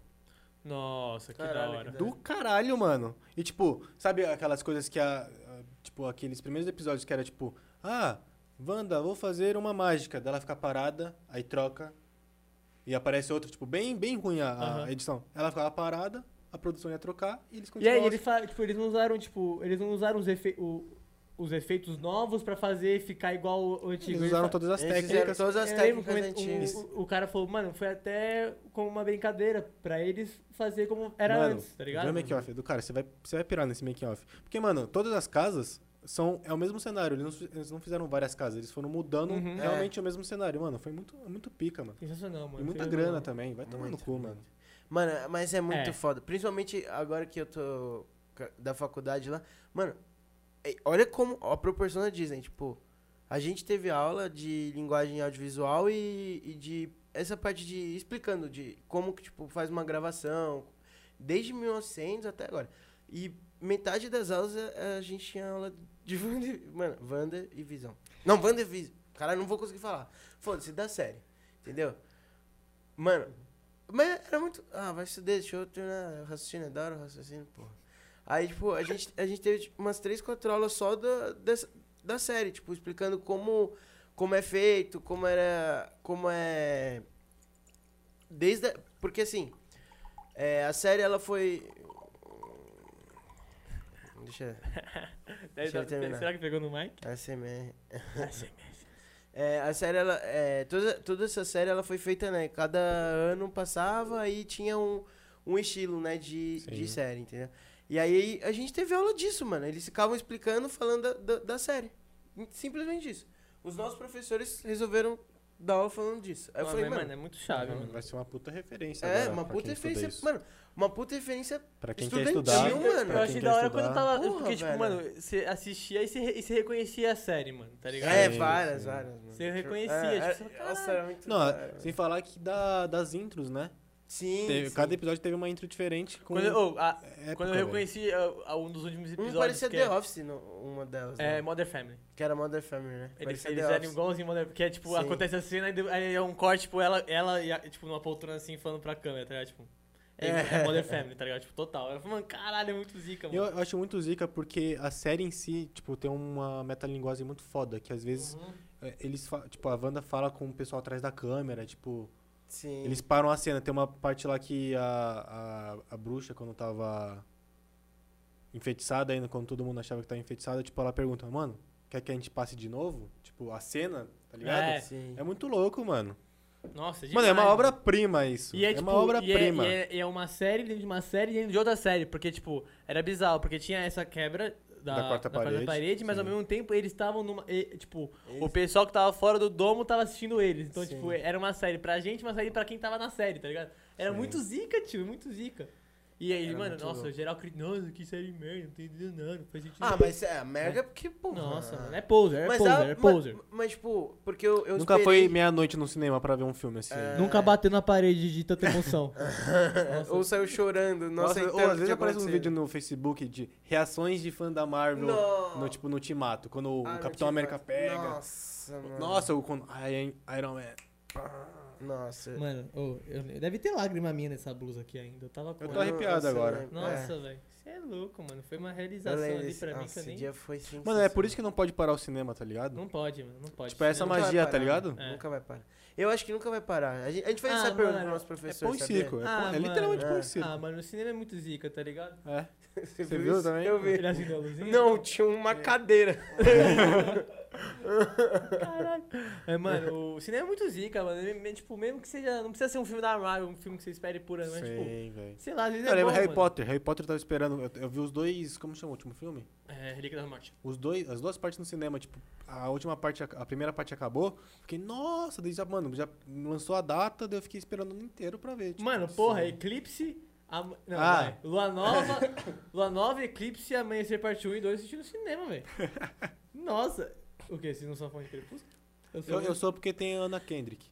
[SPEAKER 3] Nossa, que
[SPEAKER 1] Caralho,
[SPEAKER 3] da
[SPEAKER 1] que
[SPEAKER 3] hora.
[SPEAKER 1] da
[SPEAKER 2] Do caralho, mano. E tipo, sabe aquelas coisas que a. a- Tipo, aqueles primeiros episódios que era tipo, ah, Wanda, vou fazer uma mágica. Dela ficar parada, aí troca. E aparece outra, tipo, bem, bem ruim a, a
[SPEAKER 3] Aham.
[SPEAKER 2] edição. Ela ficava parada, a produção ia trocar e eles
[SPEAKER 3] E
[SPEAKER 2] continuavam. assim.
[SPEAKER 3] aí, eles, fa- tipo, eles não usaram, tipo, eles não usaram os, efe- o- os efeitos novos pra fazer ficar igual o
[SPEAKER 2] Eles
[SPEAKER 3] antigo.
[SPEAKER 2] usaram
[SPEAKER 3] fa-
[SPEAKER 2] todas as
[SPEAKER 1] Eles fizeram
[SPEAKER 2] técnicas.
[SPEAKER 1] todas as
[SPEAKER 3] Eu lembro
[SPEAKER 1] técnicas
[SPEAKER 3] como ele-
[SPEAKER 1] antigas.
[SPEAKER 3] o, o cara falou, mano, foi até como uma brincadeira pra eles fazer como era
[SPEAKER 2] Mano,
[SPEAKER 3] antes, tá ligado?
[SPEAKER 2] vê o é making off do cara, você vai, você vai pirar nesse making off. Porque, mano, todas as casas são é o mesmo cenário, eles não, fi- eles não fizeram várias casas, eles foram mudando
[SPEAKER 3] Uhum.
[SPEAKER 2] realmente o mesmo cenário, mano. Foi muito, muito pica, mano.
[SPEAKER 3] Sensacional, mano.
[SPEAKER 2] E muita
[SPEAKER 3] Foi-
[SPEAKER 2] grana tá? também, vai tomar no
[SPEAKER 1] Muito,
[SPEAKER 2] cu,
[SPEAKER 1] muito.
[SPEAKER 2] mano.
[SPEAKER 1] Mano, mas é muito
[SPEAKER 3] É.
[SPEAKER 1] foda. Principalmente agora que eu tô ca- da faculdade lá. Mano, é- olha como a proporção da Disney. Tipo, a gente teve aula de linguagem audiovisual e, e de essa parte de explicando de como que tipo faz uma gravação desde 1900 até agora. E metade das aulas é, a, a gente tinha aula de Wanda, e- mano, Wanda e Visão. Não, Wanda e Visão. Cara, não vou conseguir falar. Foda-se, dá série. Entendeu? Mano, Mas era muito. Ah, vai estudar, deixa eu terminar. o Raciocínio, é da hora o raciocínio, porra. Aí, tipo, a gente, a gente teve tipo, umas três, quatro aulas só da, dessa- da série, tipo, explicando como, como é feito, como era. Como é. Desde. a- porque assim. é, a série, ela foi. Deixa.
[SPEAKER 3] Daí
[SPEAKER 1] Deixa eu
[SPEAKER 3] dá-
[SPEAKER 1] terminar.
[SPEAKER 3] será que pegou no mic?
[SPEAKER 1] ASMR.
[SPEAKER 3] Nossa,
[SPEAKER 1] É, a série, ela, é, toda, toda essa série ela foi feita, né? Cada ano passava e tinha um, um estilo, né? De,
[SPEAKER 2] Sim.
[SPEAKER 1] de série, entendeu? E aí a gente teve aula disso, mano. Eles ficavam explicando, falando da, da, da série. Simplesmente isso. Os nossos professores resolveram dar aula falando disso. Aí eu falei,
[SPEAKER 3] mano,
[SPEAKER 1] mano.
[SPEAKER 3] é muito chave, mano.
[SPEAKER 2] Vai ser uma puta referência.
[SPEAKER 1] É,
[SPEAKER 2] agora
[SPEAKER 1] uma
[SPEAKER 2] pra
[SPEAKER 1] puta
[SPEAKER 2] quem estuda
[SPEAKER 1] referência.
[SPEAKER 2] isso.
[SPEAKER 1] Mano, uma puta referência.
[SPEAKER 2] Pra quem quer
[SPEAKER 1] estudantil,
[SPEAKER 2] estudar.
[SPEAKER 1] mano. Eu
[SPEAKER 2] pra
[SPEAKER 3] Eu
[SPEAKER 2] quem
[SPEAKER 3] achei
[SPEAKER 2] quer
[SPEAKER 3] da hora
[SPEAKER 2] estudar.
[SPEAKER 3] quando tava.
[SPEAKER 1] Porra,
[SPEAKER 3] porque, tipo,
[SPEAKER 1] velho.
[SPEAKER 3] mano, você assistia e você, re- e você reconhecia a série, mano, tá ligado?
[SPEAKER 1] É,
[SPEAKER 2] sim,
[SPEAKER 1] várias,
[SPEAKER 2] sim.
[SPEAKER 1] várias, mano.
[SPEAKER 3] Você reconhecia,
[SPEAKER 1] é,
[SPEAKER 3] tipo, você
[SPEAKER 1] é,
[SPEAKER 3] fala,
[SPEAKER 1] Nossa, era muito. da hora.
[SPEAKER 2] Não, sem falar que da, das intros, né?
[SPEAKER 1] Sim.
[SPEAKER 2] Teve-
[SPEAKER 1] sim.
[SPEAKER 2] Cada episódio teve uma intro diferente. Com
[SPEAKER 3] Quando eu, oh, a-
[SPEAKER 2] época,
[SPEAKER 3] quando eu
[SPEAKER 2] velho.
[SPEAKER 3] reconheci ah, ah, um dos últimos
[SPEAKER 1] Um
[SPEAKER 3] episódios.
[SPEAKER 1] parecia
[SPEAKER 3] que
[SPEAKER 1] The
[SPEAKER 3] é-
[SPEAKER 1] Office, no- uma delas.
[SPEAKER 3] É,
[SPEAKER 1] né?
[SPEAKER 3] Mother Family.
[SPEAKER 1] Que era Mother Family, né?
[SPEAKER 3] Eles,
[SPEAKER 1] Parecia
[SPEAKER 3] eles
[SPEAKER 1] The
[SPEAKER 3] eram
[SPEAKER 1] Office.
[SPEAKER 3] igualzinho Mother Family. Que é, tipo,
[SPEAKER 1] Sim.
[SPEAKER 3] acontece a cena e de- aí é um corte, tipo, ela, ela e a- tipo, numa poltrona assim, falando pra câmera, tá ligado? Tipo, é,
[SPEAKER 1] É.
[SPEAKER 3] é Mother Family, tá ligado? Tipo, total. Eu falei, mano, caralho, é muito zica, mano.
[SPEAKER 2] Eu acho muito zica porque a série em si, tipo, tem uma metalinguagem muito foda, que às vezes
[SPEAKER 3] Uhum.
[SPEAKER 2] eh, eles fa- tipo, a Wanda fala com o pessoal atrás da câmera, tipo,
[SPEAKER 1] Sim.
[SPEAKER 2] eles param a cena. Tem uma parte lá que a, a, a bruxa, quando tava enfeitiçada ainda, quando todo mundo achava que tava enfeitiçada, tipo, ela pergunta, mano, quer que a gente passe de novo? Tipo, a cena, tá ligado?
[SPEAKER 3] É.
[SPEAKER 1] Sim.
[SPEAKER 2] É muito louco, mano.
[SPEAKER 3] Nossa, é
[SPEAKER 2] Mano, é
[SPEAKER 3] demais,
[SPEAKER 2] uma obra-prima isso.
[SPEAKER 3] E é,
[SPEAKER 2] é,
[SPEAKER 3] tipo,
[SPEAKER 2] uma obra-prima.
[SPEAKER 3] E, é, e é uma série dentro de uma série dentro de outra série. Porque, tipo, era bizarro. Porque tinha essa quebra da,
[SPEAKER 2] Da quarta parede,
[SPEAKER 3] mas ao
[SPEAKER 2] sim.
[SPEAKER 3] mesmo tempo eles estavam numa. e, tipo, o
[SPEAKER 1] Eles-
[SPEAKER 3] pessoal que tava fora do domo tava assistindo eles. Então,
[SPEAKER 1] Sim.
[SPEAKER 3] tipo, era uma série pra gente, uma série pra quem tava na série, tá ligado? Era
[SPEAKER 2] Sim.
[SPEAKER 3] muito zica, tio, muito zica. E aí,
[SPEAKER 1] Era
[SPEAKER 3] mano,
[SPEAKER 1] muito
[SPEAKER 3] nossa,
[SPEAKER 1] louco.
[SPEAKER 3] geral cri- Nossa, que série merda, não tô entendendo nada, não faz sentido.
[SPEAKER 1] Ah, mas Ah. é, a merda porque, porra.
[SPEAKER 3] Nossa, mano, é poser, é poser,
[SPEAKER 1] a-
[SPEAKER 3] é
[SPEAKER 1] ma-
[SPEAKER 3] poser.
[SPEAKER 1] Mas, tipo, porque eu, eu
[SPEAKER 2] Nunca
[SPEAKER 1] esperei-
[SPEAKER 2] foi meia-noite no cinema pra ver um filme assim.
[SPEAKER 1] É.
[SPEAKER 3] Nunca bateu na parede de tanta emoção. Nossa.
[SPEAKER 1] Ou saiu chorando, nossa,
[SPEAKER 2] Nossa, ou às vezes aparece um vídeo no Facebook de reações de fã da Marvel
[SPEAKER 1] Não.
[SPEAKER 2] no tipo no Ultimato, quando o
[SPEAKER 1] Ah,
[SPEAKER 2] Capitão
[SPEAKER 1] não,
[SPEAKER 2] América
[SPEAKER 1] tipo,
[SPEAKER 2] pega. Nossa,
[SPEAKER 1] Nossa, mano.
[SPEAKER 2] o quando Iron Iron Man.
[SPEAKER 1] Nossa.
[SPEAKER 3] Mano, ô, eu- deve ter lágrima minha nessa blusa aqui ainda. Eu tava com
[SPEAKER 2] Eu tô
[SPEAKER 1] não-
[SPEAKER 3] ela.
[SPEAKER 2] arrepiado
[SPEAKER 1] nossa,
[SPEAKER 2] agora.
[SPEAKER 1] eu lembro.
[SPEAKER 3] Nossa,
[SPEAKER 1] É.
[SPEAKER 3] velho. Você é louco, mano. Foi uma
[SPEAKER 1] Eu
[SPEAKER 3] realização
[SPEAKER 1] lembro
[SPEAKER 3] ali
[SPEAKER 1] desse-
[SPEAKER 3] pra mim que
[SPEAKER 1] nossa,
[SPEAKER 3] eu
[SPEAKER 1] esse
[SPEAKER 3] nem.
[SPEAKER 1] dia foi
[SPEAKER 2] Mano, é por isso que não pode parar o cinema, tá ligado?
[SPEAKER 3] Não pode, mano. Não pode.
[SPEAKER 2] Tipo, essa
[SPEAKER 3] Senão-
[SPEAKER 1] Nunca vai
[SPEAKER 2] magia, tá
[SPEAKER 1] parar,
[SPEAKER 2] ligado?
[SPEAKER 1] mano,
[SPEAKER 3] É.
[SPEAKER 1] Nunca vai parar. Eu acho que nunca vai parar. A gente, a gente fez
[SPEAKER 3] Ah,
[SPEAKER 1] essa pergunta
[SPEAKER 3] mano,
[SPEAKER 1] pro nosso
[SPEAKER 2] É
[SPEAKER 1] professor.
[SPEAKER 2] pão e
[SPEAKER 1] sabia?
[SPEAKER 2] circo. É,
[SPEAKER 3] Ah,
[SPEAKER 2] pão- é
[SPEAKER 3] mano.
[SPEAKER 2] literalmente pão
[SPEAKER 1] É.
[SPEAKER 2] e circo.
[SPEAKER 3] Ah, mano, o cinema é muito zica, tá ligado?
[SPEAKER 2] É.
[SPEAKER 1] Você
[SPEAKER 2] Você viu
[SPEAKER 1] isso?
[SPEAKER 2] também?
[SPEAKER 1] Eu vi.
[SPEAKER 3] Ele acendeu a luzinha?
[SPEAKER 1] Não, tinha uma cadeira.
[SPEAKER 3] Caralho. É, mano, o cinema é muito zica, mano. Me- me- Tipo, mesmo que seja. Não precisa ser um filme da Marvel, um filme que você espere por ano, mas, tipo.
[SPEAKER 2] Sim, velho.
[SPEAKER 3] Sei lá, às vezes
[SPEAKER 2] Eu
[SPEAKER 3] é bom,
[SPEAKER 2] lembro Harry
[SPEAKER 3] mano.
[SPEAKER 2] Potter. Harry Potter eu tava esperando. Eu, eu vi os dois. Como chama o último filme?
[SPEAKER 3] É, Relíquia da Morte.
[SPEAKER 2] Os dois, as duas partes no cinema, tipo, a última parte, ac- a primeira parte acabou, fiquei, nossa, daí já, mano, já lançou a data, daí eu fiquei esperando o ano inteiro pra ver. Tipo,
[SPEAKER 3] Mano, porra, Eclipse. am- Não,
[SPEAKER 2] Ah.
[SPEAKER 3] vai. Lua Nova, Lua Nova, Eclipse, Amanhecer Parte 1 e 2 assistindo no cinema, velho. Nossa. O quê? Vocês não são fã de Crepúsculo?
[SPEAKER 2] eu, eu sou porque tem a Ana Kendrick.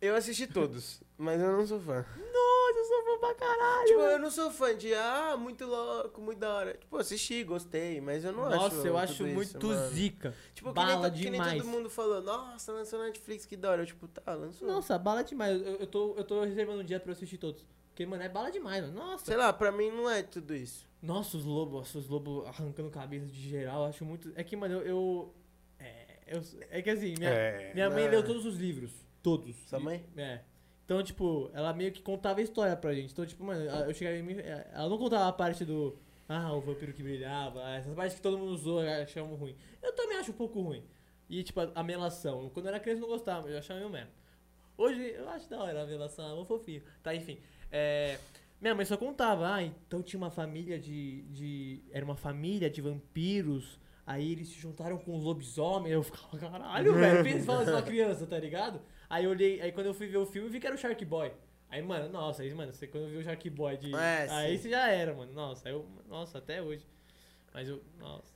[SPEAKER 1] Eu assisti todos, mas eu não sou fã.
[SPEAKER 3] Nossa, eu sou fã pra caralho.
[SPEAKER 1] Tipo,
[SPEAKER 3] mano.
[SPEAKER 1] eu não sou fã de, ah, muito louco, muito da hora. Tipo, assisti, gostei, mas eu não acho.
[SPEAKER 3] Nossa, eu
[SPEAKER 1] tudo isso,
[SPEAKER 3] acho muito
[SPEAKER 1] mano.
[SPEAKER 3] zica.
[SPEAKER 1] Tipo, que nem
[SPEAKER 3] bala
[SPEAKER 1] to- que nem,
[SPEAKER 3] demais.
[SPEAKER 1] todo mundo falou, nossa, lançou na Netflix, que da hora. Eu, tipo, tá, lançou.
[SPEAKER 3] Nossa, bala demais. Eu, eu tô, eu tô reservando um dia pra eu assistir todos. Porque, mano, é bala demais, mano. Nossa.
[SPEAKER 1] Sei lá, pra mim não é tudo isso.
[SPEAKER 3] Nossa, os lobos, nossa, os lobos arrancando cabeça de geral, eu acho muito. É que, mano, eu. eu- é, eu- é que assim, minha,
[SPEAKER 2] É.
[SPEAKER 3] minha mãe
[SPEAKER 1] É.
[SPEAKER 3] leu todos os livros. Todos.
[SPEAKER 1] Sua mãe?
[SPEAKER 3] É. Então, tipo, ela meio que contava a história pra gente. Então, tipo, mano, eu chegava em mim. é, Ela não contava a parte do. Ah, o vampiro que brilhava. Essas partes que todo mundo usou, achamos ruim. Eu também acho um pouco ruim. E, tipo, a, a melação. Quando eu era criança, eu não gostava, eu achava meio merda. Hoje, eu acho da hora a melação, é um fofinho. Tá, enfim. É, minha mãe só contava, ah, então tinha uma família de, de. Era uma família de vampiros. Aí eles se juntaram com os lobisomens. Eu ficava, caralho, velho. Pensa falando assim uma criança, tá ligado? Aí eu olhei, aí quando eu fui ver o filme, eu vi que era o Shark Boy. Aí, mano, nossa, aí, mano, você, quando eu vi o Shark Boy de.
[SPEAKER 1] É,
[SPEAKER 3] aí
[SPEAKER 1] sim.
[SPEAKER 3] você já era, mano. Nossa, aí eu. Nossa, até hoje. Mas eu. Nossa.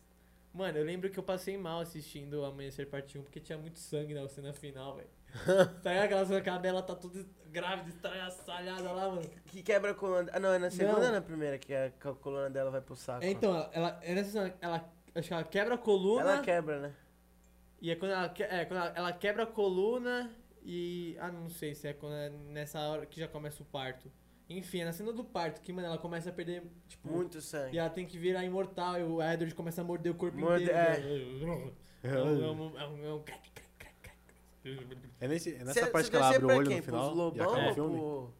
[SPEAKER 3] Mano, eu lembro que eu passei mal assistindo Amanhecer Parte 1 porque tinha muito sangue na cena final, velho. tá ligado? Aquela cena que a Bela tá toda grávida, estraçalhada lá, mano.
[SPEAKER 1] Que quebra a coluna. Ah, não, é na segunda
[SPEAKER 3] Não.
[SPEAKER 1] ou na primeira que a, que a coluna dela vai pro saco?
[SPEAKER 3] Então, ela, ela, é nessa cena, ela, acho que ela quebra a coluna.
[SPEAKER 1] Ela quebra, né?
[SPEAKER 3] E é quando ela, que- é, quando ela, ela quebra a coluna E. Ah, não sei se é quando é nessa hora que já começa o parto. Enfim, é na cena do parto que, mano, ela começa a perder, tipo.
[SPEAKER 1] Muito
[SPEAKER 3] E
[SPEAKER 1] sangue.
[SPEAKER 3] ela tem que virar imortal e o Edward começa a morder o corpo
[SPEAKER 1] Morde-
[SPEAKER 3] inteiro. É. um- é um- é um- é um crack, crack, crack, crack.
[SPEAKER 2] É, nesse, é nessa
[SPEAKER 1] Cê-
[SPEAKER 2] parte
[SPEAKER 1] cê
[SPEAKER 2] que ela
[SPEAKER 1] torcia
[SPEAKER 2] abre o
[SPEAKER 1] pra
[SPEAKER 2] olho
[SPEAKER 1] quem?
[SPEAKER 2] no final.
[SPEAKER 1] Pros
[SPEAKER 2] e acaba
[SPEAKER 1] lobão
[SPEAKER 2] o filme.
[SPEAKER 1] ou pro...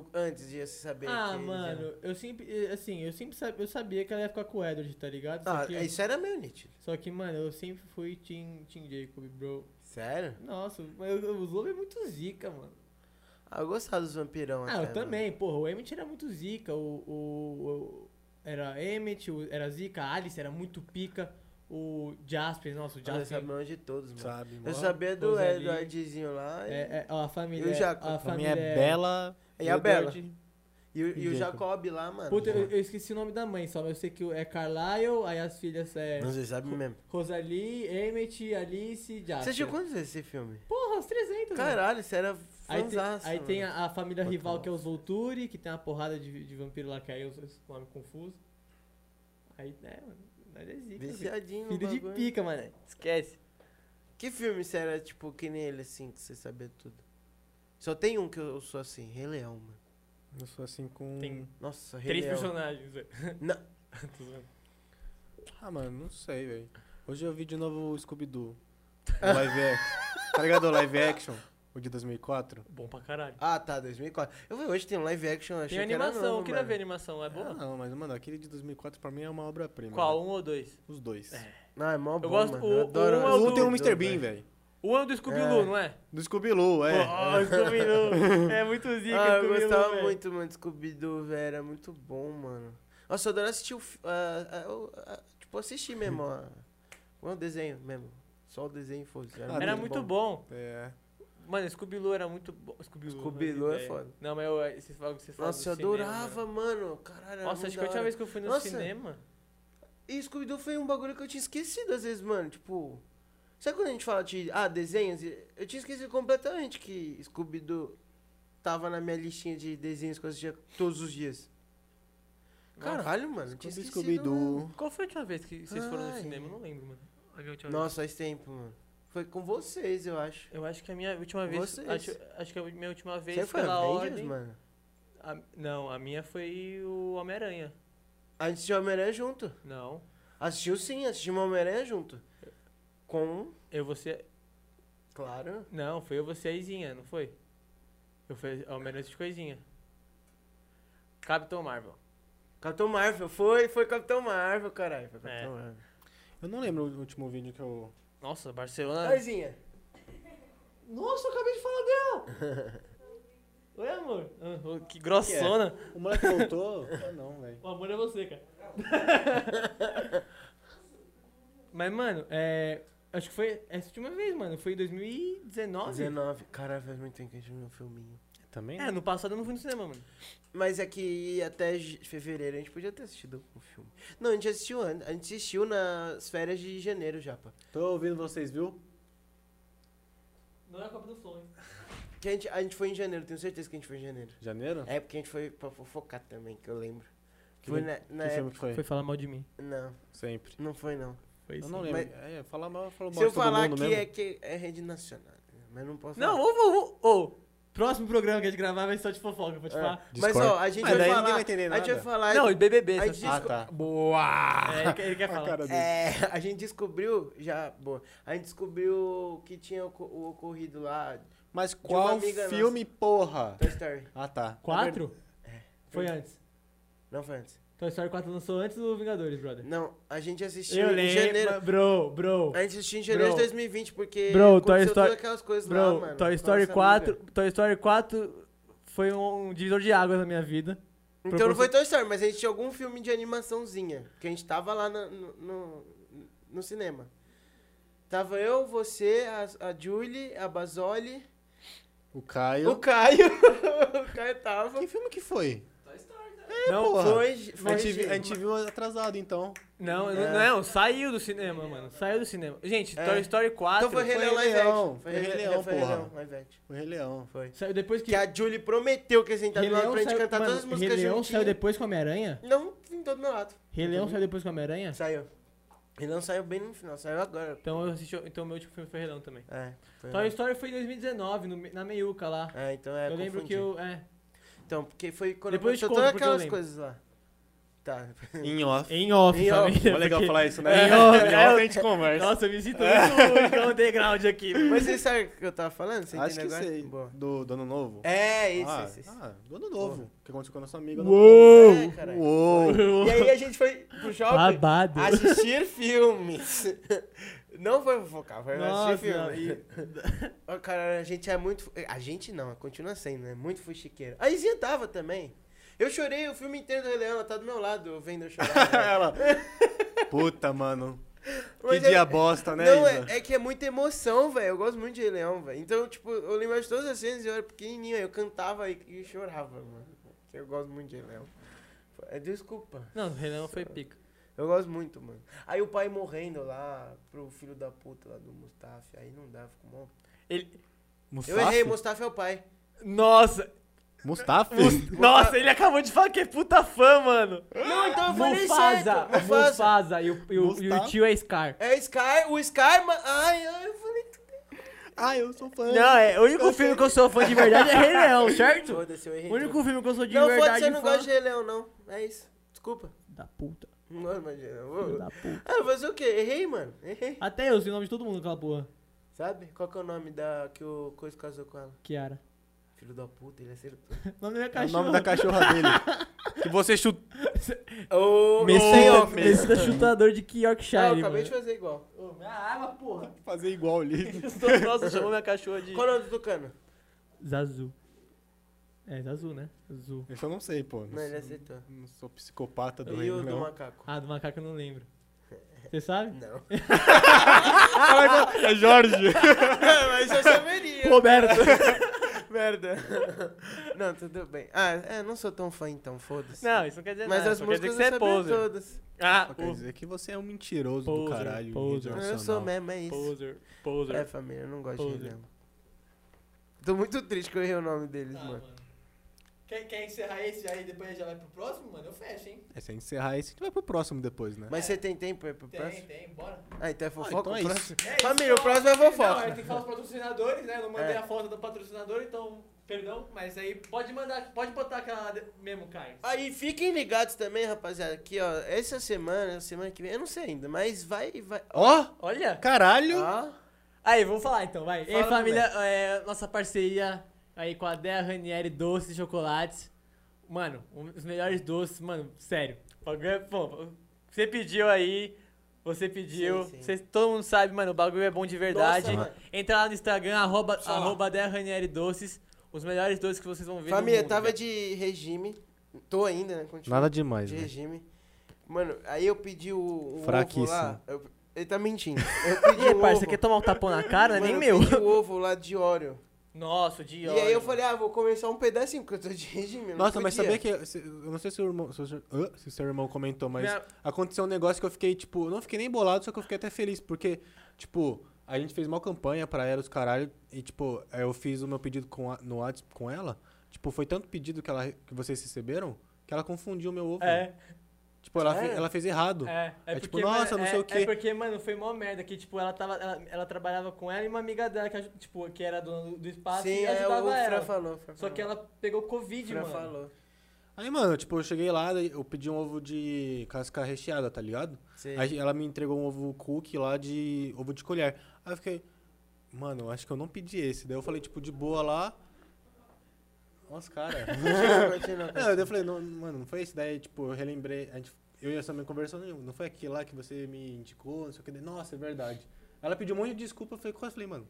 [SPEAKER 1] no- antes de se saber
[SPEAKER 3] Ah,
[SPEAKER 1] que eles eram-
[SPEAKER 3] mano, eu sempre. eh, Assim, eu sempre sabia, eu sabia que ela ia ficar com o Edward, tá ligado? Só,
[SPEAKER 1] Ah,
[SPEAKER 3] que,
[SPEAKER 1] isso era meio nítido.
[SPEAKER 3] só que, mano, eu sempre fui Team, team Jacob, bro.
[SPEAKER 1] Sério?
[SPEAKER 3] Nossa, mas eu- os lobos é muito zica, mano.
[SPEAKER 1] Ah, eu gostava dos vampirão até,
[SPEAKER 3] Ah, eu
[SPEAKER 1] mano.
[SPEAKER 3] também, porra. O Emmett era muito zica. O. o- o- era Emmett, o- era zica. A Alice era muito pica. O Jasper, nossa,
[SPEAKER 1] Ah,
[SPEAKER 3] o
[SPEAKER 1] Eu
[SPEAKER 3] Jasper.
[SPEAKER 1] sabia onde de todos, mano.
[SPEAKER 2] Sabe,
[SPEAKER 1] Eu
[SPEAKER 2] mano?
[SPEAKER 1] sabia do
[SPEAKER 3] Todos ali.
[SPEAKER 1] Eduardzinho lá e-
[SPEAKER 3] É, é, ó, a família.
[SPEAKER 1] E o Jacob?
[SPEAKER 3] a
[SPEAKER 2] A família
[SPEAKER 3] família
[SPEAKER 2] é Bela.
[SPEAKER 1] e a Bela.
[SPEAKER 2] Edward.
[SPEAKER 1] E, o- e o
[SPEAKER 2] Jacob.
[SPEAKER 1] Jacob lá, mano.
[SPEAKER 3] Puta, eu, eu esqueci o nome da mãe só, mas eu sei que é Carlyle, aí as filhas é
[SPEAKER 1] Não sei, sabe mesmo.
[SPEAKER 3] Rosalie, Emmett, Alice, Jasper.
[SPEAKER 1] Você assistiu quantos vezes esse filme?
[SPEAKER 3] Porra, os 300, mano.
[SPEAKER 1] Caralho, você era
[SPEAKER 3] Aí tem,
[SPEAKER 1] fanzaço.
[SPEAKER 3] aí tem
[SPEAKER 1] mano.
[SPEAKER 3] a, a família
[SPEAKER 2] Fantasma.
[SPEAKER 3] rival que é os Volturi, que tem uma porrada de, de vampiro lá que aí os os nome confuso. Aí, né, mano, nós é zica, filho.
[SPEAKER 1] Viciadinho, no
[SPEAKER 3] Filho de
[SPEAKER 1] bagulho.
[SPEAKER 3] pica, mano. Esquece.
[SPEAKER 1] Que filme você era, tipo, que nem ele, assim, que você sabia tudo? Só tem um que eu sou assim, Rei Leão, mano.
[SPEAKER 2] Eu sou assim com.
[SPEAKER 3] Tem
[SPEAKER 1] Nossa, Rei
[SPEAKER 3] Três
[SPEAKER 1] Leão.
[SPEAKER 3] personagens. velho.
[SPEAKER 1] Não.
[SPEAKER 3] Tô zoando.
[SPEAKER 2] Ah, mano, não sei, velho. Hoje eu vi de novo o Scooby-Doo. O live action. Tá ligado? O live action. O de 2004.
[SPEAKER 3] Bom pra caralho.
[SPEAKER 1] Ah, tá, 2004. Eu vi hoje, tem um live action, eu achei
[SPEAKER 3] Tem
[SPEAKER 1] que era
[SPEAKER 3] animação,
[SPEAKER 1] novo,
[SPEAKER 3] eu queria
[SPEAKER 1] mano.
[SPEAKER 3] ver animação, é boa?
[SPEAKER 2] Ah, não, mas, mano, aquele de 2004 pra mim é uma obra-prima.
[SPEAKER 3] Qual?
[SPEAKER 2] velho.
[SPEAKER 3] Um ou dois?
[SPEAKER 2] Os dois.
[SPEAKER 1] Não, é mó bom,
[SPEAKER 3] gosto-
[SPEAKER 1] mano.
[SPEAKER 3] o-
[SPEAKER 1] eu adoro.
[SPEAKER 3] um é
[SPEAKER 2] O
[SPEAKER 3] o
[SPEAKER 2] um tem o
[SPEAKER 3] do-
[SPEAKER 2] Mr. Bean, velho.
[SPEAKER 3] O ano do Scooby-Loo,
[SPEAKER 1] É.
[SPEAKER 3] não é?
[SPEAKER 2] Do Scooby-Loo, é.
[SPEAKER 3] Pô, o Scooby-Doo. É muito zica,
[SPEAKER 1] Ah, eu
[SPEAKER 3] Scooby-Doo,
[SPEAKER 1] gostava
[SPEAKER 3] velho.
[SPEAKER 1] muito, mano, de Scooby-Doo, velho. Era muito bom, mano. Nossa, eu adoro assistir o... fi- ah, ah, eu, ah, tipo, assistir mesmo, ó. O desenho mesmo. Só o desenho, foda-se.
[SPEAKER 2] Ah,
[SPEAKER 3] Era
[SPEAKER 2] muito
[SPEAKER 3] muito bom.
[SPEAKER 2] É.
[SPEAKER 3] Mano, Scooby-Loo era muito bom. Scooby-Loo.
[SPEAKER 1] Scooby-Doo
[SPEAKER 3] não
[SPEAKER 1] é
[SPEAKER 3] tem
[SPEAKER 1] foda.
[SPEAKER 3] ideia. Não, mas eu, esses falam que vocês falam
[SPEAKER 1] Nossa, eu
[SPEAKER 3] do cinema,
[SPEAKER 1] adorava,
[SPEAKER 3] mano.
[SPEAKER 1] mano. Caralho, era
[SPEAKER 3] Nossa,
[SPEAKER 1] muito
[SPEAKER 3] acho que
[SPEAKER 1] da
[SPEAKER 3] a última
[SPEAKER 1] hora.
[SPEAKER 3] vez que eu fui no
[SPEAKER 1] Ah, Nossa.
[SPEAKER 3] cinema...
[SPEAKER 1] E Scooby-Doo foi um bagulho que eu tinha esquecido às vezes, mano. Tipo. Sabe quando a gente fala de. Ah, desenhos? Eu tinha esquecido completamente que Scooby-Doo tava na minha listinha de desenhos que eu assistia todos os dias. Caralho, mano. eu tinha
[SPEAKER 2] Scooby-
[SPEAKER 1] esquecido, né? mano.
[SPEAKER 2] Scooby-Doo.
[SPEAKER 3] Qual foi a última vez que vocês foram no
[SPEAKER 1] Ai.
[SPEAKER 3] cinema? Eu não lembro, mano. A minha última
[SPEAKER 1] Nossa, faz tempo, mano. Foi com vocês, eu acho.
[SPEAKER 3] vez. Eu acho que a minha última vez...
[SPEAKER 1] Vocês.
[SPEAKER 3] Acho, acho que a minha última vez
[SPEAKER 1] Você foi
[SPEAKER 3] pela
[SPEAKER 1] Avengers,
[SPEAKER 3] ordem...
[SPEAKER 1] mano?
[SPEAKER 3] A- não, a minha foi o Homem-Aranha.
[SPEAKER 1] A gente assistiu Homem-Aranha junto.
[SPEAKER 3] Não.
[SPEAKER 1] Assistiu sim, assistimos Homem-Aranha junto. Com.
[SPEAKER 3] Eu, você...
[SPEAKER 1] Claro.
[SPEAKER 3] Não, foi eu, você e a Izinha, não foi? Eu fui Homem-Aranha de coisinha. Capitão Marvel.
[SPEAKER 1] Capitão Marvel, foi, foi Capitão Marvel, caralho. Foi
[SPEAKER 3] É.
[SPEAKER 1] Capitão Marvel.
[SPEAKER 2] Eu não lembro o último vídeo que eu.
[SPEAKER 3] Nossa, Barcelona...
[SPEAKER 1] Aizinha. Nossa, eu acabei de falar dela.
[SPEAKER 3] Oi, amor.
[SPEAKER 1] é?
[SPEAKER 3] que grossona.
[SPEAKER 2] O moleque voltou? ah, não, velho.
[SPEAKER 3] O amor é você, cara. Mas, mano, é, acho que foi essa última vez, mano. Foi em 2019.
[SPEAKER 1] 19. Caralho, faz muito tempo que a gente não viu um filminho.
[SPEAKER 2] Também?
[SPEAKER 3] É, no passado eu não fui no cinema, mano.
[SPEAKER 1] Mas é que até j- fevereiro a gente podia ter assistido um filme. Não, a gente assistiu antes. A gente assistiu nas férias de janeiro, Japa.
[SPEAKER 2] Tô ouvindo vocês, viu?
[SPEAKER 3] Não é a Copa do Flow, hein?
[SPEAKER 1] Que a, gente, a gente foi em janeiro, tenho certeza que a gente foi em janeiro.
[SPEAKER 2] Janeiro?
[SPEAKER 1] É porque a gente foi pra fofocar também, que eu lembro.
[SPEAKER 2] Que
[SPEAKER 1] Foi
[SPEAKER 2] filme-
[SPEAKER 1] na, na época.
[SPEAKER 2] que filme que foi?
[SPEAKER 3] Foi falar mal de mim.
[SPEAKER 1] Não,
[SPEAKER 2] Sempre.
[SPEAKER 1] não foi não.
[SPEAKER 3] Foi
[SPEAKER 2] Eu
[SPEAKER 3] isso.
[SPEAKER 2] não
[SPEAKER 1] sim.
[SPEAKER 2] lembro.
[SPEAKER 1] Mas-
[SPEAKER 2] É, fala mal, fala mal
[SPEAKER 1] Se eu
[SPEAKER 2] de todo
[SPEAKER 1] falar
[SPEAKER 2] mundo
[SPEAKER 1] que
[SPEAKER 2] mesmo.
[SPEAKER 1] é, que é rede nacional, né? mas não posso
[SPEAKER 3] Não,
[SPEAKER 1] falar.
[SPEAKER 3] ou, ou, ou, Próximo programa que a gente gravar vai ser só de fofoca, vou te
[SPEAKER 1] É.
[SPEAKER 3] falar.
[SPEAKER 1] Mas ó, a gente
[SPEAKER 2] Mas
[SPEAKER 1] vai
[SPEAKER 2] daí
[SPEAKER 1] falar.
[SPEAKER 2] ninguém vai entender
[SPEAKER 1] A gente vai
[SPEAKER 2] nada.
[SPEAKER 1] falar.
[SPEAKER 3] Não, e BBB.
[SPEAKER 1] Aí
[SPEAKER 3] essas
[SPEAKER 1] diz-
[SPEAKER 3] coisas.
[SPEAKER 2] Ah, tá.
[SPEAKER 1] Boa!
[SPEAKER 3] É, ele, quer- ele quer
[SPEAKER 2] A
[SPEAKER 3] falar.
[SPEAKER 2] Ah, cara dele.
[SPEAKER 1] É, a gente descobriu, já, boa, a gente descobriu que tinha oco- o ocorrido lá,
[SPEAKER 2] Mas
[SPEAKER 1] uma
[SPEAKER 2] qual
[SPEAKER 1] amiga
[SPEAKER 2] filme, porra?
[SPEAKER 1] Toy Story.
[SPEAKER 2] Ah, tá.
[SPEAKER 3] Quatro? Foi antes.
[SPEAKER 1] Não foi antes.
[SPEAKER 3] Toy Story 4 lançou antes do Vingadores, brother.
[SPEAKER 1] Não, a gente assistiu
[SPEAKER 3] Eu
[SPEAKER 1] em janeiro.
[SPEAKER 3] lembro. Bro, bro.
[SPEAKER 1] A gente assistiu em janeiro
[SPEAKER 3] Bro.
[SPEAKER 1] de 2020, porque
[SPEAKER 3] Bro, Toy
[SPEAKER 1] aconteceu
[SPEAKER 3] Story-
[SPEAKER 1] todas aquelas coisas lá,
[SPEAKER 3] Bro,
[SPEAKER 1] mano.
[SPEAKER 3] Toy
[SPEAKER 1] com
[SPEAKER 3] Story
[SPEAKER 1] essa
[SPEAKER 3] 4,
[SPEAKER 1] amiga.
[SPEAKER 3] Toy Story 4 foi um, um divisor de águas na minha vida.
[SPEAKER 1] Então não foi Toy Story, mas a gente tinha algum filme de animaçãozinha, que a gente tava lá na- no, no, no cinema. Tava eu, você, a, a Julie, a Basoli,
[SPEAKER 2] O Caio.
[SPEAKER 1] o Caio, o Caio tava.
[SPEAKER 2] Que filme que foi?
[SPEAKER 1] É,
[SPEAKER 3] não,
[SPEAKER 2] porra.
[SPEAKER 1] Foi,
[SPEAKER 2] a,
[SPEAKER 1] foi,
[SPEAKER 2] gente, vi- a gente viu atrasado, então.
[SPEAKER 3] não,
[SPEAKER 1] É.
[SPEAKER 3] não, não, saiu do cinema, mano. Saiu do cinema. Gente,
[SPEAKER 1] É.
[SPEAKER 3] Toy Story 4
[SPEAKER 1] Então foi Rei
[SPEAKER 2] foi
[SPEAKER 1] Leão
[SPEAKER 2] Rei
[SPEAKER 1] Live
[SPEAKER 2] Leão,
[SPEAKER 1] Action.
[SPEAKER 2] foi Rei Leão,
[SPEAKER 1] foi Rei
[SPEAKER 2] porra.
[SPEAKER 1] Leão Live Action.
[SPEAKER 2] O Rei Leão.
[SPEAKER 1] Foi.
[SPEAKER 3] saiu depois que
[SPEAKER 1] Que a Julie prometeu que ia sentar do
[SPEAKER 3] Rei
[SPEAKER 1] meu lado
[SPEAKER 3] Leão
[SPEAKER 1] pra gente
[SPEAKER 3] saiu,
[SPEAKER 1] cantar
[SPEAKER 3] mano,
[SPEAKER 1] todas as músicas
[SPEAKER 3] Rei Leão saiu
[SPEAKER 1] juntinho.
[SPEAKER 3] depois com Homem-Aranha?
[SPEAKER 1] Não, sentou do meu lado.
[SPEAKER 3] Rei Leão saiu depois com Homem-Aranha?
[SPEAKER 1] Saiu. Ele não saiu bem no final, saiu agora.
[SPEAKER 3] Então eu assisti. Então meu último filme foi Relão também.
[SPEAKER 1] É, foi
[SPEAKER 3] Toy
[SPEAKER 1] lá.
[SPEAKER 3] Story foi em 2019, no- na meiuca lá.
[SPEAKER 1] É, então é.
[SPEAKER 3] eu lembro
[SPEAKER 1] confundi.
[SPEAKER 3] que eu. É.
[SPEAKER 1] Então, porque foi quando
[SPEAKER 3] Depois eu te
[SPEAKER 1] aconteceu todas
[SPEAKER 3] conto porque eu
[SPEAKER 1] aquelas
[SPEAKER 3] lembro.
[SPEAKER 1] coisas lá. Tá.
[SPEAKER 2] Em off.
[SPEAKER 3] Em off,
[SPEAKER 1] Em
[SPEAKER 3] sabe?
[SPEAKER 2] É legal
[SPEAKER 3] Porque-
[SPEAKER 2] falar isso, né?
[SPEAKER 3] É.
[SPEAKER 2] Em off, em off a gente conversa.
[SPEAKER 3] Nossa, eu me sinto muito muito underground aqui.
[SPEAKER 1] Mas vocês sabem o que eu tava falando? Você
[SPEAKER 2] Acho que
[SPEAKER 1] entende agora?
[SPEAKER 2] sei.
[SPEAKER 1] Boa.
[SPEAKER 2] Do, do Ano Novo?
[SPEAKER 1] É, isso,
[SPEAKER 2] ah,
[SPEAKER 1] isso, isso.
[SPEAKER 2] Ah, do Ano Novo. O que aconteceu com a nossa amiga.
[SPEAKER 1] É,
[SPEAKER 2] No...
[SPEAKER 1] caralho.
[SPEAKER 2] Uou!
[SPEAKER 1] E aí a gente foi pro shopping
[SPEAKER 3] Babado.
[SPEAKER 1] assistir filmes. Não foi fofocar, foi
[SPEAKER 3] Nossa,
[SPEAKER 1] assistir filme.
[SPEAKER 3] e-
[SPEAKER 1] Ó, Cara, a gente é muito. A gente não, continua sendo, né? Muito fuxiqueiro. A Izinha tava também. Eu chorei o filme inteiro do Rei Leão, ela tá do meu lado vendo eu chorar. né?
[SPEAKER 2] Ela. Puta, mano. Que
[SPEAKER 1] Mas
[SPEAKER 2] dia
[SPEAKER 1] é-
[SPEAKER 2] bosta, né,
[SPEAKER 1] Não,
[SPEAKER 2] Isa?
[SPEAKER 1] é, é que é muita emoção, velho. Eu gosto muito de Rei Leão, velho. Então, tipo, eu lembro de todas as cenas, eu era pequenininho, eu cantava e, e chorava, mano. Porque eu gosto muito de Rei Leão. É, Desculpa.
[SPEAKER 3] Não, o Renan foi pica.
[SPEAKER 1] Eu gosto muito, mano. Aí o pai morrendo lá pro filho da puta lá do Mustafa. Aí não dá, ficou bom.
[SPEAKER 3] Ele...
[SPEAKER 1] Eu errei, Mustafa é o pai.
[SPEAKER 3] Nossa,
[SPEAKER 1] é
[SPEAKER 2] Mustafa?
[SPEAKER 3] nossa, ele acabou de falar que é puta fã, mano.
[SPEAKER 1] Não, então eu falei
[SPEAKER 3] Mufasa,
[SPEAKER 1] certo. Mufasa.
[SPEAKER 3] Mufasa, e o, e o- e o
[SPEAKER 2] Mufasa.
[SPEAKER 3] tio é Scar.
[SPEAKER 1] É Scar, o Scar, ma- ai, ai, eu falei tudo.
[SPEAKER 2] ah, eu sou fã.
[SPEAKER 3] Não, é, o único
[SPEAKER 2] Eu
[SPEAKER 3] filme
[SPEAKER 2] sei.
[SPEAKER 3] que eu sou fã de verdade é Rei Leão, certo?
[SPEAKER 1] Foda-se, eu errei.
[SPEAKER 3] O único filme que eu sou de
[SPEAKER 1] não,
[SPEAKER 3] verdade
[SPEAKER 1] foda-se, eu não
[SPEAKER 3] fã...
[SPEAKER 1] gosto de Rei Leão, não. É isso. Desculpa.
[SPEAKER 3] Da puta,
[SPEAKER 1] Não gosto mais de Rei Leão.
[SPEAKER 3] filho da
[SPEAKER 1] Vou-
[SPEAKER 3] puta.
[SPEAKER 1] Ah, fazer o quê? Errei, mano. Errei.
[SPEAKER 3] Até eu sei o nome de todo mundo naquela porra.
[SPEAKER 1] Sabe? Qual que é o nome da que o Coisa casou com ela?
[SPEAKER 3] Kiara.
[SPEAKER 1] Filho da puta, ele é acertou.
[SPEAKER 3] O nome da minha
[SPEAKER 2] É o
[SPEAKER 3] cachorra.
[SPEAKER 2] nome da cachorra dele. que você chutou.
[SPEAKER 1] Ô,
[SPEAKER 2] Messina-
[SPEAKER 1] ô,
[SPEAKER 2] Messina-
[SPEAKER 3] Messina chutador de Yorkshire,
[SPEAKER 1] Ah, eu
[SPEAKER 3] mano.
[SPEAKER 1] acabei de fazer igual.
[SPEAKER 3] Minha água, porra.
[SPEAKER 2] Fazer igual ali.
[SPEAKER 3] Nossa, chamou minha cachorra de...
[SPEAKER 1] Qual é o nome do Tucano?
[SPEAKER 3] Zazu. É, Zazu, né? Zazu.
[SPEAKER 2] Isso eu não sei, pô.
[SPEAKER 1] Não, ele
[SPEAKER 2] sou-
[SPEAKER 1] acertou.
[SPEAKER 2] não sou psicopata do
[SPEAKER 1] E
[SPEAKER 2] reino,
[SPEAKER 1] o do
[SPEAKER 2] Tá não.
[SPEAKER 1] macaco?
[SPEAKER 3] Ah, do macaco eu não lembro. Você sabe?
[SPEAKER 1] Não.
[SPEAKER 2] É Jorge.
[SPEAKER 1] Mas eu saberia.
[SPEAKER 3] Roberto.
[SPEAKER 1] Merda. Não, tudo bem. Ah, é, não sou tão fã então, foda-se.
[SPEAKER 3] Não, isso não quer dizer
[SPEAKER 1] Mas
[SPEAKER 3] nada.
[SPEAKER 1] as
[SPEAKER 3] só quer dizer
[SPEAKER 1] músicas
[SPEAKER 3] que você é
[SPEAKER 1] eu sabia
[SPEAKER 3] poser.
[SPEAKER 1] todas.
[SPEAKER 3] Ah,
[SPEAKER 2] Quer dizer que você é um mentiroso do
[SPEAKER 3] Poser,
[SPEAKER 2] caralho.
[SPEAKER 3] poser.
[SPEAKER 1] Não,
[SPEAKER 2] rede
[SPEAKER 1] Eu sou
[SPEAKER 2] nacional.
[SPEAKER 1] mesmo, é
[SPEAKER 3] o
[SPEAKER 1] isso.
[SPEAKER 3] poser, poser.
[SPEAKER 1] É, família, eu não gosto de
[SPEAKER 3] Poser.
[SPEAKER 1] Rei Leão. Tô muito triste que eu errei o nome deles,
[SPEAKER 3] Ah,
[SPEAKER 1] mano.
[SPEAKER 3] mano. Quer, quer encerrar esse aí e depois já vai pro próximo, mano? Eu fecho, hein?
[SPEAKER 2] É, se encerrar esse, a gente vai pro próximo depois, né?
[SPEAKER 1] Mas você tem tempo aí pro
[SPEAKER 3] Tem,
[SPEAKER 1] próximo?
[SPEAKER 3] tem, bora.
[SPEAKER 1] Ah, então é fofoca?
[SPEAKER 2] então é
[SPEAKER 1] o próximo?
[SPEAKER 3] É
[SPEAKER 1] Família,
[SPEAKER 3] isso.
[SPEAKER 1] o próximo é fofoca.
[SPEAKER 3] Não, aí tem que falar os patrocinadores, né? Eu não mandei
[SPEAKER 1] É.
[SPEAKER 3] a foto do patrocinador, então, perdão. Mas aí pode mandar, pode botar aquela de- mesmo, Caio.
[SPEAKER 1] Aí fiquem ligados também, rapaziada, que ó, essa semana, semana que vem, eu não sei ainda, mas vai, vai. Ah,
[SPEAKER 2] Ó,
[SPEAKER 3] Olha.
[SPEAKER 2] caralho!
[SPEAKER 1] Ó,
[SPEAKER 3] Aí, vamos falar então, vai. Ei,
[SPEAKER 1] Fala,
[SPEAKER 3] família, é, nossa parceria aí com a Dea Ranieri Doces e Chocolates. Mano, um- os melhores doces, mano, sério. O bagulho é bom. Você pediu aí, você pediu.
[SPEAKER 1] Sim, sim.
[SPEAKER 3] Cês- todo mundo sabe, mano, o bagulho é bom de verdade.
[SPEAKER 1] Nossa, mano.
[SPEAKER 3] Entra lá no Instagram, arroba,
[SPEAKER 1] Só lá.
[SPEAKER 3] arroba Dea Ranieri Doces. Os melhores doces que vocês vão ver no
[SPEAKER 1] família,
[SPEAKER 3] mundo,
[SPEAKER 1] tava
[SPEAKER 3] velho.
[SPEAKER 1] de regime. Tô ainda, né? Continua.
[SPEAKER 2] Nada demais,
[SPEAKER 1] de
[SPEAKER 2] né?
[SPEAKER 1] regime. Mano, aí eu pedi o, o ovo
[SPEAKER 2] Fraquíssimo.
[SPEAKER 1] lá. eu- ele tá mentindo. Eu pedi
[SPEAKER 3] E aí,
[SPEAKER 1] um
[SPEAKER 3] parça,
[SPEAKER 1] ovo.
[SPEAKER 3] quer tomar um tapão na cara?
[SPEAKER 1] Mano,
[SPEAKER 3] Nem
[SPEAKER 1] eu
[SPEAKER 3] meu.
[SPEAKER 1] pedi o ovo lá de óleo.
[SPEAKER 3] Nossa, de
[SPEAKER 1] E aí eu
[SPEAKER 3] mano.
[SPEAKER 1] falei, ah, vou comer só um pedacinho, porque eu tô de regime. eu não
[SPEAKER 2] Nossa, mas
[SPEAKER 1] podia.
[SPEAKER 2] sabia que. se- Eu não sei se o irmão, se o seu, ah, se o seu irmão comentou, mas
[SPEAKER 3] Minha-
[SPEAKER 2] aconteceu um negócio que eu fiquei, tipo, eu não fiquei nem bolado, só que eu fiquei até feliz, porque, tipo, a gente fez uma campanha pra ela, os caralho, e, tipo, aí eu fiz o meu pedido com a- no WhatsApp com ela. Tipo, foi tanto pedido que, ela, que vocês receberam que ela confundiu o meu ovo.
[SPEAKER 3] É.
[SPEAKER 2] Tipo, ela, fe-
[SPEAKER 1] Sério?
[SPEAKER 2] ela fez errado.
[SPEAKER 3] É, é,
[SPEAKER 2] É
[SPEAKER 3] porque,
[SPEAKER 2] tipo, nossa,
[SPEAKER 3] mano,
[SPEAKER 2] não
[SPEAKER 3] é-
[SPEAKER 2] sei o
[SPEAKER 3] É
[SPEAKER 2] quê.
[SPEAKER 3] porque, mano, foi mó merda que, tipo, ela tava. Ela, ela trabalhava com ela e uma amiga dela que, aju- tipo, que era dona do, do espaço
[SPEAKER 1] Sim,
[SPEAKER 3] e
[SPEAKER 1] é, o
[SPEAKER 3] ajudava
[SPEAKER 1] Fran
[SPEAKER 3] ela.
[SPEAKER 1] falou. o Fran
[SPEAKER 3] Só que
[SPEAKER 1] falou.
[SPEAKER 3] ela pegou Covid,
[SPEAKER 1] Fran
[SPEAKER 3] mano.
[SPEAKER 1] falou.
[SPEAKER 2] Aí, mano, tipo, eu cheguei lá, daí eu pedi um ovo de casca recheada, tá ligado?
[SPEAKER 3] É.
[SPEAKER 1] Sim.
[SPEAKER 2] Aí ela me entregou um ovo cookie lá de ovo de colher. Aí eu fiquei, mano, eu acho que eu não pedi esse. Daí eu falei, tipo, de boa lá. Nossa, cara.
[SPEAKER 1] Continua, continua,
[SPEAKER 2] não, daí
[SPEAKER 1] continua.
[SPEAKER 2] eu falei, não, mano, não foi esse. Daí, tipo, eu relembrei, a gente, eu e a Samia conversando, não foi aquele lá que você me indicou, não sei o que. Daí, Nossa, é verdade. Ela pediu um monte de desculpa, eu falei, quase falei, mano,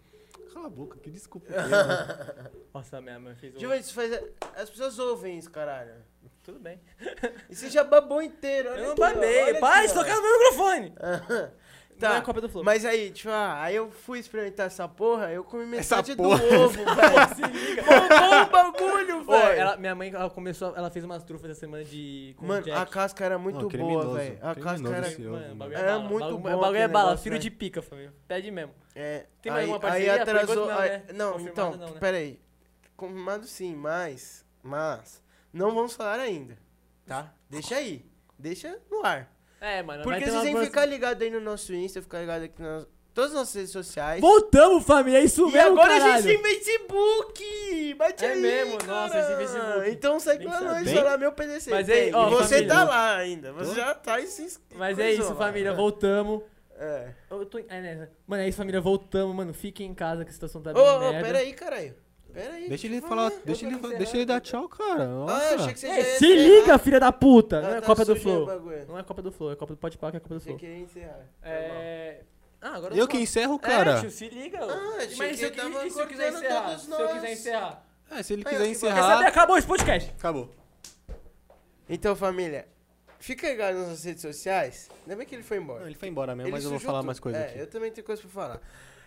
[SPEAKER 2] cala a boca, que desculpa. que é, mano?"
[SPEAKER 3] Nossa, minha mãe fez um...
[SPEAKER 1] Deixa eu ver, isso faz... As pessoas ouvem isso, caralho.
[SPEAKER 3] Tudo bem.
[SPEAKER 1] E você já babou inteiro. olha
[SPEAKER 3] Eu não
[SPEAKER 1] aqui, ó,
[SPEAKER 3] babei.
[SPEAKER 1] olha
[SPEAKER 3] Para
[SPEAKER 1] aqui,
[SPEAKER 3] de
[SPEAKER 1] ó.
[SPEAKER 3] tocar no meu microfone!
[SPEAKER 1] Tá.
[SPEAKER 3] Não é a cópia do Flow.
[SPEAKER 1] Mas aí, tipo, ah, aí eu fui experimentar essa porra, eu comi
[SPEAKER 2] Essa
[SPEAKER 1] metade
[SPEAKER 2] porra.
[SPEAKER 1] do ovo, velho.
[SPEAKER 3] Se liga.
[SPEAKER 1] Bom o bagulho,
[SPEAKER 3] Ô,
[SPEAKER 1] velho.
[SPEAKER 3] ela, minha mãe ela começou, ela fez umas trufas essa semana de. com
[SPEAKER 1] Mano,
[SPEAKER 3] Jack.
[SPEAKER 1] a casca era muito
[SPEAKER 2] Não,
[SPEAKER 1] boa,
[SPEAKER 2] criminoso,
[SPEAKER 1] velho. A casca
[SPEAKER 2] criminoso
[SPEAKER 1] era...
[SPEAKER 2] esse
[SPEAKER 3] Mano, o bagulho é,
[SPEAKER 1] É
[SPEAKER 3] bala.
[SPEAKER 1] muito bom
[SPEAKER 3] bagulho, O bagulho é
[SPEAKER 1] aquele
[SPEAKER 3] bala,
[SPEAKER 1] negócio,
[SPEAKER 3] filho
[SPEAKER 1] né?
[SPEAKER 3] de pica, família. Pede mesmo.
[SPEAKER 1] É,
[SPEAKER 3] Tem mais
[SPEAKER 1] aí,
[SPEAKER 3] alguma
[SPEAKER 1] aí
[SPEAKER 3] parceria? Por
[SPEAKER 1] atrasou...
[SPEAKER 3] enquanto não,
[SPEAKER 1] aí-
[SPEAKER 3] né?
[SPEAKER 1] não,
[SPEAKER 3] Confirmado
[SPEAKER 1] então,
[SPEAKER 3] não, né?
[SPEAKER 1] peraí. Confirmado sim, mas... Mas... Não vamos falar ainda, tá? Deixa aí. Deixa no ar.
[SPEAKER 3] É, mano. vai
[SPEAKER 1] Porque
[SPEAKER 3] ter
[SPEAKER 1] vocês
[SPEAKER 3] uma
[SPEAKER 1] têm que
[SPEAKER 3] boa-
[SPEAKER 1] ficar ligado aí no nosso Insta, ficar ligado aqui nas todas as nossas redes sociais.
[SPEAKER 4] Voltamos, família. É isso
[SPEAKER 1] e
[SPEAKER 4] mesmo,
[SPEAKER 1] agora a
[SPEAKER 4] caralho.
[SPEAKER 1] gente tem Facebook! Bate
[SPEAKER 3] É
[SPEAKER 1] aí,
[SPEAKER 3] mesmo,
[SPEAKER 1] cara.
[SPEAKER 3] nossa, esse Facebook.
[SPEAKER 1] Então segue
[SPEAKER 3] Nem
[SPEAKER 1] lá
[SPEAKER 3] sabia.
[SPEAKER 1] nós, só lá meu PDC.
[SPEAKER 3] Mas aí,
[SPEAKER 1] Tem.
[SPEAKER 3] ó,
[SPEAKER 1] E você
[SPEAKER 3] família.
[SPEAKER 1] tá lá ainda, você já tá e se ins-
[SPEAKER 3] Mas é
[SPEAKER 1] coisou
[SPEAKER 3] isso,
[SPEAKER 1] lá.
[SPEAKER 3] família.
[SPEAKER 1] É.
[SPEAKER 4] Voltamos.
[SPEAKER 1] É.
[SPEAKER 3] Eu tô... é, né? Mano, é isso, família. Voltamos, mano. Fiquem em casa que a situação tá
[SPEAKER 1] Ô,
[SPEAKER 3] bem
[SPEAKER 1] ô,
[SPEAKER 3] merda.
[SPEAKER 1] pera aí, caralho. Pera aí.
[SPEAKER 2] Deixa ele
[SPEAKER 1] Vai
[SPEAKER 2] falar,
[SPEAKER 1] lá.
[SPEAKER 2] deixa
[SPEAKER 3] eu tô
[SPEAKER 2] ele, fa-
[SPEAKER 3] encerrando.
[SPEAKER 2] deixa ele dar tchau, cara.
[SPEAKER 1] então. Ah, eu
[SPEAKER 2] Nossa.
[SPEAKER 1] achei
[SPEAKER 3] É,
[SPEAKER 1] que você já
[SPEAKER 4] Ei,
[SPEAKER 1] ia
[SPEAKER 4] se
[SPEAKER 1] encerrar.
[SPEAKER 4] liga, filha da puta.
[SPEAKER 1] Ah,
[SPEAKER 3] Não é
[SPEAKER 1] tá
[SPEAKER 3] Copa do
[SPEAKER 1] sujo aí o
[SPEAKER 3] Flow.
[SPEAKER 1] bagulho.
[SPEAKER 3] Não é Copa do Flow, é Copa do Podpah, que é Copa do
[SPEAKER 1] Você
[SPEAKER 3] Flow.
[SPEAKER 1] queria encerrar. Tá bom.
[SPEAKER 3] É... Ah, agora
[SPEAKER 2] Eu
[SPEAKER 3] tô-
[SPEAKER 2] que encerro,
[SPEAKER 3] É,
[SPEAKER 2] cara.
[SPEAKER 3] tio, se liga.
[SPEAKER 1] Ah, achei
[SPEAKER 3] Mas
[SPEAKER 1] que
[SPEAKER 3] se eu,
[SPEAKER 1] ele tava
[SPEAKER 3] qui- e se eu quiser
[SPEAKER 1] cortando
[SPEAKER 3] encerrar,
[SPEAKER 1] todos
[SPEAKER 3] se eu quiser
[SPEAKER 1] nós. Tá.
[SPEAKER 3] encerrar.
[SPEAKER 2] É, se ele
[SPEAKER 1] Aí,
[SPEAKER 2] quiser
[SPEAKER 1] eu que vou-
[SPEAKER 3] Quer saber?
[SPEAKER 2] encerrar,
[SPEAKER 3] Acabou esse podcast.
[SPEAKER 2] acabou.
[SPEAKER 1] Então, família, fica ligado nas nossas redes sociais. Ainda bem que ele foi embora.
[SPEAKER 2] Não, ele foi embora mesmo,
[SPEAKER 1] Ele
[SPEAKER 2] mas eu vou
[SPEAKER 1] sujou
[SPEAKER 2] falar
[SPEAKER 1] tudo.
[SPEAKER 2] mais coisa
[SPEAKER 1] é,
[SPEAKER 2] aqui.
[SPEAKER 1] eu também tenho coisa pra falar.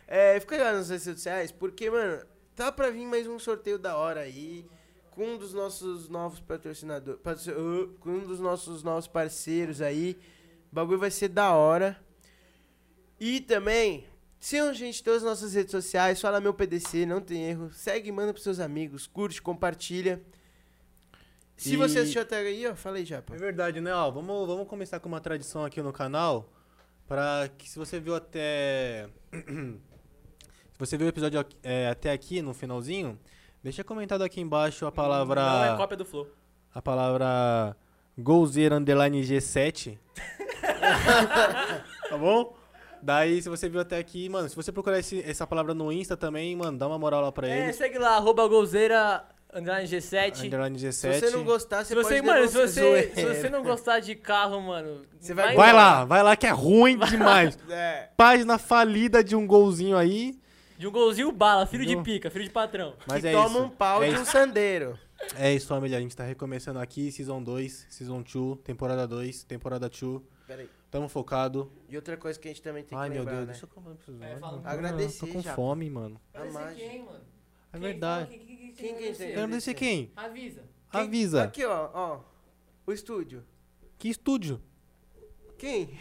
[SPEAKER 1] É, fica ligado nas redes sociais, porque, mano, tá pra vir mais um sorteio da hora aí. Com um dos nossos novos patrocinadores. patro- ah, Com um dos nossos novos parceiros aí. O bagulho vai ser da hora. E também, sigam a gente em todas as nossas redes sociais. Fala meu PDC, não tem erro. Segue, manda pros seus amigos. Curte, compartilha. Se
[SPEAKER 2] E-
[SPEAKER 1] você assistiu até aí, ó, fala aí já, pô.
[SPEAKER 2] É verdade, né? Ó, vamos, vamos começar com uma tradição aqui no canal. Pra que se você viu até. se você viu o episódio aqui- é, até aqui, no finalzinho, deixa comentado aqui embaixo a palavra.
[SPEAKER 3] Não é cópia do Flow.
[SPEAKER 2] A palavra Golzeiro Underline G7. tá bom? Daí, se você viu até aqui, mano, se você procurar esse- essa palavra no Insta também, mano, dá uma moral lá pra
[SPEAKER 3] É,
[SPEAKER 2] eles.
[SPEAKER 3] segue lá, arroba golzeira, underline
[SPEAKER 1] Ah,
[SPEAKER 3] G7.
[SPEAKER 2] Underline
[SPEAKER 1] Se
[SPEAKER 2] G7.
[SPEAKER 1] você não gostar, você,
[SPEAKER 3] Se você,
[SPEAKER 1] pode
[SPEAKER 3] mano, se
[SPEAKER 1] denunciar-
[SPEAKER 3] você, se
[SPEAKER 1] Zoeira.
[SPEAKER 3] você não gostar de carro, mano,
[SPEAKER 1] Você vai-
[SPEAKER 2] Vai
[SPEAKER 3] embora.
[SPEAKER 2] lá, vai lá que é ruim demais.
[SPEAKER 1] É.
[SPEAKER 2] Página falida de um golzinho aí.
[SPEAKER 3] De um golzinho bala, filho de
[SPEAKER 2] Não.
[SPEAKER 3] pica, filho de patrão.
[SPEAKER 2] Mas
[SPEAKER 1] que
[SPEAKER 2] é
[SPEAKER 1] toma
[SPEAKER 2] isso.
[SPEAKER 1] um pau
[SPEAKER 2] é,
[SPEAKER 1] de um
[SPEAKER 2] isso.
[SPEAKER 1] sandeiro.
[SPEAKER 2] é isso, família. A gente tá recomeçando aqui, Season 2, Season 2, temporada 2, temporada 2.
[SPEAKER 1] Peraí.
[SPEAKER 2] Tamo focado.
[SPEAKER 1] E outra coisa que a gente também tem
[SPEAKER 2] Ai,
[SPEAKER 1] que
[SPEAKER 2] meu
[SPEAKER 1] lembrar,
[SPEAKER 2] Deus,
[SPEAKER 1] né?
[SPEAKER 2] deixa eu comer pra vocês.
[SPEAKER 3] É,
[SPEAKER 2] olhos,
[SPEAKER 3] fala.
[SPEAKER 2] mano.
[SPEAKER 1] Agradeci,
[SPEAKER 2] Tô com
[SPEAKER 1] já.
[SPEAKER 2] fome, mano.
[SPEAKER 1] A mágica.
[SPEAKER 3] mano?
[SPEAKER 2] É verdade.
[SPEAKER 1] Quem que é tem?
[SPEAKER 2] Quero agradecer quem?
[SPEAKER 3] Avisa.
[SPEAKER 1] Quem-
[SPEAKER 2] Avisa.
[SPEAKER 1] Aqui, ó, ó. O estúdio.
[SPEAKER 2] Que estúdio?
[SPEAKER 1] Quem?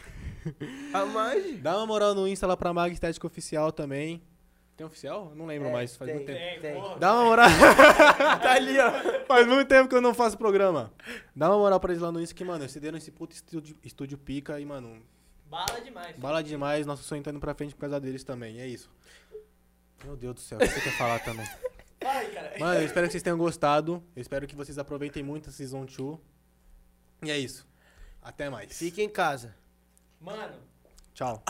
[SPEAKER 1] a mágica?
[SPEAKER 2] Dá uma moral no Insta lá pra Mag Estética Oficial também. Tem oficial? Eu Não lembro
[SPEAKER 1] É,
[SPEAKER 2] mais, faz
[SPEAKER 1] tem.
[SPEAKER 2] muito tempo.
[SPEAKER 1] É, Tem.
[SPEAKER 2] Dá uma moral.
[SPEAKER 1] Tá ali, ó.
[SPEAKER 2] faz muito tempo que eu não faço programa. Dá uma moral pra eles lá no Insta que, mano, eles deram esse puto estúdio, estúdio pica e, mano,
[SPEAKER 3] Bala demais.
[SPEAKER 2] bala demais. Nosso sonho tá indo pra frente por causa deles também. É isso. Meu Deus do céu, o que você quer falar também?
[SPEAKER 3] Fala aí, cara.
[SPEAKER 2] Mano, eu espero que vocês tenham gostado. Eu espero que vocês aproveitem muito a Season 2. E é isso. Até mais.
[SPEAKER 1] Fica em casa.
[SPEAKER 3] Mano.
[SPEAKER 2] Tchau.